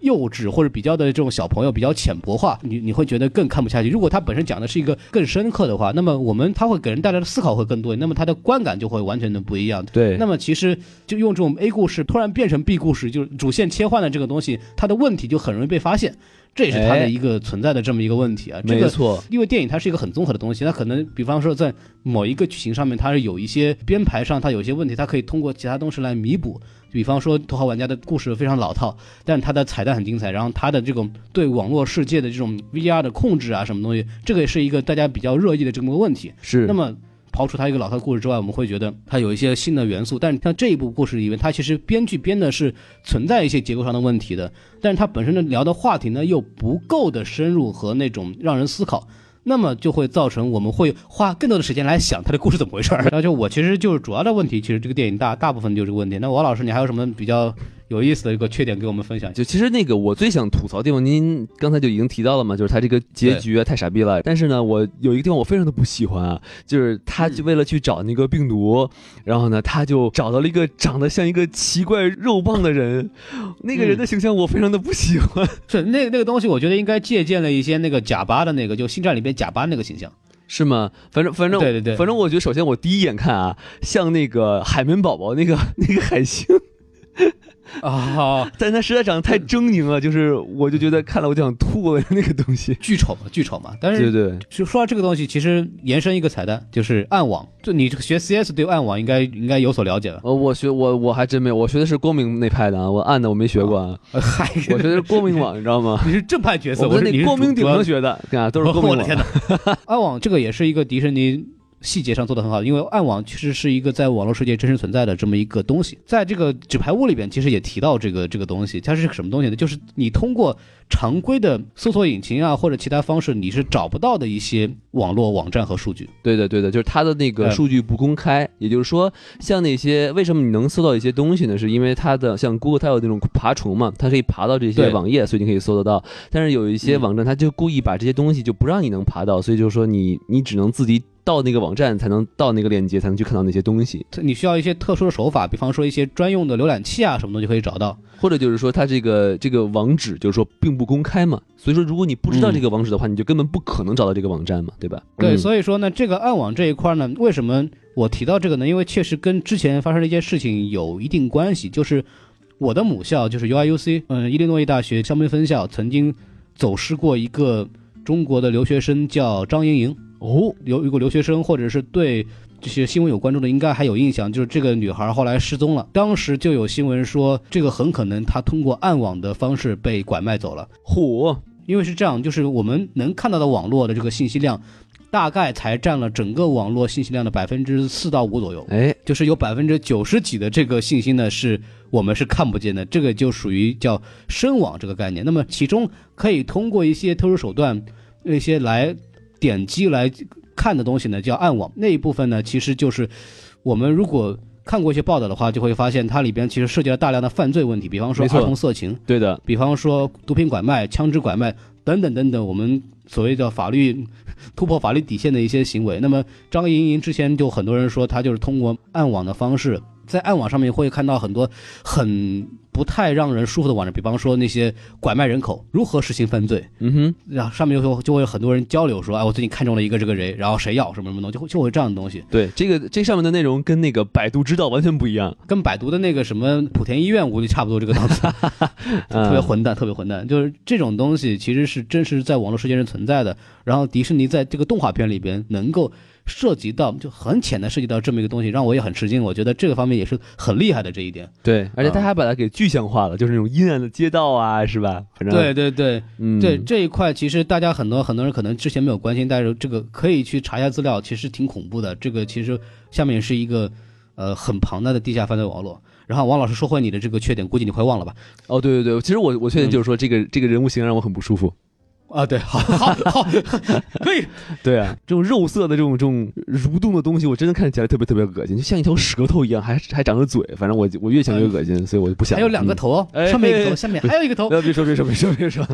[SPEAKER 1] 幼稚，或者比较的这种小朋友比较浅薄化，你你会觉得更看不下去。如果它本身讲的是一个更深刻的话，那么我们它会给人带来的思考会更多，那么它的观感就会完全的不一样。
[SPEAKER 2] 对，
[SPEAKER 1] 那么其实就用这种 A 故事突然变成 B 故事，就是主线切换的这个东西，它的问题就很容易被发现，这也是它
[SPEAKER 2] 哎
[SPEAKER 1] 的一个存在的这么一个问题啊。这
[SPEAKER 2] 没
[SPEAKER 1] 个
[SPEAKER 2] 错，
[SPEAKER 1] 因为电影它是一个很综合的东西，它可能比方说在某一个剧情上面，它是有一些编排上它有一些问题，它可以通过其他东西来弥补。比方说《头号玩家》的故事非常老套，但它的彩蛋很精彩，然后它的这种对网络世界的这种 VR 的控制啊，什么东西，这个也是一个大家比较热议的这么个问题。
[SPEAKER 2] 是
[SPEAKER 1] 那么刨除它一个老套故事之外，我们会觉得它有一些新的元素，但像这一部故事里面，它其实编剧编的是存在一些结构上的问题的，但是它本身的聊的话题呢又不够的深入和那种让人思考。那么就会造成我们会花更多的时间来想它的故事怎么回事 (laughs) 儿。然后就我其实就是主要的问题，其实这个电影大大部分就是这个问题。那王老师，你还有什么比较有意思的一个缺点给我们分享一下？
[SPEAKER 2] 就其实那个我最想吐槽的地方，您刚才就已经提到了嘛，就是他这个结局啊太傻逼了。但是呢，我有一个地方我非常的不喜欢啊，就是他就为了去找那个病毒，然后呢他就找到了一个长得像一个奇怪肉棒的人，那个人的形象我非常的不喜欢。 (laughs)
[SPEAKER 1] 是那那个东西，我觉得应该借鉴了一些那个贾巴的那个，就星战里边贾巴那个形象。
[SPEAKER 2] 是吗？反正反正
[SPEAKER 1] 对对对
[SPEAKER 2] 反正我觉得首先我第一眼看啊，像那个海绵宝宝那个那个海星，
[SPEAKER 1] 啊，
[SPEAKER 2] 但他实在长得太狰狞了，就是我就觉得看了我就想吐了那个东西。
[SPEAKER 1] 巨丑嘛，巨丑嘛。但
[SPEAKER 2] 对
[SPEAKER 1] 是
[SPEAKER 2] 对，
[SPEAKER 1] 就说到这个东西，其实延伸一个彩蛋，就是暗网。就你这个学 CS 对暗网应该应该有所了解吧？ (laughs)
[SPEAKER 2] 呃，我学我我还真没有，我学的是光明那派的啊，我暗的我没学过啊，
[SPEAKER 1] 嗨，？
[SPEAKER 2] 我学的是光明网，你知道吗
[SPEAKER 1] (laughs) 你是正派角色，
[SPEAKER 2] 我
[SPEAKER 1] 我
[SPEAKER 2] 在
[SPEAKER 1] 是你
[SPEAKER 2] 那
[SPEAKER 1] 是
[SPEAKER 2] 光明
[SPEAKER 1] 主
[SPEAKER 2] 顶上
[SPEAKER 1] 观
[SPEAKER 2] 学的，啊，都是光明
[SPEAKER 1] 我
[SPEAKER 2] 网。
[SPEAKER 1] 的天哪！ (laughs) 暗网这个也是一个迪士尼细节上做的很好，因为暗网其实是一个在网络世界真实存在的这么一个东西。在这个纸牌屋里边，其实也提到这个这个东西，它是什么东西呢？就是你通过常规的搜索引擎啊或者其他方式，你是找不到的一些网络网站和数据。
[SPEAKER 2] 对的，对的，就是它的那个
[SPEAKER 1] 嗯
[SPEAKER 2] 数据不公开，也就是说，像那些为什么你能搜到一些东西呢？是因为它的像 Google 它有那种爬虫嘛，它可以爬到这些
[SPEAKER 1] 对
[SPEAKER 2] 网页，所以你可以搜得到。但是有一些
[SPEAKER 1] 嗯
[SPEAKER 2] 网站它就故意把这些东西就不让你能爬到，所以就是说你你只能自己到那个网站才能到那个链接才能去看到那些东西。
[SPEAKER 1] 特你需要一些特殊的手法，比方说一些专用的浏览器啊什么东西可以找到。
[SPEAKER 2] 或者就是说，它这个这个网址就是说并不公开嘛，所以说如果你不知道这个网址的话，你就根本不可能找到这个网站嘛，对吧？
[SPEAKER 1] 对，
[SPEAKER 2] 嗯
[SPEAKER 1] 所以说呢，这个暗网这一块呢，为什么我提到这个呢？因为确实跟之前发生的一些事情有一定关系，就是我的母校就是 UIUC，嗯，伊利诺伊大学香槟分校曾经走失过一个中国的留学生，叫张莹莹。哦，留有过留学生，或者是对这些新闻有关注的，应该还有印象，就是这个女孩后来失踪了。当时就有新闻说，这个很可能她通过暗网的方式被拐卖走了。
[SPEAKER 2] 火
[SPEAKER 1] 因为是这样，就是我们能看到的网络的这个信息量，大概才占了整个网络信息量的百分之四到五左右，
[SPEAKER 2] 哎，
[SPEAKER 1] 就是有百分之九十几的这个信息呢，是我们是看不见的，这个就属于叫深网这个概念。那么其中可以通过一些特殊手段，呃一些来点击来看的东西呢，叫暗网那一部分呢，其实就是我们如果。看过一些报道的话，就会发现它里边其实涉及了大量的犯罪问题，比方说
[SPEAKER 2] 没错
[SPEAKER 1] 儿童色情，
[SPEAKER 2] 对的，
[SPEAKER 1] 比方说毒品拐卖、枪支拐卖等等等等，我们所谓的法律突破法律底线的一些行为。那么张莹莹之前就很多人说，她就是通过暗网的方式，在暗网上面会看到很多很不太让人舒服的网站，比方说那些拐卖人口如何实行犯罪，
[SPEAKER 2] 嗯哼，
[SPEAKER 1] 然后上面就会就会有很多人交流说，哎，我最近看中了一个这个人，然后谁要什么什么东西，就会就会有这样的东西。
[SPEAKER 2] 对，这个这上面的内容跟那个百度知道完全不一样，
[SPEAKER 1] 跟百度的那个什么莆田医院，我就差不多这个档次，特别
[SPEAKER 2] 嗯
[SPEAKER 1] 混蛋，特别混蛋。就是这种东西其实是真实在网络世界上存在的。然后迪士尼在这个动画片里边能够涉及到，就很浅的涉及到这么一个东西，让我也很吃惊。我觉得这个方面也是很厉害的这一点。
[SPEAKER 2] 嗯对，而且他还把它给具象化了，就是那种阴暗的街道啊，是吧？反正
[SPEAKER 1] 对，对对
[SPEAKER 2] 嗯，
[SPEAKER 1] 对，这一块其实大家很多很多人可能之前没有关心，但是这个可以去查一下资料，其实挺恐怖的。这个其实下面是一个呃很庞大的地下犯罪网络。然后王老师说回你的这个缺点，估计你快忘了吧？
[SPEAKER 2] 哦，对对对，其实我我确定就是说，这个、
[SPEAKER 1] 嗯
[SPEAKER 2] 这个人物形象让我很不舒服。
[SPEAKER 1] 啊，对，好，好，好， (laughs) 可以，
[SPEAKER 2] 对啊，这种肉色的这种这种蠕动的东西，我真的看起来特别特别恶心，就像一条舌头一样，还还长着嘴。反正我我越想越恶心，所以我就不想。
[SPEAKER 1] 还有两个
[SPEAKER 2] 嗯。
[SPEAKER 1] 头哦，
[SPEAKER 2] 哎
[SPEAKER 1] 上面一个
[SPEAKER 2] 哎
[SPEAKER 1] 头，下面还有一个头
[SPEAKER 2] 不。要别说别说别说别 (laughs) 说，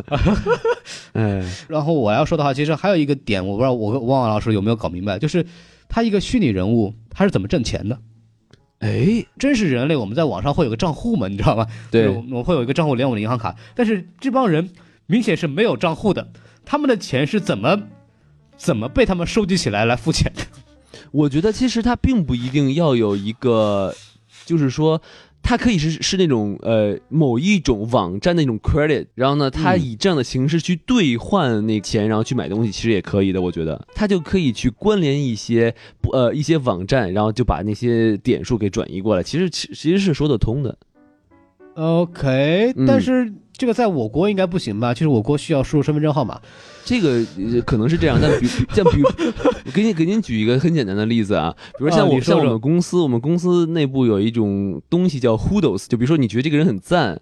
[SPEAKER 2] 哎，
[SPEAKER 1] 然后我要说的话，其实还有一个点，我不知道我跟汪汪老师有没有搞明白，就是他一个虚拟人物，他是怎么挣钱的？
[SPEAKER 2] 哎，
[SPEAKER 1] 真实人类，我们在网上会有个账户嘛，你知道吗？
[SPEAKER 2] 对
[SPEAKER 1] 就是我我会有一个账户连我的银行卡，但是这帮人明显是没有账户的，他们的钱是怎么怎么被他们收集起来来付钱的？
[SPEAKER 2] 我觉得其实它并不一定要有一个，就是说。它可以是是那种呃某一种网站的那种 credit，然后呢，它
[SPEAKER 1] 嗯
[SPEAKER 2] 以这样的形式去兑换那钱，然后去买东西，其实也可以的。我觉得它就可以去关联一些不呃一些网站，然后就把那些点数给转移过来。其实其其实是说得通的。
[SPEAKER 1] OK，
[SPEAKER 2] 嗯
[SPEAKER 1] 但是这个在我国应该不行吧？就是我国需要输入身份证号码。
[SPEAKER 2] 这个、呃可能是这样，但比 (laughs) 比像比，我给你给您举一个很简单的例子啊，比如
[SPEAKER 1] 啊
[SPEAKER 2] 像我、
[SPEAKER 1] 你说
[SPEAKER 2] 像我
[SPEAKER 1] 说
[SPEAKER 2] 们公司，我们公司内部有一种东西叫 Hoodles，就比如说你觉得这个人很赞，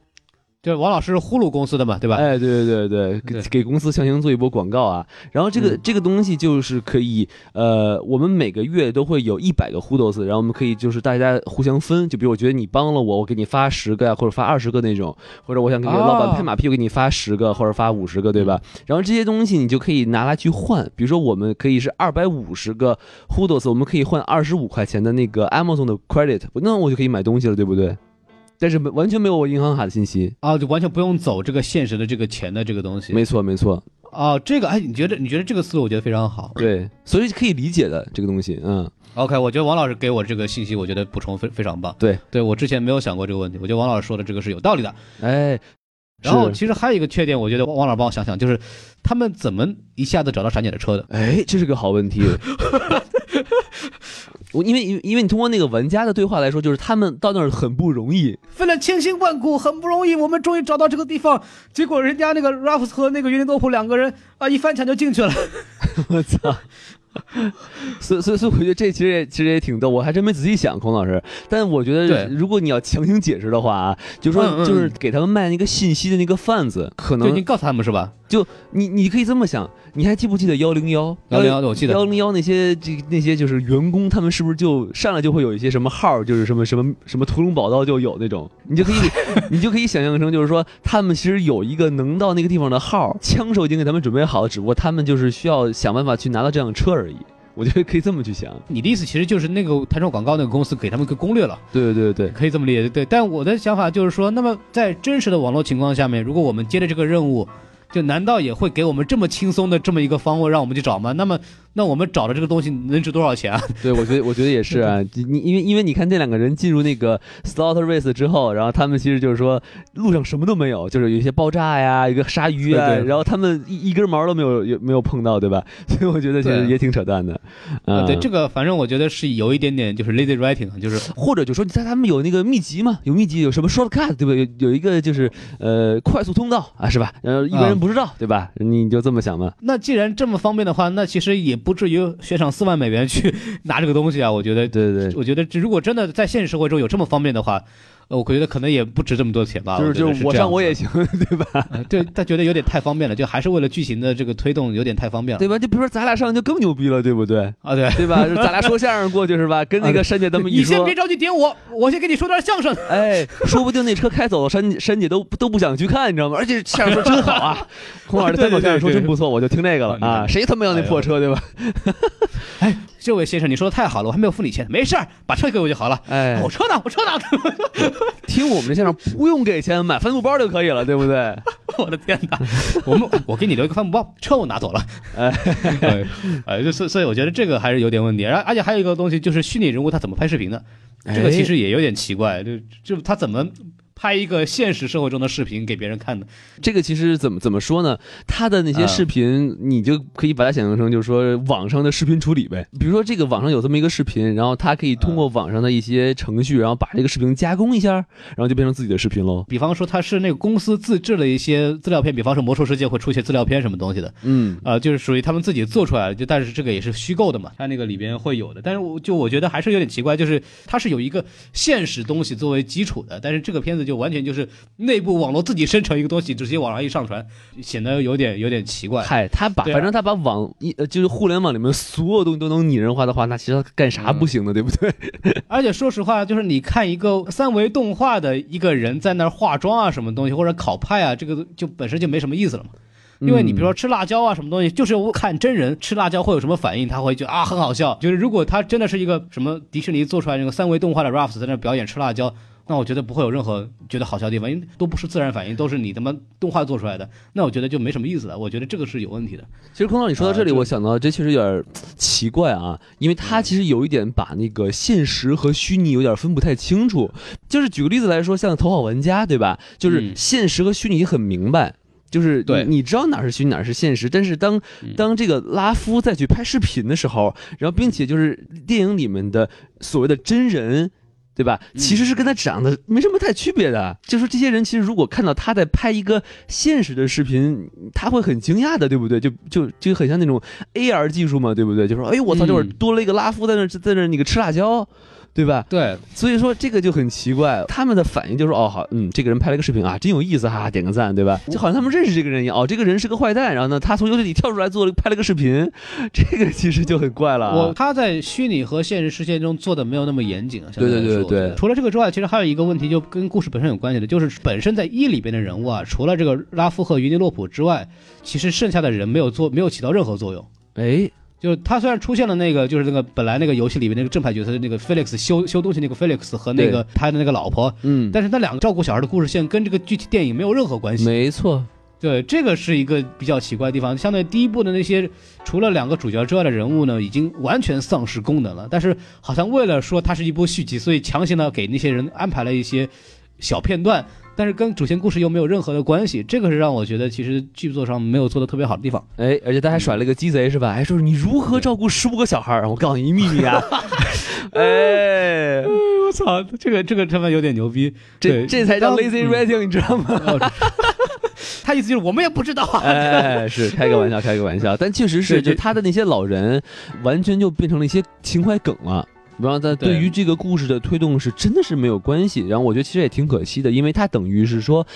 [SPEAKER 1] 就是王老师是呼噜公司的嘛，对吧？
[SPEAKER 2] 哎，对对对对，给
[SPEAKER 1] 对嗯
[SPEAKER 2] 给公司强行做一波广告啊。然后这个、这个东西就是可以，呃，我们每个月都会有一百个 h o o d s 然后我们可以就是大家互相分，就比如我觉得你帮了我，我给你发十个呀、或者发二十个那种，或者我想给你
[SPEAKER 1] 哦嗯
[SPEAKER 2] 老板拍马屁，我给你发十个或者发五十个，对吧？然后这些东西你就可以拿来去换，比如说我们可以是二百五十个 h o o d s 我们可以换二十五块钱的那个 Amazon 的 credit，那我就可以买东西了，对不对？但是没完全没有我银行卡的信息，
[SPEAKER 1] 啊，就完全不用走这个现实的这个钱的这个东西。
[SPEAKER 2] 没错没错。
[SPEAKER 1] 啊，这个哎，你觉得你觉得这个思路我觉得非常好。
[SPEAKER 2] 对，所以可以理解的这个东西，嗯，
[SPEAKER 1] OK，我觉得王老师给我这个信息，我觉得补充非非常棒。
[SPEAKER 2] 对，
[SPEAKER 1] 对我之前没有想过这个问题，我觉得王老师说的这个是有道理的。
[SPEAKER 2] 哎，
[SPEAKER 1] 然后
[SPEAKER 2] 是
[SPEAKER 1] 其实还有一个缺点，我觉得王老师帮我想想，就是他们怎么一下子找到闪姐的车的？
[SPEAKER 2] 哎，这是个好问题。 (laughs) 我因为因为因为你通过那个玩家的对话来说，就是他们到那儿很不容易， (laughs)
[SPEAKER 1] 费了千辛万苦，很不容易，我们终于找到这个地方。结果人家那个 Ruffs 和那个云林多普两个人啊，一翻墙就进去了。
[SPEAKER 2] 我操！所以所以所以我觉得这其实也其实也挺逗，我还真没仔细想，孔老师。但我觉得
[SPEAKER 1] 对
[SPEAKER 2] 如果你要强行解释的话啊，就说、
[SPEAKER 1] 嗯嗯
[SPEAKER 2] 就是给他们卖那个信息的那个贩子，可
[SPEAKER 1] 就你
[SPEAKER 2] 能
[SPEAKER 1] 告诉他们是吧？
[SPEAKER 2] 就你你可以这么想，你还记不记得幺零幺
[SPEAKER 1] 幺零幺，我记得
[SPEAKER 2] 幺零幺那些这那些就是员工，他们是不是就上来就会有一些什么号儿，就是什么什么什么屠龙宝刀就有那种，你 (laughs) 就可以你就可以想象成就是说他们其实有一个能到那个地方的号儿，枪手已经给他们准备好了，只不过他们就是需要想办法去拿到这辆车而已。我觉得可以这么去想，
[SPEAKER 1] 你的意思其实就是那个弹窗广告那个公司给他们个攻略了。
[SPEAKER 2] 对对对对，
[SPEAKER 1] 可以这么理解，对。但我的想法就是说，那么在真实的网络情况下面，如果我们接了这个任务，就难道也会给我们这么轻松的这么一个方位让我们去找吗？那么，那我们找的这个东西能值多少钱啊？
[SPEAKER 2] 对，我觉得我觉得也是啊。你因为因为你看这两个人进入那个 slaughter race 之后，然后他们其实就是说路上什么都没有，就是有一些爆炸呀，一个鲨鱼啊，
[SPEAKER 1] 对对
[SPEAKER 2] 然后他们一一根毛都没有，也没有碰到，对吧？ (laughs) 所以我觉得其实
[SPEAKER 1] 对
[SPEAKER 2] 也挺扯淡的。啊、
[SPEAKER 1] 对，这个反正我觉得是有一点点就是 lazy writing，啊就是
[SPEAKER 2] 或者就说你在他们有那个秘籍嘛，有秘籍，有什么 shortcut，对吧？有有一个就是呃快速通道啊，是吧？呃，一般人
[SPEAKER 1] 嗯
[SPEAKER 2] 不知道，对吧？你就这么想吧。
[SPEAKER 1] 那既然这么方便的话，那其实也不至于悬赏四万美元去拿这个东西啊。我觉得，
[SPEAKER 2] 对对对。
[SPEAKER 1] 我觉得这如果真的在现实社会中有这么方便的话，呃我觉得可能也不值这么多钱吧。
[SPEAKER 2] 就是
[SPEAKER 1] 觉得
[SPEAKER 2] 就是是我
[SPEAKER 1] 这样
[SPEAKER 2] 上我
[SPEAKER 1] 的
[SPEAKER 2] 也行， (laughs) 对吧？
[SPEAKER 1] 呃对，他觉得有点太方便了，就还是为了剧情的这个推动有点太方便了
[SPEAKER 2] 对吧？就比如说咱俩上就更牛逼了，对不对？
[SPEAKER 1] 啊。 (laughs) 对，
[SPEAKER 2] (laughs) 对吧？就咱俩说相声过去是吧？跟那个山姐他们一
[SPEAKER 1] 你先
[SPEAKER 2] 说
[SPEAKER 1] 别，着急点我，我先给你说段相声。
[SPEAKER 2] 哎，说不定那车开走了，山山姐都都不想去看，你知道吗？而且相声说真好 (laughs) 啊，孔老师的单口相声说真不错，我就听这个了啊。谁他妈要那破车对吧？
[SPEAKER 1] 这位先生，你说的太好了，我还没有付你钱，没事儿，把车给我就好了。
[SPEAKER 2] 哎
[SPEAKER 1] 我，车呢？我车呢？ (laughs)
[SPEAKER 2] 听我们这相声不用给钱，买帆布包就可以了，对不 (laughs) 对？
[SPEAKER 1] 我的天 (laughs) 哪！我们我给你留一个帆布包，车我拿走了。 (laughs)
[SPEAKER 2] 哎
[SPEAKER 1] 哎，哎，就所以所以我觉得这个还是有点问题。然后而且还有一个东西就是虚拟人物他怎么拍视频呢？这个其
[SPEAKER 2] 哎
[SPEAKER 1] 实也有点奇怪，就就他怎么拍一个现实社会中的视频给别人看呢？
[SPEAKER 2] 这个其实怎么怎么说呢？他的那些视频，你就可以把它想象成就是说网上的视频处理呗。比如说这个网上有这么一个视频，然后他可以通过网上的一些程序，然后把这个视频加工一下，然后就变成自己的视频喽。
[SPEAKER 1] 比方说他是那个公司自制了一些资料片，比方说魔兽世界会出一些资料片什么东西的，
[SPEAKER 2] 嗯，
[SPEAKER 1] 呃，就是属于他们自己做出来的，就但是这个也是虚构的嘛，它那个里边会有的。但是我就我觉得还是有点奇怪，就是它是有一个现实东西作为基础的，但是这个片子就完全就是内部网络自己生成一个东西，直接往上一上传，显得有点有点奇怪。
[SPEAKER 2] 嗨，他把
[SPEAKER 1] 对啊
[SPEAKER 2] 反正他把网一呃就是互联网里面所有东西都能拟人化的话，那其实他干
[SPEAKER 1] 嗯
[SPEAKER 2] 啥不行的，对不对？
[SPEAKER 1] 而且说实话，就是你看一个三维动画的一个人在那儿化妆啊，什么东西或者烤派啊，这个就本身就没什么意思了嘛。因为你比如说吃辣椒啊，什么东西，就是我看真人吃辣椒会有什么反应，他会觉得啊很好笑。就是如果他真的是一个什么迪士尼做出来那个三维动画的 Raps 在那儿表演吃辣椒，那我觉得不会有任何觉得好笑的地方，因为都不是自然反应，都是你他妈动画做出来的，那我觉得就没什么意思了。我觉得这个是有问题的。
[SPEAKER 2] 其实空老师你说到这里，
[SPEAKER 1] 啊就
[SPEAKER 2] 我想到这确实有点儿奇怪啊，因为他其实有一点把那个现实和虚拟有点分不太清楚。就是举个例子来说，像《头号玩家》对吧？就是
[SPEAKER 1] 嗯
[SPEAKER 2] 现实和虚拟很明白。就是你
[SPEAKER 1] 对嗯
[SPEAKER 2] 你知道哪是虚拟哪是现实，但是当当这个拉夫再去拍视频的时候，然后并且就是电影里面的所谓的真人，对吧？
[SPEAKER 1] 嗯
[SPEAKER 2] 其实是跟他长得没什么太区别的。啊就说这些人其实如果看到他在拍一个现实的视频，他会很惊讶的，对不对？就就就很像那种 AR 技术嘛，对不对？就说哎呦我操，
[SPEAKER 1] 嗯
[SPEAKER 2] 这会儿多了一个拉夫在那在那那个吃辣椒。对吧？
[SPEAKER 1] 对，
[SPEAKER 2] 所以说这个就很奇怪，他们的反应就是哦好，嗯，这个人拍了个视频啊，真有意思哈、点个赞，对吧？就好像他们认识这个人一样，哦，这个人是个坏蛋，然后呢，他从游戏里跳出来做了拍了个视频， (laughs) 这个其实就很怪了啊。
[SPEAKER 1] 我他在虚拟和现实世界中做的没有那么严谨啊。相来
[SPEAKER 2] 对对
[SPEAKER 1] 说
[SPEAKER 2] 对对
[SPEAKER 1] 我觉得除了这个之外，其实还有一个问题，就跟故事本身有关系的，就是本身在一里边的人物啊，除了这个拉夫和于尼洛普之外，其实剩下的人没有做，没有起到任何作用。
[SPEAKER 2] 哎，
[SPEAKER 1] 就是他虽然出现了那个，就是那个本来那个游戏里面那个正派角色的那个 Felix 修修东西那个 Felix 和那个他的那个老婆，
[SPEAKER 2] 嗯，
[SPEAKER 1] 但是那两个照顾小孩的故事线跟这个具体电影没有任何关系。
[SPEAKER 2] 没错，
[SPEAKER 1] 对，这个是一个比较奇怪的地方。相对第一部的那些，除了两个主角之外的人物呢，已经完全丧失功能了。但是好像为了说它是一部续集，所以强行的给那些人安排了一些小片段，但是跟主线故事又没有任何的关系。这个是让我觉得其实剧作上没有做的特别好的地方。
[SPEAKER 2] 哎，而且他还甩了一个鸡贼是吧？哎还说你如何照顾十五个小孩儿？我告诉你一秘密啊！ (laughs) 哎，
[SPEAKER 1] 我操，这个这个他妈有点牛逼，嗯
[SPEAKER 2] 这这才叫 lazy
[SPEAKER 1] red。
[SPEAKER 2] writing，你知道吗？
[SPEAKER 1] 他意思就是我们也不知道
[SPEAKER 2] (laughs)
[SPEAKER 1] 啊。
[SPEAKER 2] 哎，是开个玩笑，开个玩笑，但确实是，
[SPEAKER 1] 对
[SPEAKER 2] 就
[SPEAKER 1] 对
[SPEAKER 2] 他的那些老人，完全就变成了一些情怀梗啊了。然后他对
[SPEAKER 1] 对
[SPEAKER 2] 于这个故事的推动是真的是没有关系，然后我觉得其实也挺可惜的，因为他等于是说，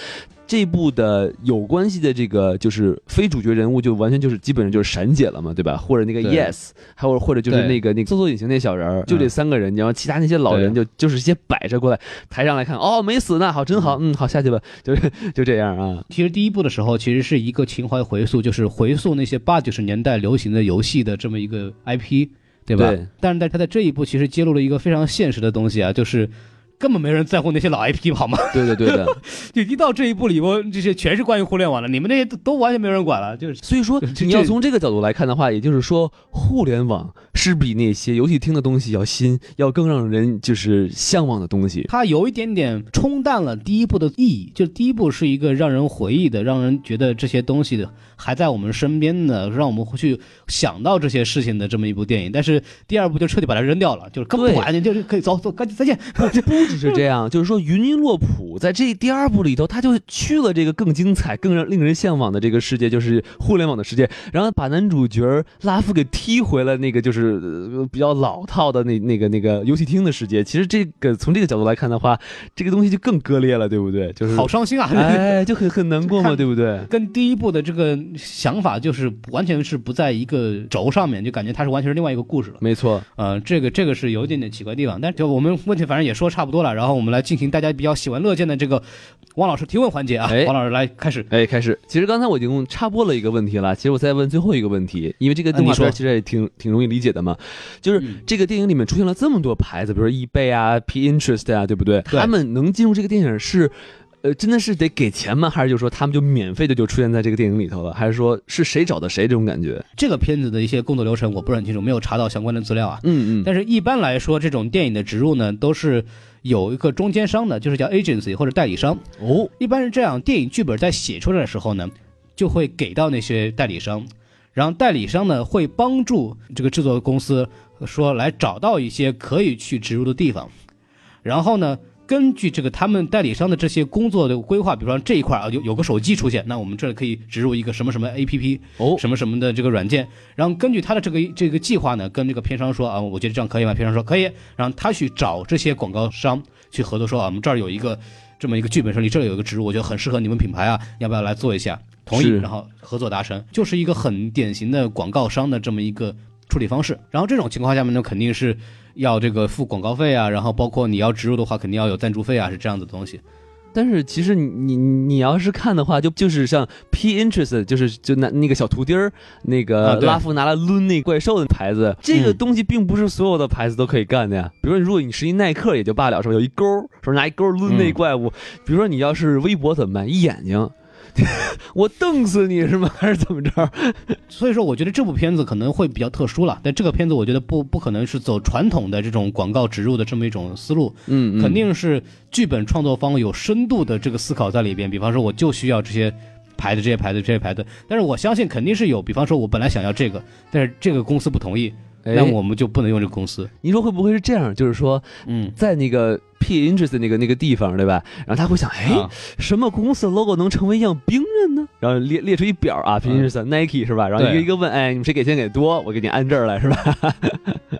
[SPEAKER 2] 这部的有关系的这个就是非主角人物就完全就是基本上就是闪姐了嘛，对吧？或者那个
[SPEAKER 1] 对
[SPEAKER 2] Yes，还有或者就是
[SPEAKER 1] 对
[SPEAKER 2] 那个那个搜索引擎那小人儿，就这三个人，然后其他那些老人就就是一些摆着过来 (laughs) 台上来看，哦没死呢，好真好，嗯好下去吧，就是就这样啊，
[SPEAKER 1] 其实第一部的时候，其实是一个情怀回溯，就是回溯那些八九十年代流行的游戏的这么一个 IP，对吧？
[SPEAKER 2] 对
[SPEAKER 1] 但是在他在这一步，其实揭露了一个非常现实的东西啊，就是。根本没人在乎那些老 IP 好吗？ (laughs)
[SPEAKER 2] 对的对的。
[SPEAKER 1] 就一到这一步里边，这些全是关于互联网的，你们这些都都完全没人管了，就是
[SPEAKER 2] 所以说，
[SPEAKER 1] 这
[SPEAKER 2] 你要
[SPEAKER 1] 这
[SPEAKER 2] 从这个角度来看的话，也就是说，互联网是比那些游戏厅的东西要新，要更让人就是向往的东西。
[SPEAKER 1] 它有一点点冲淡了第一部的意义。就第一部是一个让人回忆的，让人觉得这些东西还在我们身边的，让我们会去想到这些事情的这么一部电影。但是第二部就彻底把它扔掉了，就是根本不管，就是可以走走，赶紧再见。
[SPEAKER 2] 不不只是这 (laughs) 样，就是说云尼洛普在这第二部里头，他就去了这个更精彩、更让令人向往的这个世界，就是互联网的世界，然后把男主角拉夫给踢回了那个就是、呃比较老套的那那个那个游戏厅的世界。其实这个从这个角度来看的话，这个东西就更割裂了，对不对？就是
[SPEAKER 1] 好，伤心啊！ (laughs)
[SPEAKER 2] 哎，就很很难过嘛，
[SPEAKER 1] 看
[SPEAKER 2] 对不对？
[SPEAKER 1] 跟第一部的这个想法就是完全是不在一个轴上面，就感觉它是完全是另外一个故事了。
[SPEAKER 2] 没错，
[SPEAKER 1] 呃，这个这个是有一点点奇怪的地方，但就我们问题反正也说差不多了，然后我们来进行大家比较喜闻乐见的这个汪老师提问环节啊，
[SPEAKER 2] 哎
[SPEAKER 1] 汪老师来开始。
[SPEAKER 2] 哎，开始。其实刚才我已经插播了一个问题了，其实我再问最后一个问题，因为这个
[SPEAKER 1] 啊
[SPEAKER 2] 动画
[SPEAKER 1] 你说
[SPEAKER 2] 片其实也挺挺容易理解的嘛，就是这个电影里面出现了这么多牌子，比如说 eBay 啊、Pinterest 啊，对不对？
[SPEAKER 1] 对
[SPEAKER 2] 他们能进入这个电影是。呃，真的是得给钱吗？还是就说他们就免费的就出现在这个电影里头了？还是说是谁找的谁这种感觉？
[SPEAKER 1] 这个片子的一些工作流程我不是很清楚，没有查到相关的资料啊。
[SPEAKER 2] 嗯嗯，
[SPEAKER 1] 但是一般来说，这种电影的植入呢，都是有一个中间商的，就是叫 agency 或者代理商。
[SPEAKER 2] 哦，
[SPEAKER 1] 一般是这样，电影剧本在写出来的时候呢，就会给到那些代理商，然后代理商呢会帮助这个制作公司说来找到一些可以去植入的地方，然后呢。根据这个他们代理商的这些工作的规划，比方说这一块啊有有个手机出现，那我们这里可以植入一个什么什么 A P P，
[SPEAKER 2] 哦
[SPEAKER 1] 什么什么的这个软件，然后根据他的这个这个计划呢，跟这个片商说啊，我觉得这样可以吗？片商说可以，然后他去找这些广告商去合作说啊，我们这儿有一个这么一个剧本设计，这里有一个植入，我觉得很适合你们品牌啊，要不要来做一下？同意，
[SPEAKER 2] 是
[SPEAKER 1] 然后合作达成，就是一个很典型的广告商的这么一个处理方式。然后这种情况下面呢，肯定是要这个付广告费啊，然后包括你要植入的话，肯定要有赞助费啊，是这样子的东西。
[SPEAKER 2] 但是其实你你你要是看的话，就就是像 P interest，就是就那那个小图钉儿，那
[SPEAKER 1] 啊
[SPEAKER 2] 个
[SPEAKER 1] 对
[SPEAKER 2] 拉夫拿来抡那怪兽的牌子，这个东西并不是所有的牌子都可以干的呀。比如说，如果你是一耐克也就罢了，是吧？有一钩儿，是吧？拿一钩儿抡那怪物。比如说你要是微博怎么办？一眼睛。 (laughs) 我瞪死你是吗？还是怎么着？
[SPEAKER 1] 所以说，我觉得这部片子可能会比较特殊了。但这个片子，我觉得不不可能是走传统的这种广告植入的这么一种思路，
[SPEAKER 2] 嗯
[SPEAKER 1] 肯定是剧本创作方有深度的这个思考在里边。比方说，我就需要这些牌子、这些牌子、这些牌子。但是我相信肯定是有，比方说我本来想要这个，但是这个公司不同意，
[SPEAKER 2] 哎
[SPEAKER 1] 那我们就不能用这个公司。
[SPEAKER 2] 您说会不会是这样？就是说，
[SPEAKER 1] 嗯，
[SPEAKER 2] 在那个 P interest 的那个那个地方，对吧？然后他会想，哎，
[SPEAKER 1] 啊
[SPEAKER 2] 什么公司的 logo 能成为样冰刃呢？然后列列出一表啊，Pinterest、Nike 是吧？然后一
[SPEAKER 1] 对
[SPEAKER 2] 个一个问，哎，你们谁给钱给多？我给你按这儿来是吧？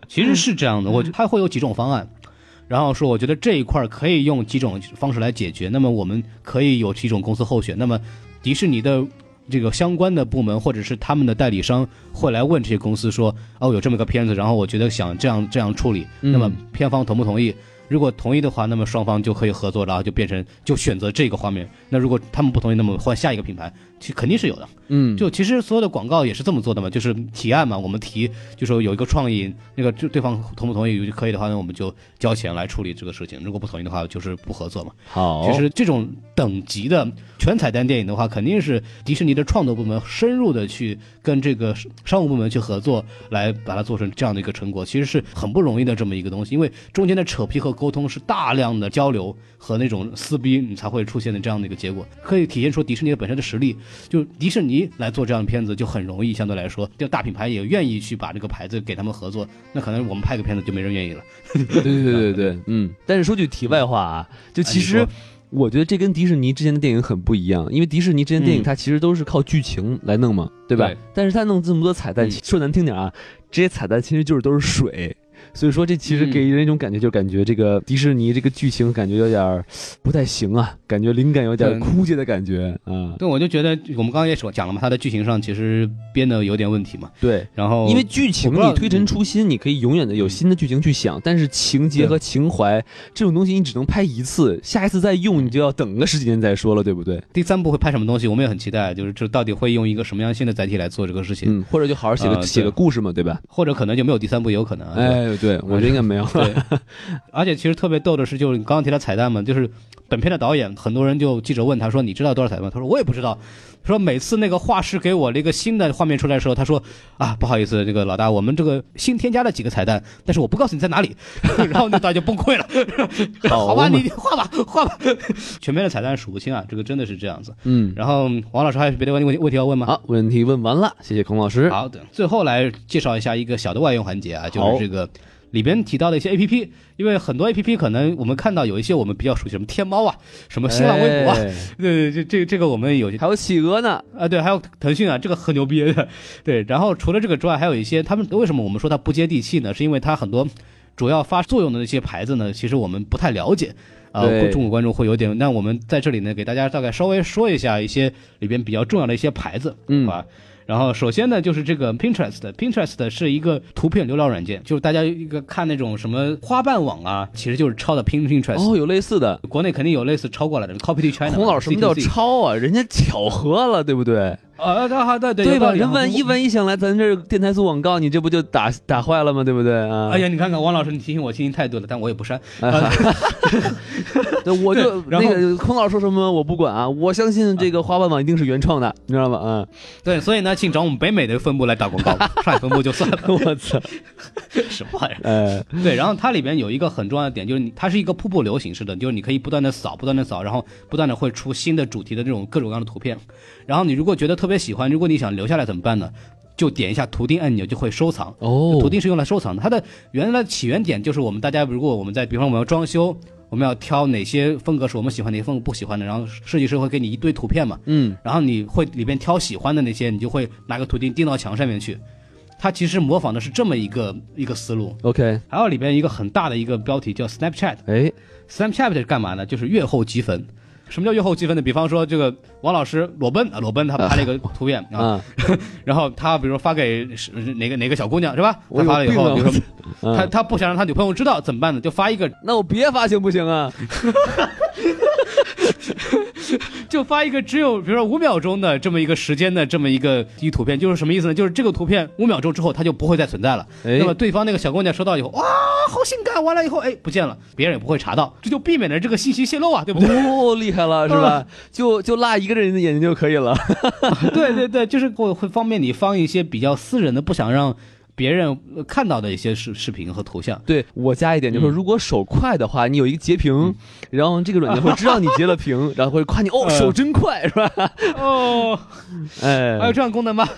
[SPEAKER 1] 其实是这样的，我它会有几种方案，然后说我觉得这一块儿可以用几种方式来解决。那么我们可以有几种公司候选，那么迪士尼的这个相关的部门或者是他们的代理商会来问这些公司说，哦，有这么个片子，然后我觉得想这样这样处理，
[SPEAKER 2] (laughs) 嗯
[SPEAKER 1] 那么片方同不同意？如果同意的话，那么双方就可以合作，然后啊就变成就选择这个画面。那如果他们不同意，那么换下一个品牌，其肯定是有的。
[SPEAKER 2] 嗯
[SPEAKER 1] 就其实所有的广告也是这么做的嘛，就是提案嘛，我们提就说有一个创意，那个就对方同不同意可以的话，那我们就交钱来处理这个事情；如果不同意的话，就是不合作嘛。
[SPEAKER 2] 好
[SPEAKER 1] 其实这种等级的全彩蛋电影的话，肯定是迪士尼的创作部门深入的去跟这个商务部门去合作，来把它做成这样的一个成果，其实是很不容易的这么一个东西，因为中间的扯皮和沟通是大量的交流和那种撕逼，你才会出现的这样的一个结果，可以体现出迪士尼本身的实力。就迪士尼来做这样的片子就很容易，相对来说，就大品牌也愿意去把这个牌子给他们合作，那可能我们拍个片子就没人愿意了。
[SPEAKER 2] (laughs) 对对对对对，嗯。但是说句题外话啊，就其
[SPEAKER 1] 啊
[SPEAKER 2] 实
[SPEAKER 1] 你。
[SPEAKER 2] 我觉得这跟迪士尼之前的电影很不一样，因为迪士尼之前电影
[SPEAKER 1] 嗯
[SPEAKER 2] 它其实都是靠剧情来弄嘛，对吧？
[SPEAKER 1] 对
[SPEAKER 2] 但是它弄这么多彩蛋，
[SPEAKER 1] 嗯
[SPEAKER 2] 说难听点啊，这些彩蛋其实就是都是水，所以说这其实给人一种感觉，就感觉这个迪士尼这个剧情感觉有点儿不太行啊，感觉灵感有点儿
[SPEAKER 1] 对
[SPEAKER 2] 枯竭的感觉啊。
[SPEAKER 1] 对，我就觉得我们刚刚也讲了嘛，它的剧情上其实编的有点问题嘛。
[SPEAKER 2] 对，
[SPEAKER 1] 然后
[SPEAKER 2] 因为剧情
[SPEAKER 1] 我不知道
[SPEAKER 2] 你推陈出新，你可以永远的有新的剧情去想，但是情节
[SPEAKER 1] 对
[SPEAKER 2] 和情怀这种东西你只能拍一次，下一次再用你就要等个十几年再说了，对不对？
[SPEAKER 1] 第三部会拍什么东西，我们也很期待，就是这到底会用一个什么样新的载体来做这个事情，
[SPEAKER 2] 嗯，或者就好好写
[SPEAKER 1] 啊
[SPEAKER 2] 个
[SPEAKER 1] 对
[SPEAKER 2] 写个故事嘛，对吧？
[SPEAKER 1] 或者可能就没有第三部，也有可能啊。对吧，
[SPEAKER 2] 哎，对，我觉得应该没有。
[SPEAKER 1] 对，而且其实特别逗的是，就是你刚刚提到彩蛋嘛，就是本片的导演，很多人就记者问他说：“你知道多少彩蛋吗？”他说：“我也不知道。”说每次那个画师给我了一个新的画面出来的时候，他说：“啊，不好意思，这个老大，我们这个新添加了几个彩蛋，但是我不告诉你在哪里。” (laughs) 然后那导演就崩溃了， (laughs)
[SPEAKER 2] 好
[SPEAKER 1] 好吧，
[SPEAKER 2] 嘛
[SPEAKER 1] 你画吧，画吧。全片的彩蛋数不清啊，这个真的是这样子。
[SPEAKER 2] 嗯，
[SPEAKER 1] 然后王老师还有别的问题问题要问吗？
[SPEAKER 2] 好，问题问完了，谢谢孔老师。
[SPEAKER 1] 好的，最后来介绍一下一个小的外用环节啊，就
[SPEAKER 2] 好
[SPEAKER 1] 是这个里边提到的一些 A P P，因为很多 A P P 可能我们看到有一些我们比较熟悉，什么天猫啊，什么新浪微博啊，
[SPEAKER 2] 哎
[SPEAKER 1] 对对对，这这这个我们有些
[SPEAKER 2] 还有企鹅呢，
[SPEAKER 1] 啊，对，还有腾讯啊，这个很牛逼 (laughs) 的，对。然后除了这个之外，还有一些他们为什么我们说它不接地气呢？是因为它很多主要发作用的那些牌子呢，其实我们不太了解。啊、
[SPEAKER 2] 对
[SPEAKER 1] 中国观众会有点。那我们在这里呢，给大家大概稍微说一下一些里边比较重要的一些牌子，
[SPEAKER 2] 嗯
[SPEAKER 1] 啊。然后首先呢，就是这个 Pinterest，Pinterest 是一个图片流量软件，就是大家一个看那种什么花瓣网啊，其实就是抄的 Pinterest。
[SPEAKER 2] 哦，有类似的。
[SPEAKER 1] 国内肯定有类似抄过来的，copy to China。
[SPEAKER 2] 孔老师什么叫
[SPEAKER 1] C2C
[SPEAKER 2] 抄啊？人家巧合了，对不对？
[SPEAKER 1] 啊？对啊对对有
[SPEAKER 2] 吧？
[SPEAKER 1] 道理啊
[SPEAKER 2] 人万一
[SPEAKER 1] 我
[SPEAKER 2] 万一想来咱这儿电台做广告，你这不就打打坏了吗？对不对啊？
[SPEAKER 1] 哎呀，你看看王老师，你提醒我信心太多了，但我也不删。
[SPEAKER 2] 对，我就
[SPEAKER 1] 对然后
[SPEAKER 2] 那个孔老师说什么我不管啊，我相信这个花瓣网一定是原创的，你知道吗？
[SPEAKER 1] 对，所以呢，请找我们北美的分部来打广
[SPEAKER 2] (laughs)
[SPEAKER 1] 告，上海分部就算了。
[SPEAKER 2] 嗯， (laughs) 我操，
[SPEAKER 1] 什么玩意儿？
[SPEAKER 2] 哎，
[SPEAKER 1] 对，然后它里边有一个很重要的点，就是你它是一个瀑布流形式的，就是你可以不断的扫，不断的扫，然后不断的会出新的主题的这种各种各样的图片。然后你如果觉得特别喜欢，如果你想留下来怎么办呢？就点一下图钉按钮就会收藏。
[SPEAKER 2] 哦
[SPEAKER 1] 图钉是用来收藏的。它的原来的起源点就是我们大家，如果我们在，比方我们要装修，我们要挑哪些风格是我们喜欢，哪些风格不喜欢的，然后设计师会给你一堆图片嘛，
[SPEAKER 2] 嗯，
[SPEAKER 1] 然后你会里边挑喜欢的那些，你就会拿个图钉钉到墙上面去。它其实模仿的是这么一个一个思路。
[SPEAKER 2] ，OK，
[SPEAKER 1] 还有里边一个很大的一个标题叫 Snapchat。
[SPEAKER 2] 哎，
[SPEAKER 1] Snapchat 是干嘛呢？就是月后积分。什么叫月后积分呢？比方说这个王老师裸奔啊，裸奔他拍了一个图片啊，
[SPEAKER 2] (laughs) 啊，
[SPEAKER 1] 然后他比如说发给是哪个哪个小姑娘是吧？
[SPEAKER 2] 我
[SPEAKER 1] 他
[SPEAKER 2] 有
[SPEAKER 1] 发了以
[SPEAKER 2] 病
[SPEAKER 1] 后，
[SPEAKER 2] 啊
[SPEAKER 1] 比如说
[SPEAKER 2] 嗯
[SPEAKER 1] 他他不想让他女朋友知道怎么办呢？就发一个
[SPEAKER 2] 那我别发行不行啊？
[SPEAKER 1] 就发一个只有比如说五秒钟的这么一个时间的这么一个一图片，就是什么意思呢？就是这个图片五秒钟之后它就不会再存在了。
[SPEAKER 2] 哎
[SPEAKER 1] 那么对方那个小姑娘收到以后，哇，好性感！完了以后，哎，不见了，别人也不会查到，这就避免了这个信息泄露啊，对不对？
[SPEAKER 2] 哦，厉害了是吧？就就落一个人的眼睛就可以了。
[SPEAKER 1] (laughs) 对对对，就是会会方便你放一些比较私人的，不想让别人呃看到的一些视视频和头像。
[SPEAKER 2] (laughs) 对我加一点，就是说如果手快的话，你有一个截屏，然后这个软件会知道你截了屏，然后会夸你哦，手真快是吧？
[SPEAKER 1] 哦，还有
[SPEAKER 2] 哎，
[SPEAKER 1] 这样功能吗？
[SPEAKER 2] (laughs)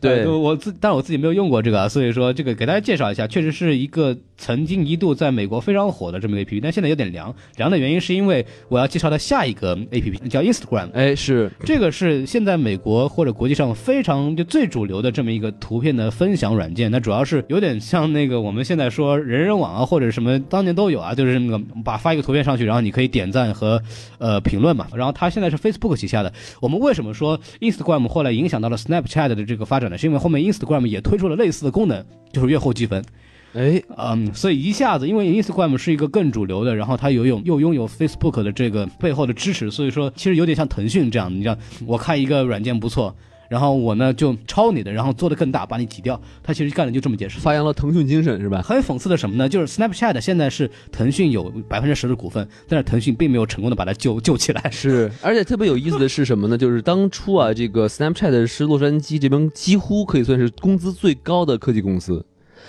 [SPEAKER 2] 对
[SPEAKER 1] 呃我自，但是我自己没有用过这个啊，所以说这个给大家介绍一下，确实是一个曾经一度在美国非常火的这么一个 APP，但现在有点凉。凉的原因是因为我要介绍的下一个 APP 叫 Instagram，
[SPEAKER 2] 哎是，
[SPEAKER 1] 这个是现在美国或者国际上非常就最主流的这么一个图片的分享软件。那主要是有点像那个我们现在说人人网啊，或者什么当年都有啊，就是那个把发一个图片上去，然后你可以点赞和呃评论嘛。然后它现在是 Facebook 旗下的。我们为什么说 Instagram 后来影响到了 Snapchat 的这个发展呢？是因为后面 Instagram 也推出了类似的功能，就是月后积分。
[SPEAKER 2] 哎
[SPEAKER 1] 嗯，所以一下子，因为 Instagram 是一个更主流的，然后它有用又拥有 Facebook 的这个背后的支持，所以说其实有点像腾讯这样，你像我看一个软件不错，然后我呢就抄你的，然后做的更大，把你挤掉，它其实干的就这么件事。
[SPEAKER 2] 发扬了腾讯精神是吧？
[SPEAKER 1] 很讽刺的什么呢？就是 Snapchat 现在是腾讯有百分之十的股份，但是腾讯并没有成功的把它救救起来。
[SPEAKER 2] 是，而且特别有意思的是什么呢？就是当初啊，这个 Snapchat 是洛杉矶这边几乎可以算是工资最高的科技公司。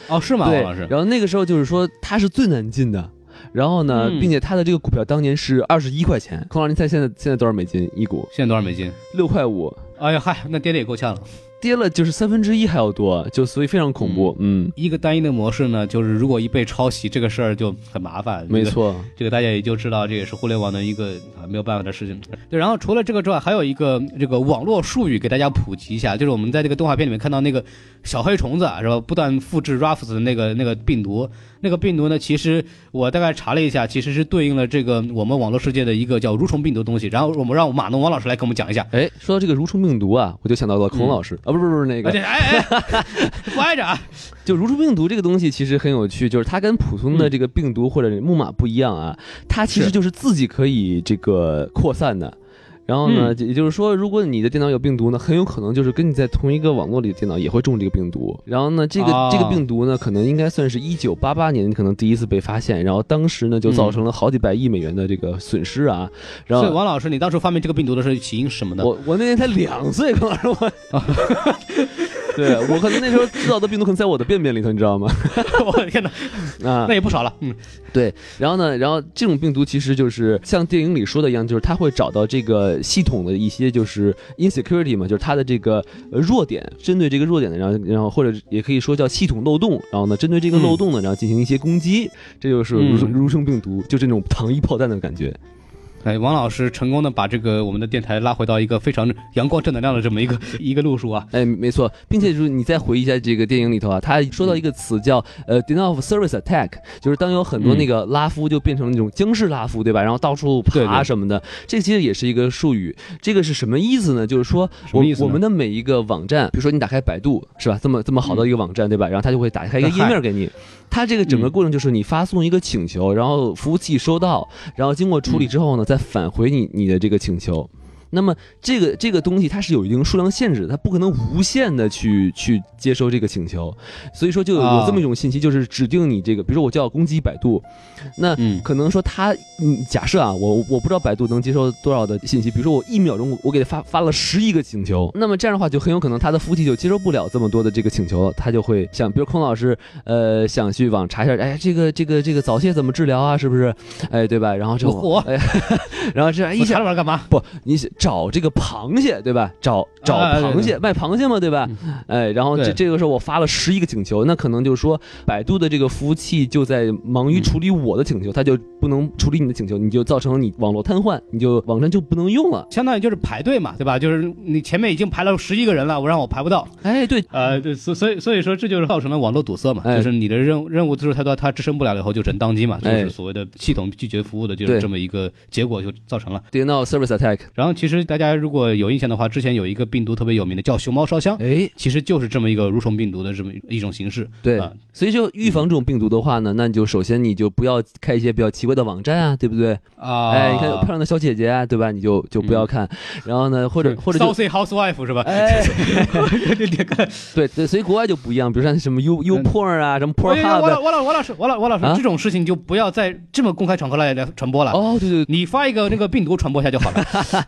[SPEAKER 1] 哦，是吗，王
[SPEAKER 2] 对
[SPEAKER 1] 老师，？
[SPEAKER 2] 然后那个时候就是说它是最难进的。然后呢，
[SPEAKER 1] 嗯
[SPEAKER 2] 并且它的这个股票当年是二十一块钱，孔老师，您猜现在现在多少美金一股？
[SPEAKER 1] 现在多少美金？
[SPEAKER 2] 六块五，
[SPEAKER 1] 哎呀嗨，那跌的也够呛了。
[SPEAKER 2] 跌了就是三分之一还要多，就所以非常恐怖。嗯，
[SPEAKER 1] 一个单一的模式呢，就是如果一被抄袭，这个事儿就很麻烦。
[SPEAKER 2] 嗯没
[SPEAKER 1] 这个
[SPEAKER 2] 错，
[SPEAKER 1] 这个大家也就知道，这也是互联网的一个啊没有办法的事情。对，然后除了这个之外，还有一个这个网络术语给大家普及一下，就是我们在这个动画片里面看到那个小黑虫子啊，是吧？不断复制 Ruffs 的那个那个病毒，那个病毒呢，其实我大概查了一下，其实是对应了这个我们网络世界的一个叫蠕虫病毒的东西。然后我们让马农王老师来给我们讲一下。
[SPEAKER 2] 哎，说到这个蠕虫病毒啊，我就想到了
[SPEAKER 1] 嗯
[SPEAKER 2] 孔老师、啊，不是不是不是那
[SPEAKER 1] 而
[SPEAKER 2] 个
[SPEAKER 1] 且，，哎哎，不挨着啊！
[SPEAKER 2] 就蠕虫病毒这个东西其实很有趣，就是它跟普通的这个病毒或者木马不一样啊，它其实
[SPEAKER 1] 嗯是
[SPEAKER 2] 就是自己可以这个扩散的。然后呢，
[SPEAKER 1] 嗯
[SPEAKER 2] 也就是说，如果你的电脑有病毒呢，很有可能就是跟你在同一个网络里的电脑也会中这个病毒。然后呢，这个、
[SPEAKER 1] 啊
[SPEAKER 2] 这个病毒呢，可能应该算是一九八八年可能第一次被发现，然后当时呢
[SPEAKER 1] 嗯
[SPEAKER 2] 就造成了好几百亿美元的这个损失啊。然
[SPEAKER 1] 所以
[SPEAKER 2] 后
[SPEAKER 1] 王老师，你当初发明这个病毒的时候起因是什么呢？啊
[SPEAKER 2] 我我那年才两岁，可能是我。 (laughs) 对我可能那时候知道的病毒可能在我的便便里头，你知道吗？
[SPEAKER 1] (laughs) 我的天哪，
[SPEAKER 2] 啊
[SPEAKER 1] 那，也不少了，嗯，
[SPEAKER 2] 对，然后呢，然后这种病毒其实就是像电影里说的一样，就是它会找到这个系统的一些就是 insecurity 嘛，就是它的这个呃弱点，针对这个弱点呢，然后然后或者也可以说叫系统漏洞，然后呢，针对这个漏洞呢，然后进行一些攻击，这就是
[SPEAKER 1] 嗯
[SPEAKER 2] 蠕生蠕生病毒，就这种 (laughs) 糖衣炮弹的感觉。
[SPEAKER 1] 哎，王老师成功的把这个我们的电台拉回到一个非常阳光正能量的这么一个一个路数啊，
[SPEAKER 2] 哎，没错，并且就是你再回忆一下这个电影里头啊，他说到一个
[SPEAKER 1] 嗯
[SPEAKER 2] 词叫呃 denial of service attack，就是当有很多
[SPEAKER 1] 嗯
[SPEAKER 2] 那个拉夫就变成那种僵尸拉夫，对吧？然后到处
[SPEAKER 1] 对
[SPEAKER 2] 爬
[SPEAKER 1] 对
[SPEAKER 2] 什么的，这其实也是一个术语。这个是什么意思呢？就是说
[SPEAKER 1] 什
[SPEAKER 2] 我
[SPEAKER 1] 么意思呢
[SPEAKER 2] 我们的每一个网站，比如说你打开百度是吧？这么这么好的一个网站，对吧？然后它就会打开一个页面给你。它这个整个过程就是你发送一个请
[SPEAKER 1] 嗯
[SPEAKER 2] 求，然后服务器收到，然后经过处理之后呢，再返回你你的这个请求。那么这个这个东西它是有一定数量限制的，它不可能无限的去去接收这个请求，所以说就有
[SPEAKER 1] 啊
[SPEAKER 2] 这么一种信息，就是指定你这个，比如说我就要攻击百度，那
[SPEAKER 1] 嗯
[SPEAKER 2] 可能说它，嗯，假设啊，我我不知道百度能接收多少的信息，比如说我一秒钟我我给它发发了十亿个请求，那么这样的话就很有可能它的服务器就接收不了这么多的这个请求了，它就会想，比如孔老师，呃，想去网查一下，哎呀，这个这个这个早泄怎么治疗啊，是不是？哎，对吧？然后这
[SPEAKER 1] 嚯
[SPEAKER 2] 哎， (laughs) 然后这哎一
[SPEAKER 1] 你
[SPEAKER 2] 下
[SPEAKER 1] 想。玩干嘛？
[SPEAKER 2] 不，你想找这个螃蟹对吧？找找
[SPEAKER 1] 啊对嗯
[SPEAKER 2] 螃蟹、卖螃蟹嘛对吧？哎，然后这
[SPEAKER 1] 对
[SPEAKER 2] 这个时候我发了十一个请求，那可能就是说百度的这个服务器就在忙于处理我的请求，它就不能处理你的请求，你就造成你网络瘫痪，你就网站就不能用了。
[SPEAKER 1] 相当于就是排队嘛，对吧？就是你前面已经排了十一个人了，我让我排不到，
[SPEAKER 2] 哎，对，
[SPEAKER 1] 呃，对，所所以所以说这就是造成了网络堵塞嘛，
[SPEAKER 2] 哎
[SPEAKER 1] 就是你的任务任务次数太多，它支撑不了了以后就人宕机嘛，就
[SPEAKER 2] 哎
[SPEAKER 1] 是所谓的系统拒绝服务的就
[SPEAKER 2] 对
[SPEAKER 1] 是这么一个结果就造成了。
[SPEAKER 2] denial of service attack，
[SPEAKER 1] 然后其实大家如果有印象的话，之前有一个病毒特别有名的叫熊猫烧香，
[SPEAKER 2] 哎，
[SPEAKER 1] 其实就是这么一个蠕虫病毒的这么一种形式。
[SPEAKER 2] 对
[SPEAKER 1] 啊，
[SPEAKER 2] 所以就预防这种病毒的话呢，那你就首先你就不要开一些比较奇怪的网站啊，对不对？
[SPEAKER 1] 啊，嗯
[SPEAKER 2] 哎，你看有漂亮的小姐姐啊，对吧？你就就不要看，然后呢，或者或者就
[SPEAKER 1] Saucy Housewife 是吧？
[SPEAKER 2] 哎。
[SPEAKER 1] (laughs) 这这
[SPEAKER 2] (laughs)
[SPEAKER 1] 个，
[SPEAKER 2] 对对，所以国外就不一样，比如像什么 U U
[SPEAKER 1] 嗯
[SPEAKER 2] Porn 啊，什么
[SPEAKER 1] 王
[SPEAKER 2] Pornhub
[SPEAKER 1] 老
[SPEAKER 2] 啊
[SPEAKER 1] 王老王老师，王老王老师
[SPEAKER 2] 啊，
[SPEAKER 1] 这种事情就不要在这么公开场合来来传播了。
[SPEAKER 2] 哦，对对
[SPEAKER 1] 你发一个那个病毒传播一下就好了。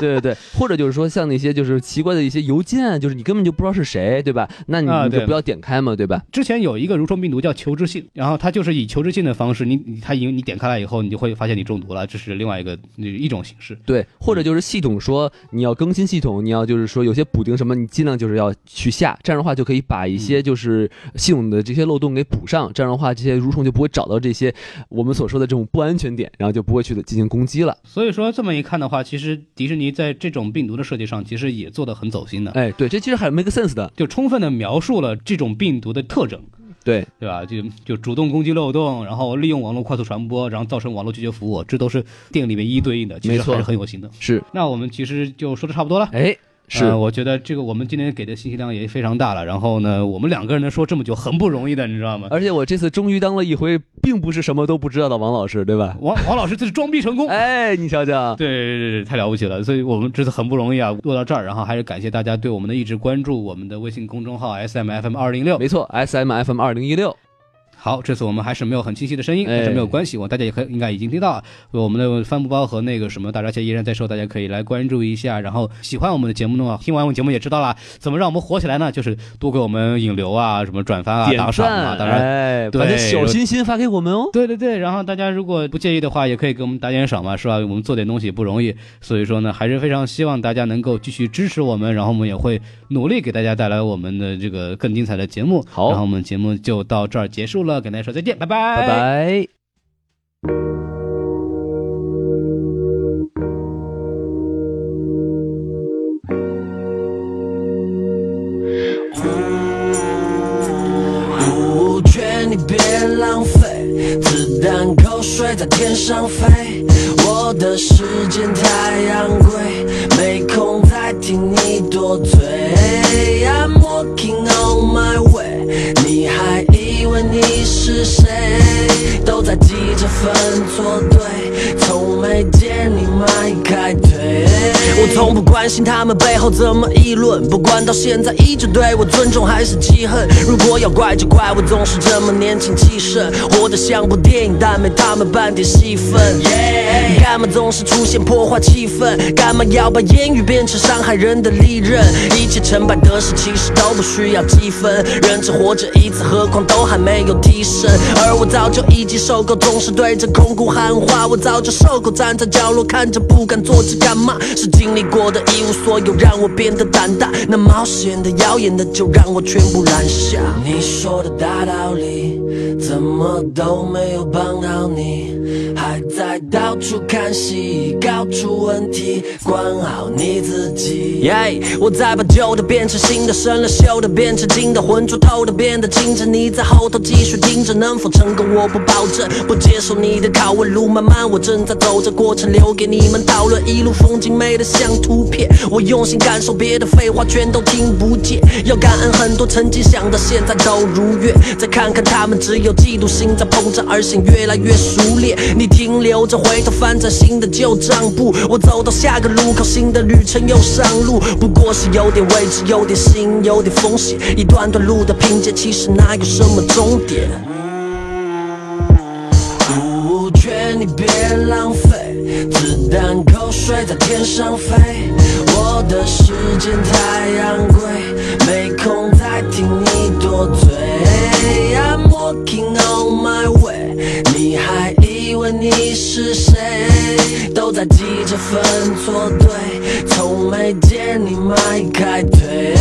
[SPEAKER 2] 对对对，或者就是说像那些就是奇怪的一些邮件，就是你根本就不知道是谁，对吧？那你
[SPEAKER 1] 啊
[SPEAKER 2] 你就
[SPEAKER 1] 对
[SPEAKER 2] 不要点开嘛，对吧？
[SPEAKER 1] 之前有一个蠕虫病毒叫求知信，然后它就是以求知信的方式，你你它引你点开来以后，你就会发现你中毒了，这是另外一个一种形式。
[SPEAKER 2] 对，或
[SPEAKER 1] 嗯
[SPEAKER 2] 者就是系统说你要更新系统，你要就是说有些补丁什么，你尽量就是要去下，这样的话就可以把一
[SPEAKER 1] 嗯
[SPEAKER 2] 些就是系统的这些漏洞给补上，这样的话这些蠕虫就不会找到这些我们所说的这种不安全点，然后就不会去进行攻击了。
[SPEAKER 1] 所以说这么一看的话，其实迪士尼在这种病毒的设计上，其实也做得很走心的，
[SPEAKER 2] 哎，对，这其实很 make sense 的，
[SPEAKER 1] 就充分的描述了这种病毒的特征。
[SPEAKER 2] 对，
[SPEAKER 1] 对吧？就就主动攻击漏洞，然后利用网络快速传播，然后造成网络拒绝服务，这都是电影里面一一对应的，其
[SPEAKER 2] 没
[SPEAKER 1] 实
[SPEAKER 2] 错
[SPEAKER 1] 还是很有心的。
[SPEAKER 2] 是，
[SPEAKER 1] 那我们其实就说的差不多了。
[SPEAKER 2] 哎，是。
[SPEAKER 1] 呃我觉得这个我们今天给的信息量也非常大了。然后呢，我们两个人能说这么久，很不容易的，你知道吗？
[SPEAKER 2] (laughs) 而且我这次终于当了一回并不是什么都不知道的王老师，对吧？
[SPEAKER 1] 王王老师这是装逼成功。
[SPEAKER 2] 哎，你瞧瞧，
[SPEAKER 1] 对对对对，太了不起了！所以我们这次很不容易啊，做到这儿，然后还是感谢大家对我们的一直关注，我们的微信公众号 S M F M 二零六。
[SPEAKER 2] 没错，S M F M 二零一六，
[SPEAKER 1] 好，这次我们还是没有很清晰的声音，
[SPEAKER 2] 哎
[SPEAKER 1] 但是没有关系，我大家也可应该已经听到了。呃我们的帆布包和那个什么大闸蟹依然在售，大家可以来关注一下。然后喜欢我们的节目的话，听完我们节目也知道了，怎么让我们火起来呢？就是多给我们引流啊，什么转发啊、
[SPEAKER 2] 点
[SPEAKER 1] 打赏啊，
[SPEAKER 2] 赞，
[SPEAKER 1] 当然。
[SPEAKER 2] 哎，
[SPEAKER 1] 对
[SPEAKER 2] 把这小心心发给我们哦。
[SPEAKER 1] 对对对，然后大家如果不介意的话，也可以给我们打点赏嘛，是吧？我们做点东西也不容易，所以说呢，还是非常希望大家能够继续支持我们，然后我们也会努力给大家带来我们的这个更精彩的节目。
[SPEAKER 2] 好
[SPEAKER 1] 然后我们节目就到这儿结束了，跟大家说再见，拜拜，
[SPEAKER 2] 拜拜。
[SPEAKER 4] 我劝你别浪费，子弹口水在天上飞。我的时间太昂贵，没空再听你多嘴。I'm walking on my way，你还以为你是谁？都在急着分错对，从没见你迈开腿。我从不关心他们背后怎么议论，不管到现在依旧对我尊重还是记恨。如果要怪就怪我总是这么年轻气盛，活得像部电影，但没他们半点戏份。干们总是出现破坏气氛，干嘛要把言语变成伤害人的利刃？一切成败得失其实都不需要积分，人只活着一次，何况都还没有提升。而我早就已经受够，总是对着空谷喊话，我早就受够站在角落看着不敢做，只敢骂。是经历过的一无所有，让我变得胆大。那冒险的、耀眼的，就让我全部拦下。你说的大道理，怎么都没有帮到你，还在到处看戏，搞出问题，管好你自己。耶、我再把旧的变成新的，生了锈的变成金的，浑浊透的变得清澈。你在后头继续盯着，能否成功我不保证，不接受你的拷问，路漫漫，我正在走着，过程留给你们讨论。一路风景美得像图片，我用心感受，别的废话全都听不见。要感恩很多曾经想到，现在都如愿。再看看他们，只有嫉妒心在膨胀，而心越来越熟练。你停留着，回头翻着新的旧账簿，我走到下个路口，新的旅程又上路。不过是有点位置，有点心，有点风险，一段段路的拼接，其实哪有什么终点？不劝你别浪费，子弹口水在天上飞。我的时间太昂贵，没空再听你多嘴。I'm walking on my way，你还以为你是谁？都在急着分错对，从没见你迈开腿。